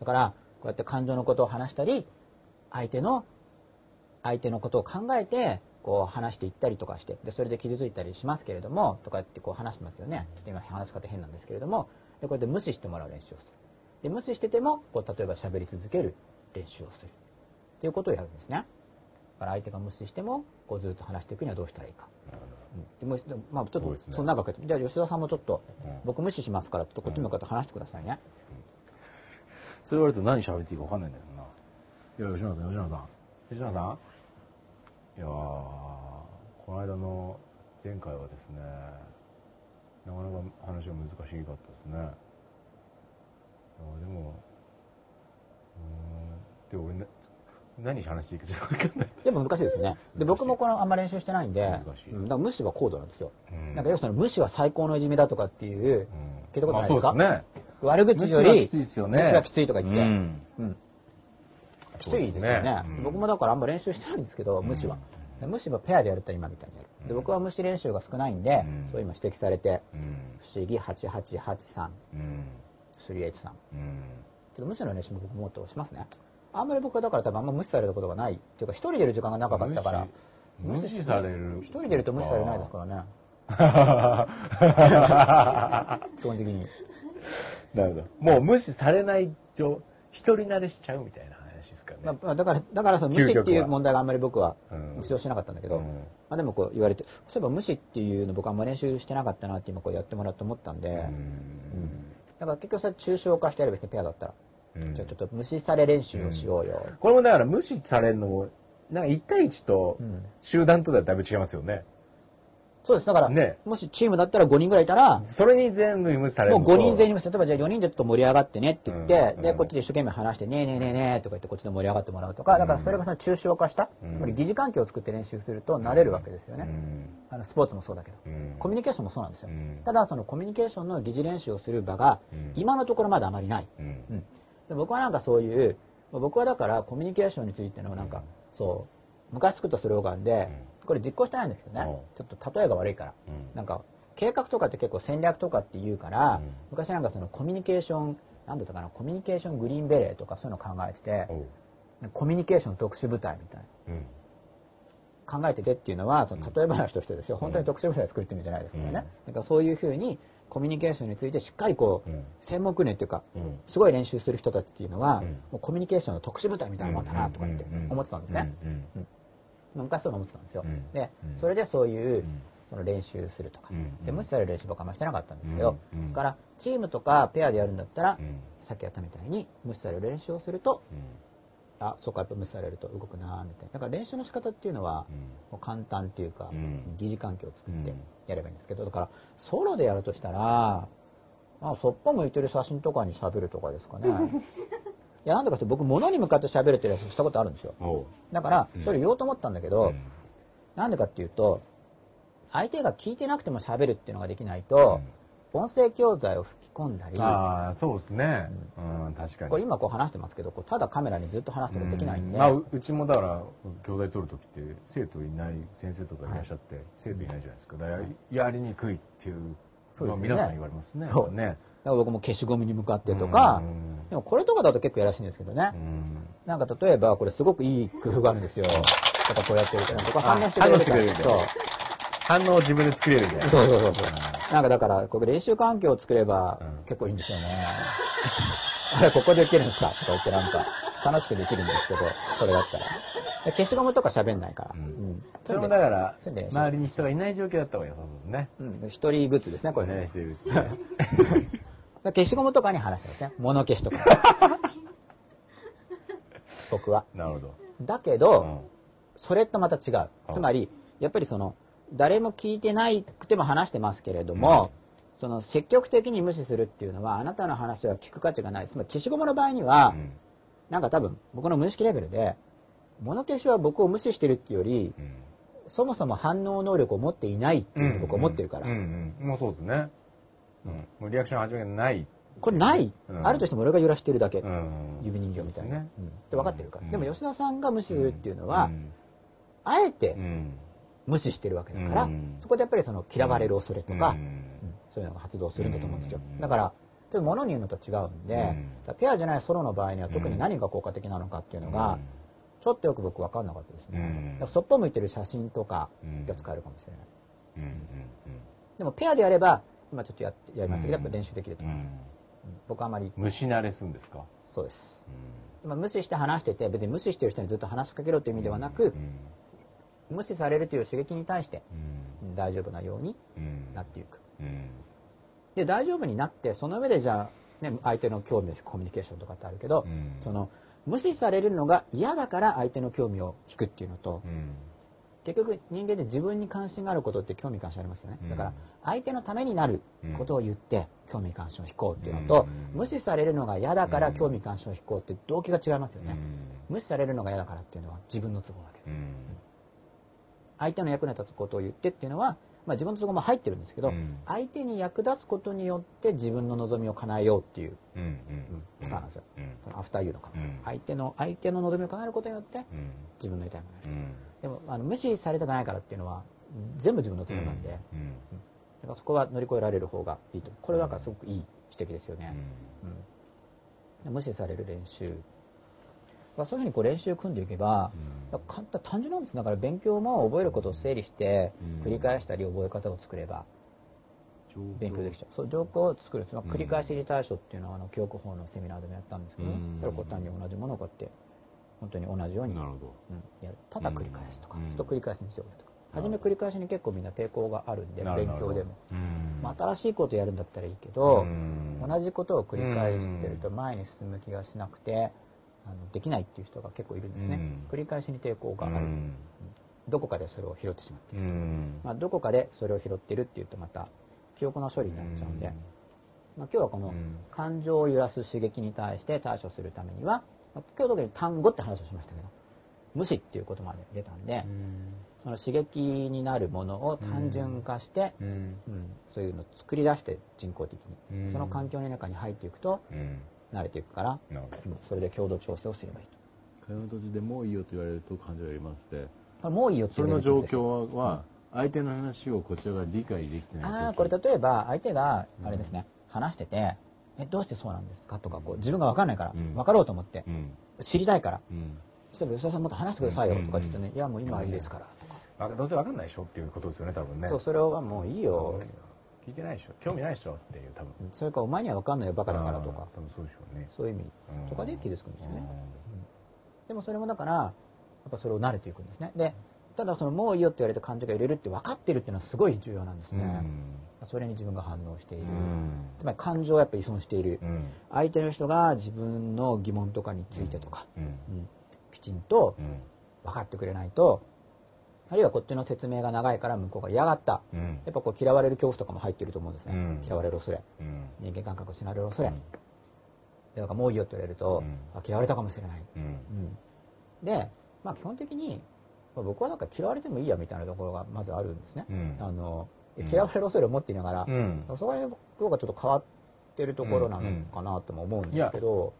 S1: だからこうやって感情のことを話したり相手の相手のことを考えてこう話していったりとかしてでそれで傷ついたりしますけれどもとかやってこう話してますよねちょっと今話し方変なんですけれどもでこうやって無視してもらう練習をするで無視しててもこう例えば喋り続ける練習をするっていうことをやるんですねだから相手が無視してもこうずっと話していくにはどうしたらいいか、うんで無視でまあ、ちょ
S2: そ
S1: っ
S2: う
S1: と
S2: ですね
S1: そんなわけでじゃあ吉田さんもちょっと
S2: うん
S1: 僕無視しますからちょっとこっち向かって話してくださいね、
S2: それ言われると何喋っていいか分かんないんだけどないや吉村さん吉村さん吉村さんいやーこの間の前回はですねなかなか話が難しかったですねいやでもうーんでも俺な何話していいかちょっと分かんない
S1: でも難しいですよね。で、僕もこのあんま練習してないんで、
S2: 難しい
S1: うんだから無視は高度なんですよ。
S2: うん
S1: なんかよくその無視は最高のいじめだとかっていう、聞いたことないです
S2: ま
S1: か
S2: あ、そうですね
S1: 悪口より
S2: 無視はきついですよね
S1: 無視はきついとか言って、
S2: うん
S1: うんきついですよね
S2: うん
S1: 僕もだからあんま練習してないんですけど、無視は。で無視はペアでやると今みたいにやる。で、僕は無視練習が少ないんで、
S2: うん
S1: そう今指摘されて、
S2: うん
S1: 不思議8883、
S2: うん
S1: 38 3
S2: うん
S1: ちょっと無視の練習も僕もっとしますね。あんまり僕はだから多分あんま無視されることがないっていうか、一人でいる時間が長かったから、
S2: 無視無視される
S1: 一人でいると無視されないですからね。 基本的に。
S2: なるほど。もう無視されない状、一人慣れしちゃうみたいな話ですかね。
S1: まあまあ、だから、だからその無視っていう問題があんまり僕は
S2: うん
S1: 主張しなかったんだけど、
S2: うん
S1: まあでもこう言われて、そういえば無視っていうの僕あんま練習してなかったなって今こうやってもらって思ったんで、だから結局さ、抽象化してやればいいですね、ペアだったら。
S2: うん
S1: じゃあちょっと無視され練習をしようよ。
S2: これもだから無視されるのも、なんか一対一と
S1: うん
S2: 集団とではだいぶ違いますよね。
S1: そうです、だから、
S2: ね
S1: もしチームだったら5人ぐらいいたら、
S2: それに全部無視される
S1: もう
S2: のと
S1: 5人全員です例えばじゃあ4人でちょっと盛り上がってねって言って、
S2: うん
S1: で、
S2: うん
S1: こっちで一生懸命話して、ねえねえねえねえとか言ってこっちで盛り上がってもらうとか、だからそれがその抽象化した、
S2: うん
S1: つまり疑似関係を作って練習すると慣れるわけですよね。あのスポーツもそうだけど、
S2: うん
S1: コミュニケーションもそうなんですよ。
S2: うん
S1: ただ、そのコミュニケーションの疑似練習をする場が
S2: うん、
S1: 今のところまだあまりない。
S2: うん
S1: うんで僕はなんかそういう、僕はだからコミュニケーションについてのなんか、そう、昔作ったスローガンで、これ実行してないんですよね。
S2: うん
S1: ちょっと例えが悪いから。
S2: うん
S1: なんか計画とかって結構戦略とかって言うから、
S2: うん
S1: 昔なんかそのコミュニケーションなんだったかなコミュニケーショングリーンベレーとかそういうの考えてて
S2: おう
S1: コミュニケーション特殊部隊みたいな
S2: うん
S1: 考えててっていうのはその例え話としてですよ、本当に特殊部隊作ってみるじゃないですからね、なんかそういうふうにコミュニケーションについてしっかりこう、
S2: うん
S1: 専門訓練っていうか、
S2: うん
S1: すごい練習する人たちっていうのは、
S2: うん
S1: もうコミュニケーションの特殊部隊みたいなもんだなとかって思ってたんですね、
S2: うん
S1: 昔そういうの思ってたんですよ、
S2: うん
S1: で
S2: うん
S1: それでそういう、
S2: ん
S1: その練習するとか、
S2: うん
S1: で無視される練習ばっかあんましてなかったんですけど、
S2: うんうん
S1: だからチームとかペアでやるんだったら、
S2: うん
S1: さっきやったみたいに無視される練習をすると
S2: うん
S1: あそっかやっぱ無視されると動くなーみたいなだから練習の仕方っていうのは、もう簡単っていうか、
S2: うん
S1: 疑似環境を作って
S2: うん
S1: やればいいんですけどだからソロでやるとしたらまあそっぽ向いてる写真とかに喋るとかです かねいやなんでかって僕物に向かって喋るっていうやつしたことあるんですよ
S2: おう
S1: だからそれ言おうと思ったんだけ
S2: う
S1: ど、
S2: ん
S1: なんでかっていうと、相手が聞いてなくても喋るっていうのができないと、音声教材を吹き込んだり、
S2: ああそうですねうん確かに
S1: これ今こう話してますけど、こうただカメラにずっと話すことできないんで、
S2: うまあ、ううちもだから教材取る時って生徒いない先生とかいらっしゃって、生徒いないじゃないですかだからややりにくいっていう
S1: そうで
S2: ま
S1: すよね
S2: あ皆さん言われますね
S1: そう
S2: ね
S1: だから僕も消しゴムに向かってとか、
S2: うん
S1: でもこれとかだと結構やらしいんですけどね、
S2: うん
S1: なんか例えばこれすごくいい工夫があるんですよ。とかこうやってるから、僕は反応してく
S2: あ
S1: れ
S2: 反
S1: る
S2: 応してくれるみたい
S1: から。そう
S2: な。反応を自分で作れるんで。
S1: そうそうそうそう。なんかだから、ここ練習環境を作れば結構いいんですよね。あれ、ここできるんですかとか言ってなんか、楽しくできるんですけど、これだったら。で消しゴムとか喋んないから。う
S2: うん
S1: ん。
S2: それもだから、
S1: そうね
S2: 周りに人がいない状況だった方が良さそうですね。
S1: うん。で一人グッズですね、これ
S2: ね
S1: ね。
S2: してるですね。
S1: で消しゴムとかに話したんですね。物消しと か。僕は。
S2: なるほど。
S1: だけ
S2: う
S1: ど、
S2: ん
S1: それとまた違う。つまり、やっぱりその、誰も聞いてないくても話してますけれども、その、積極的に無視するっていうのは、あなたの話は聞く価値がない。つまり、消しゴムの場合には
S2: う、ん
S1: なんか多分、僕の無意識レベルで、物消しは僕を無視してるっていうより、
S2: うん
S1: そもそも反応能力を持っていないっていうのを僕は思ってるから
S2: うんう、んうんもうそうですね。うんもうリアクション始めがない。
S1: これない
S2: うん
S1: あるとしても俺が揺らしてるだけ
S2: う。ん
S1: 指人形みたいな。
S2: そう
S1: っ
S2: ですね
S1: て分かってるから。
S2: うん
S1: でも吉田さんが無視するっていうのは
S2: う、ん
S1: あえて
S2: うん
S1: 無視してるわけだから
S2: うん、
S1: そこでやっぱりその嫌われる恐れとか
S2: う、
S1: うん
S2: ん
S1: そういうのが発動するんだと思うんですよ
S2: う。ん
S1: だから、でも物に言うのと違うん
S2: うん
S1: で、だからペアじゃないソロの場合には特に何が効果的なのかっていうのが、ちょっとよく僕分かんなかったですね。
S2: うん
S1: だからそっぽ向いてる写真とか
S2: うん
S1: が使えるかもしれない。
S2: うんうん
S1: でもペアでやれば、今ちょっとやってやりましたけど、や
S2: う
S1: っ
S2: ん
S1: ぱ練習できると
S2: うんう
S1: 思い
S2: ん
S1: ます。うん僕はあまり、
S2: 虫慣れすんですか
S1: そうです。
S2: う
S1: まあ無視して話してて、別に無視してる人にずっと話しかけろという意味ではなく
S2: んう、ん
S1: 無視されるという刺激に対して
S2: うん
S1: うん大丈夫なように
S2: うん
S1: なっていく。
S2: うん
S1: で、大丈夫になって、その上でじゃあ、ね、相手の興味を引くコミュニケーションとかってあるけど
S2: う、ん
S1: その、無視されるのが嫌だから相手の興味を引くっていうのと
S2: う、ん
S1: 結局人間で自分に関心があることって興味関心ありますよね
S2: う。ん
S1: だから、相手のためになることを言って、興味関心を引こうっていうのと、
S2: うん
S1: 無視されるのが嫌だから興味関心を引こうって動機が違いますよ
S2: う
S1: ね。
S2: ん
S1: 無視されるのが嫌だからっていうのは自分の都合だけど。
S2: うん
S1: 相手の役に立つことを言ってっていうのは、まあ自分の都合も入ってるんですけど、
S2: うん
S1: 相手に役立つことによって自分の望みを叶えようっていう
S2: うんうん
S1: パターンなんですよ。
S2: うん
S1: そのアフターユーの考え
S2: うん
S1: 相手の、相手の望みを叶えることによって
S2: うん
S1: 自分の痛いものに
S2: う
S1: なる。
S2: ん
S1: でも、あの、無視されたくないからっていうのは、全部自分の都合なんで、だ
S2: うん
S1: からそこは乗り越えられる方がいいと。これはなんかすごくいい指摘ですよね。無視される練習。だからそういうふうにこう練習組んでいけば、だから簡単、単純なんです。だから勉強も覚えることを整理して、
S2: うん
S1: 繰り返したり覚え方を作れ
S2: う
S1: ば、
S2: ん
S1: 勉強できちゃう。そう、情報を作る。その繰り返し理対処っていうのは、あの、教育法のセミナーでもやったんですけど、
S2: う
S1: ね
S2: ん、
S1: ただこう単に同じものをこうやって、本当に同じように
S2: なるほど
S1: うんやるただ繰り返すとか、
S2: うん
S1: ちょっと繰り返しにしておくとか、
S2: なるほ
S1: 初
S2: ど
S1: め繰り返しに結構みんな抵抗があるんで
S2: な
S1: 勉
S2: るほど
S1: 強でも、
S2: うん
S1: まあ、新しいことやるんだったらいいけど、同じことを繰り返してると
S2: う
S1: 前に進む気がしなくて、あのできないっていう人が結構いるんですね、
S2: うん
S1: 繰り返しに抵抗がある、
S2: うん
S1: どこかでそれを拾ってしまっている、
S2: うん
S1: まあ、どこかでそれを拾ってるっていうとまた記憶の処理になっちゃうんで、
S2: うん
S1: まあ、今日はこの、
S2: うん
S1: 感情を揺らす刺激に対して対処するためには、まあ今日特に単語って話をしましたけど無視っていうことまで出たんで、その刺激になるものを単純化して、
S2: うん
S1: うんそういうのを作り出して人工的に、
S2: うん
S1: その環境の中に入っていくと
S2: うん
S1: 慣れていくから、
S2: なるほど
S1: うんそれで強度調整をすればいいと
S5: 会話の途中でもういいよと言われると感情がありまして
S1: これもういいよって
S5: そ
S1: 言
S5: れ
S1: わ
S5: の
S1: れる
S5: 状
S1: んですよ
S5: 況は相手の話をこちらが理解できてない時
S1: ああこれ例えば相手があれですね、話しててえどうしてそうなんですかとかこう自分が分かんないから、
S2: うん
S1: 分かろうと思って、
S2: うん
S1: 知りたいから
S2: うん
S1: 例えば吉田さんもっと話してくださいよとか言ってね、いやもう今はいいですからとか、
S2: わかどうせわかんないでしょっていうことですよね多分ね
S1: そうそれはもういいよ、
S2: 聞いてないでしょ興味ないでしょっていう多分
S1: それからお前には分かんないよバカだからとか
S2: 多分そうでしょうね
S1: そういう意味
S2: うん
S1: とかで傷つくんですよね、でもそれもだからやっぱそれを慣れていくんですねでただそのもういいよって言われて感情が揺れるって分かってるっていうのはすごい重要なんです
S2: うん
S1: ね、それに自分が反応している、
S2: うん
S1: つまり感情をやっぱ依存している、
S2: うん
S1: 相手の人が自分の疑問とかについてとか、
S2: うん
S1: うんきちんと
S2: うん
S1: 分かってくれないとあるいはこっちの説明が長いから向こうが嫌がった
S2: うん
S1: やっぱこう嫌われる恐怖とかも入ってると思うんですね、
S2: うん
S1: 嫌われる恐れ
S2: うん
S1: 人間感覚を失われる恐れ、でなんかもういいよって言われると、
S2: うん
S1: あ嫌われたかもしれない、
S2: うん
S1: で、まあ、基本的に、まあ僕はなんか嫌われてもいいやみたいなところがまずあるんですね、
S2: うん
S1: あの
S2: うん
S1: 嫌われる恐れを持っていながら、
S2: うん
S1: そこら辺僕はちょっと変わってるところなのかなとも思うんですけど、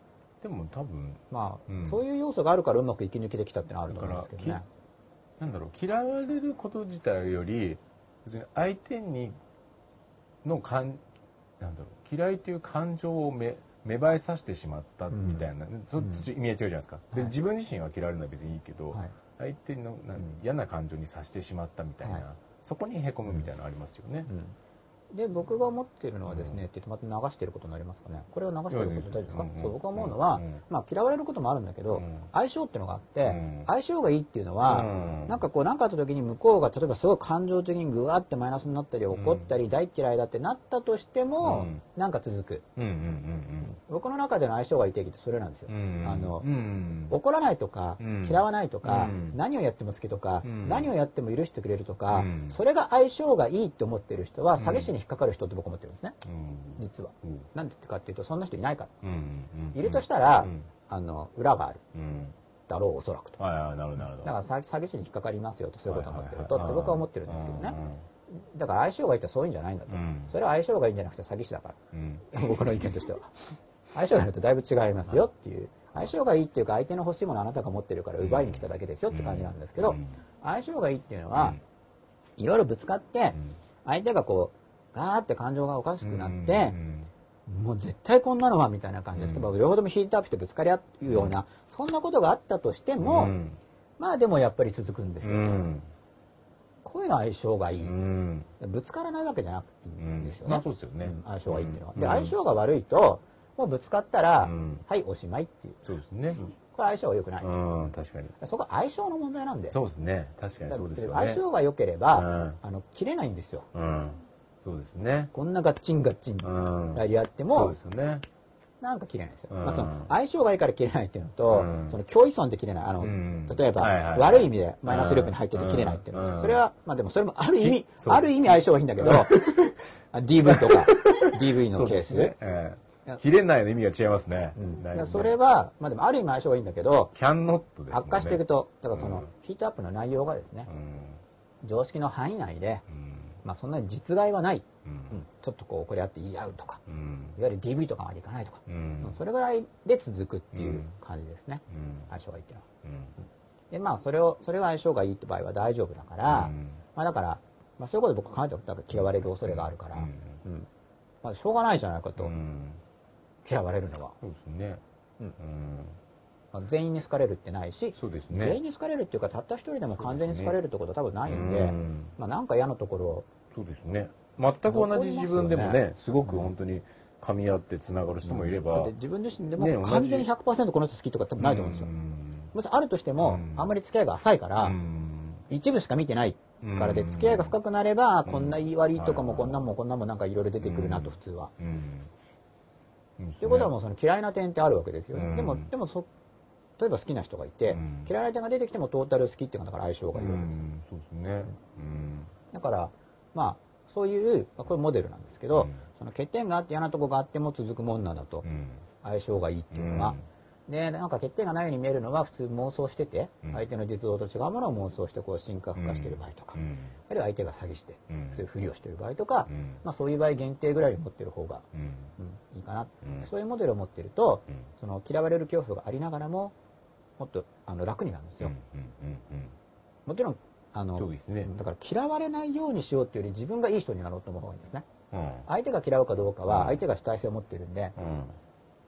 S2: でも多分
S1: まあ
S2: うん
S1: そういう要素があるからうまく生き抜きできたってのはあると思うんですけど
S2: だ
S1: ね
S2: かなんだろう嫌われること自体より別に相手にの感なんだろう嫌いという感情をめ芽生えさせてしまったみたいな、そっち意味が違うじゃないですか、
S1: い
S2: で自分自身は嫌われるのは別にいいけど、
S1: はい
S2: 相手のなん
S1: うん
S2: 嫌な感情にさせてしまったみたいな、
S1: はい
S2: そこにへこむみたいなのありますよね、
S1: で僕が思ってるのはですね、って言ってまた流してることになりますかねこれを流してること大丈夫ですか、
S2: うんうん
S1: そう僕が思うのは、
S2: うん
S1: まあ、嫌われることもあるんだけど、
S2: うん
S1: 相性っていうのがあって、
S2: うん
S1: 相性がいいっていうのは、
S2: うん
S1: なんかこう何かあった時に向こうが例えばすごい感情的にグワってマイナスになったり怒ったり、大嫌いだってなったとしても、
S2: うん
S1: なんか続く
S2: うんうん
S1: 僕の中での相性がいい定義ってそれなんですよ、
S2: うんうんうん
S1: あの
S2: うん
S1: 怒らないとか、
S2: うん
S1: 嫌わないとか、
S2: うん
S1: 何をやっても好きとか、
S2: うん
S1: 何をやっても許してくれるとか、
S2: うん
S1: それが相性がいいって思ってる人は詐欺師に引っかかる人って僕思ってるんですね
S2: うん
S1: 実は。
S2: うん
S1: なんでかっていうとそんな人いないか
S2: うんうん
S1: らいるとしたら、
S2: うん
S1: あの裏がある
S2: うん
S1: だろうおそらくと
S2: はいはいなるほどなるほど
S1: だから詐詐欺師に引っかかりますよとそういうことになってるとって僕は思ってるんですけどね
S2: ね
S1: だから相性がいいってそういうんじゃないんだと、
S2: うん
S1: それは相性がいいんじゃなくて詐欺師だか
S2: うん
S1: ら僕の意見としては相性がいいのとだいぶ違いますよっていう相性がいいっていうか相手の欲しいものあなたが持ってるから奪いに来ただけですよって感じなんですけ
S2: う
S1: ど、
S2: ん
S1: 相性がいいっていうのは、いろいろぶつかって相手がこうガーって感情がおかしくなっ
S2: う
S1: て、
S2: ん
S1: もう絶対こんなのはみたいな感じで、
S2: うん
S1: 例えば両方ともヒートアップしてぶつかり合うような、そんなことがあったとしても、
S2: うん
S1: まあでもやっぱり続くんです
S2: う
S1: よ、
S2: ん
S1: こういうのは相性がいい、
S2: うん
S1: ぶつからないわけじゃなくていいんですよね、
S2: まあそうですよね
S1: うん相性がいいっていうのは、
S2: うん
S1: で相性が悪いともうぶつかったら、
S2: うん
S1: はいおしまいっていう
S2: そうですね
S1: これ相性が良くないんですよ、
S2: うん確かに
S1: そこは相性の問題なんで
S2: そうですね確かにそうですよね
S1: 相性が良ければ、
S2: うん
S1: あの切れないんですよ
S2: うんそうですね
S1: こんなガッチンガッチン
S2: うん
S1: やり合って
S2: そう
S1: も、
S2: ですよね
S1: なんか切れないですよ、
S2: うん
S1: まあ、その相性がいいから切れないっていうの
S2: う
S1: と、
S2: ん
S1: その共依存で切れないあの、
S2: うん
S1: 例えば、
S2: はいはい
S1: 悪い意味でマイナスループに入ってて切れないっていうのは、
S2: うん
S1: それはまあでもそれもある意味
S2: そう
S1: ある意味相性がいいんだけど あ DV とか DV
S2: そ
S1: の
S2: う
S1: ケ
S2: で
S1: ー
S2: す
S1: ス
S2: ね
S1: う
S2: ええ切れないの意味が違いますね
S1: ん
S2: だいぶ
S1: だから
S2: ね
S1: それはまあでもある意味相性がいいんだけど
S2: キャンノットですもんね
S1: 悪化していくとだからその、
S2: うん
S1: ヒートアップの内容がですね
S2: う、ん
S1: 常識の範囲内で、
S2: うん
S1: まあ、そんなに実害はない、
S2: う
S1: うんんちょっとこう怒り合って言い合うとか
S2: うん
S1: いわゆる DV とかまでいかないとか、
S2: うん
S1: うんそれぐらいで続くっていう感じですね、
S2: うん
S1: 相性がいいっていうのは。
S2: うん
S1: でまあそれをそれが相性がいいって場合は大丈夫だから、
S2: うん
S1: まあだから、まあ、そういうこと僕考えておくと嫌われる恐れがあるから、
S2: うん
S1: うんまあ、しょうがないじゃないかと、
S2: うん
S1: 嫌われるのは、
S2: そうですね
S1: うん
S2: ん
S1: まあ、全員に好かれるってないし、
S2: そうです
S1: 全
S2: ね
S1: 員に好かれるっていうかたった一人でも完全に好かれるってことは多分ないんで、
S2: うん
S1: まあ、なんか嫌なところを
S2: そうですね全く同じ自分でも
S1: 残りますよ
S2: ねすごく本当に噛み合ってつながる人もいれ
S1: だ
S2: ば
S1: って自分自身で
S2: ね
S1: も
S2: 同じ
S1: 完全に100%この人好きとか多分ないと思うんですよ、もしあるとしても、
S2: うん
S1: あんまり付き合いが浅いから、
S2: うん
S1: 一部しか見てないからで
S2: うん
S1: 付き合いが深くなれば、こんな言い悪いとかも
S2: はい
S1: こんなんもこんなんもなんかいろいろ出てくるなと普通は、
S2: うんうん
S1: ということはもうその嫌いな点ってあるわけですよ、
S2: うん
S1: でもでもそ例えば好きな人がいて、
S2: うん
S1: 嫌いな点が出てきてもトータル好きっていうのはだから相性
S2: う
S1: がいいわけです、
S2: んそうですねうん
S1: だからまあそういうまあこれモデルなんですけど、
S2: うん
S1: その欠点があって嫌なとこがあっても続くもんなんだと
S2: うん
S1: 相性がいいっていうのは、でなんか欠点がないように見えるのは普通妄想してて、
S2: うん
S1: 相手の実像と違うものを妄想してこう深刻化してる場合とか、
S2: うん
S1: あるいは相手が詐欺して、
S2: うん
S1: そういうふりをしてる場合とか、
S2: うん
S1: まあ、そういう場合限定ぐらいに持ってる方が、
S2: うん
S1: うんいいかな、
S2: うん
S1: そういうモデルを持ってると、
S2: うん
S1: その嫌われる恐怖がありながらももっとあの楽になるんです
S2: うんう
S1: よ、
S2: んうん
S1: もちろんあの
S2: そうですね
S1: だから嫌われないようにしようっていうより自分がいい人になろうと思う方がいいんですね
S2: うん
S1: 相手が嫌うかどうかは相手が主体性を持ってるんで
S2: うん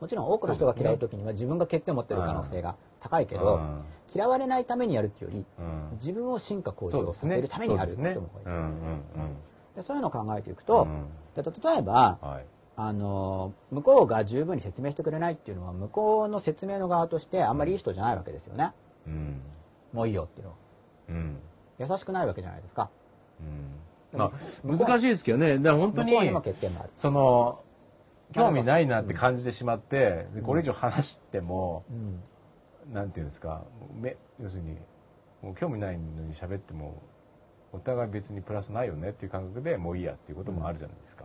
S1: もちろん多くの人が嫌う時には自分が欠点を持ってる可能性が高いけど、
S2: うん
S1: 嫌われないためにやるっていうより
S2: うん
S1: 自分を進化向
S2: そうで
S1: 上
S2: す
S1: さ
S2: ね
S1: せるためにやるって
S2: そうです
S1: 思
S2: ね
S1: う方がいいで
S2: う
S1: すね
S2: んうんうん
S1: でそういうのを考えていくと、
S2: う
S1: で例えば
S2: んはい
S1: あの向こうが十分に説明してくれないっていうのは向こうの説明の側としてあんまりいい人じゃないわけですよね、
S2: うん
S1: もういいよっていうのは
S2: うん
S1: 優しくないわけじゃないですか
S2: うんまあ
S1: 向こう
S2: 難しいですけどねだから本当
S1: 向
S2: に
S1: こうにも欠点がある
S2: その興味ないなって感じてしまって、でこれ以上話しても、
S1: うん
S2: なんていうんですかめ要するにもう興味ないのに喋ってもお互い別にプラスないよねっていう感覚でもういいやっていうこともあるじゃないですか、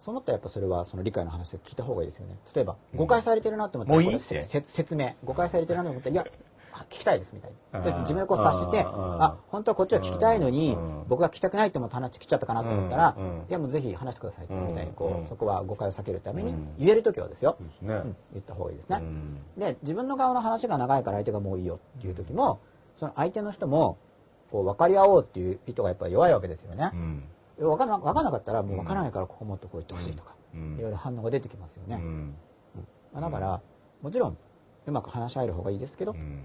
S1: そう思ったらやっぱそれはその理解の話で聞いた方がいいですよね例えば
S2: うん
S1: 誤解されてるなと思ったら
S2: もういい
S1: これ
S2: って
S1: せせ説明誤解されてるなと思ったらいやあ聞きたいですみたい
S2: あー
S1: なで自分でこう察し
S2: あ
S1: て
S2: ーあー
S1: あ本当はこっちは聞きたいのに
S2: うん
S1: 僕が聞きたくないって思った話来ちゃったかなと思ったら
S2: うんうん
S1: いやもうぜひ話してください
S2: うん
S1: みたいにこ
S2: うん
S1: うそこは誤解を避けるために
S2: うん
S1: 言える時はですよ
S2: そうですね、
S1: うん言った方がいいです
S2: う
S1: ね
S2: ん
S1: で自分の側の話が長いから相手がもういいよっていう時もその相手の人もこう分かり合おうっていう意図がやっぱり弱いわけですよね
S2: う、ん
S1: 分かんな分かんなかったらもう分からないからここもっとこう言ってほしいとか、
S2: うん
S1: いろいろ反応が出てきますよ
S2: う
S1: ね、
S2: ん
S1: まあ、だからもちろんうまく話し合える方がいいですけど、
S2: うん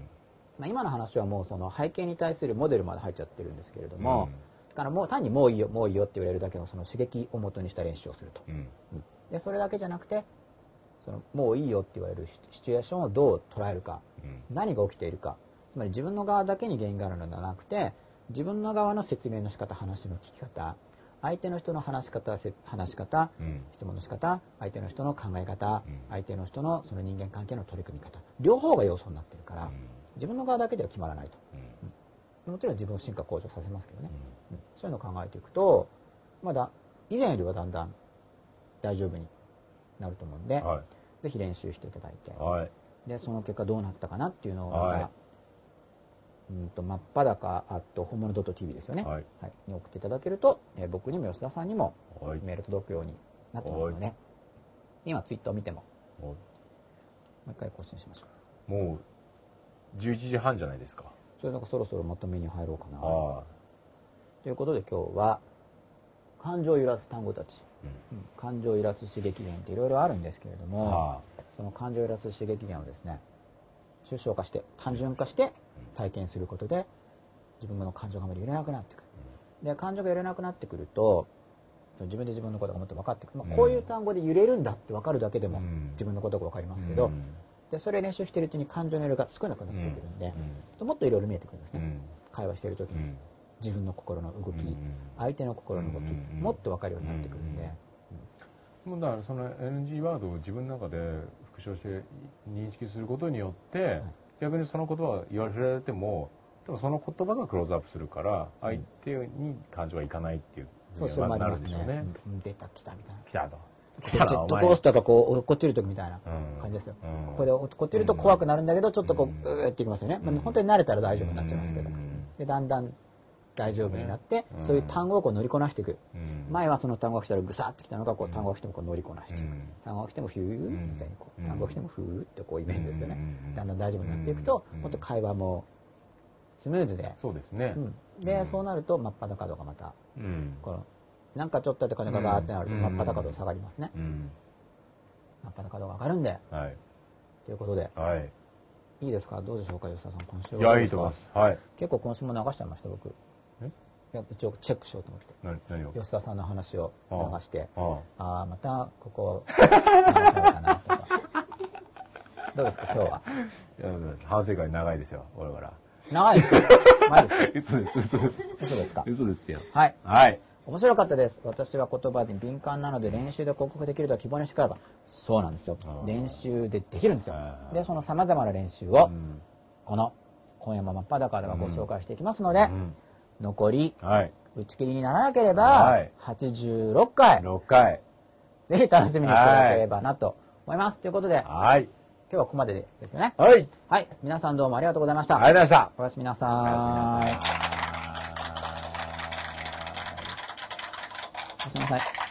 S1: まあ、今の話はもうその背景に対するモデルまで入っちゃってるんですけれども、からもう単にもういいよ、もういいよって言われるだけのその刺激を元にした練習をすると。
S2: うん。
S1: で、それだけじゃなくて、そのもういいよって言われるシシチュエーションをどう捉えるか、
S2: うん。
S1: 何が起きているか、つまり自分の側だけに原因があるのではなくて、自分の側の説明の仕方、話の聞き方、相手の人の話し方、せ話し方、
S2: うん。
S1: 質問の仕方、相手の人の考え方、
S2: うん
S1: 相手の人のその人間関係の取り組み方、両方が要素になってるか
S2: う
S1: ら、
S2: ん。
S1: 自分の側だけでは決まらないと。
S2: うん。
S1: もちろん自分を進化向上させますけどね。
S2: うん
S1: うんそういうのを考えていくと、まだ以前よりはだんだん大丈夫になると思うんで、
S2: は
S1: ぜひ練習していただいて、
S2: い。はい。
S1: で、その結果どうなったかなっていうのをまた、
S2: は
S1: うんと、真っ裸、あと、本物 .tv ですよね。
S2: はい。
S1: はい。に送っていただけると、えー僕にも吉田さんにも
S2: はい。
S1: メール届くようになってますので、今ツイッターを見ても、
S2: も
S1: もう一回更新しましょう。
S2: うもう、11時半じゃないですか。
S1: それなんかそろそろまとめに入ろうかな。
S2: は
S1: ということで今日は、感情を揺らす単語たち、
S2: い。
S1: うん感情を揺らす刺激源っていろいろあるんですけれど
S2: うん。
S1: も、
S2: は
S1: その感情を揺らす刺激源をですね、抽象化して、単純化して体験することで、自分の感情があまり揺れなくなってくる。で、感情が揺れなくなってくると、その自分で自分のことがもっと分かってくる。まあ、こういう単語で揺れるんだって分かるだけでも
S2: うん、
S1: 自分のことが分かりますけ
S2: う
S1: ど
S2: ん、
S1: で、それを練習してるうちに感情の揺れが少なくなってくるんで、もっといろいろ見えてくるんです
S2: うん。う
S1: ね。
S2: ん。
S1: 会話してる時
S2: う
S1: に
S2: ん。
S1: 自分の心の動き、相手の心の動き、
S2: うん
S1: もっと分かるようになってくるんで、
S2: うんもうだからその NG ワードを自分の中で復唱して認識することによって、逆にその言葉を言わせられてもでもその言葉がクローズアップするから相手に感情がいかないっていう
S1: そう
S2: ふ
S1: そう
S2: に
S1: れも
S2: ま
S1: あ
S2: ず
S1: り
S2: な
S1: ま
S2: るん
S1: す
S2: でしょ
S1: ね
S2: うね。
S1: うん出た、来たみたいな。
S2: 来たと。
S1: ジェットコースターがこう落っこちるときみたいな
S2: うん
S1: 感じですよ、
S2: うん
S1: ここで落っこちると怖くなるんだけどちょっとこう
S2: うん
S1: グーっていきますよね、まあ
S2: うん
S1: 本当に慣れたら大丈夫になっちゃいますけど、
S2: うん
S1: でだんだん大丈夫になって、
S2: うん
S1: そういう単語をこう乗りこなしていく、
S2: うん
S1: 前はその単語が来たらぐさってきたのがこう
S2: うん
S1: 単語が来てもこう乗りこなしていく、
S2: うん
S1: 単語が来てもふー
S2: ん
S1: みたいにこう
S2: うん
S1: 単語が来てもふーってこうイメージですよね、
S2: うん
S1: だんだん大丈夫になっていくと、
S2: うん
S1: もっと会話もスムーズで、
S2: そうですね。
S1: うんで、そうなると真っ裸度がまた
S2: うん。
S1: このなんかちょっとやって金がガーってなると
S2: うん
S1: 真っ裸度下がりますね、
S2: うん。
S1: 真っ裸度が上がるんで
S2: はい。
S1: ということで
S2: はい。
S1: いいですかどうでしょうか吉田さん今週
S2: い
S1: はど
S2: や、
S1: う
S2: い
S1: で
S2: いと
S1: か
S2: 思います。はい。
S1: 結構今週も流しちゃいました僕い
S2: え
S1: や一応チェックしようと思って
S2: 何、何を
S1: 吉田さんの話を流して
S2: あ
S1: ああまたここ流されたなとかどうですか今日は
S2: あ。いや反省会長いですよ、俺から。
S1: 長いですか前ですか
S2: 嘘です、嘘です。
S1: 嘘ですか
S2: 嘘ですよ。
S1: はい
S2: はい。
S1: 面白かったです私は言葉に敏感なので練習で克服できるとは希望の光からばそうなんですよ
S2: あー
S1: 練習でできるんですよ
S2: あー
S1: でそのさまざまな練習を
S2: うん
S1: この「今夜も真っ裸」ではご紹介していきますので
S2: うん
S1: 残り
S2: はい。
S1: 打ち切りにならなけれ
S2: は
S1: ば
S2: い
S1: 86回
S2: 6回。
S1: ぜひ楽しみにしていただければなと思いますということで今
S2: はい。
S1: 日はここまでですよね
S2: はい。あり
S1: はい皆さんどうもありがとうございまし
S2: がとうござい
S1: た
S2: ました。
S1: おやすみな
S2: おやす
S1: さ
S2: みなさい。
S1: いおやすみなさい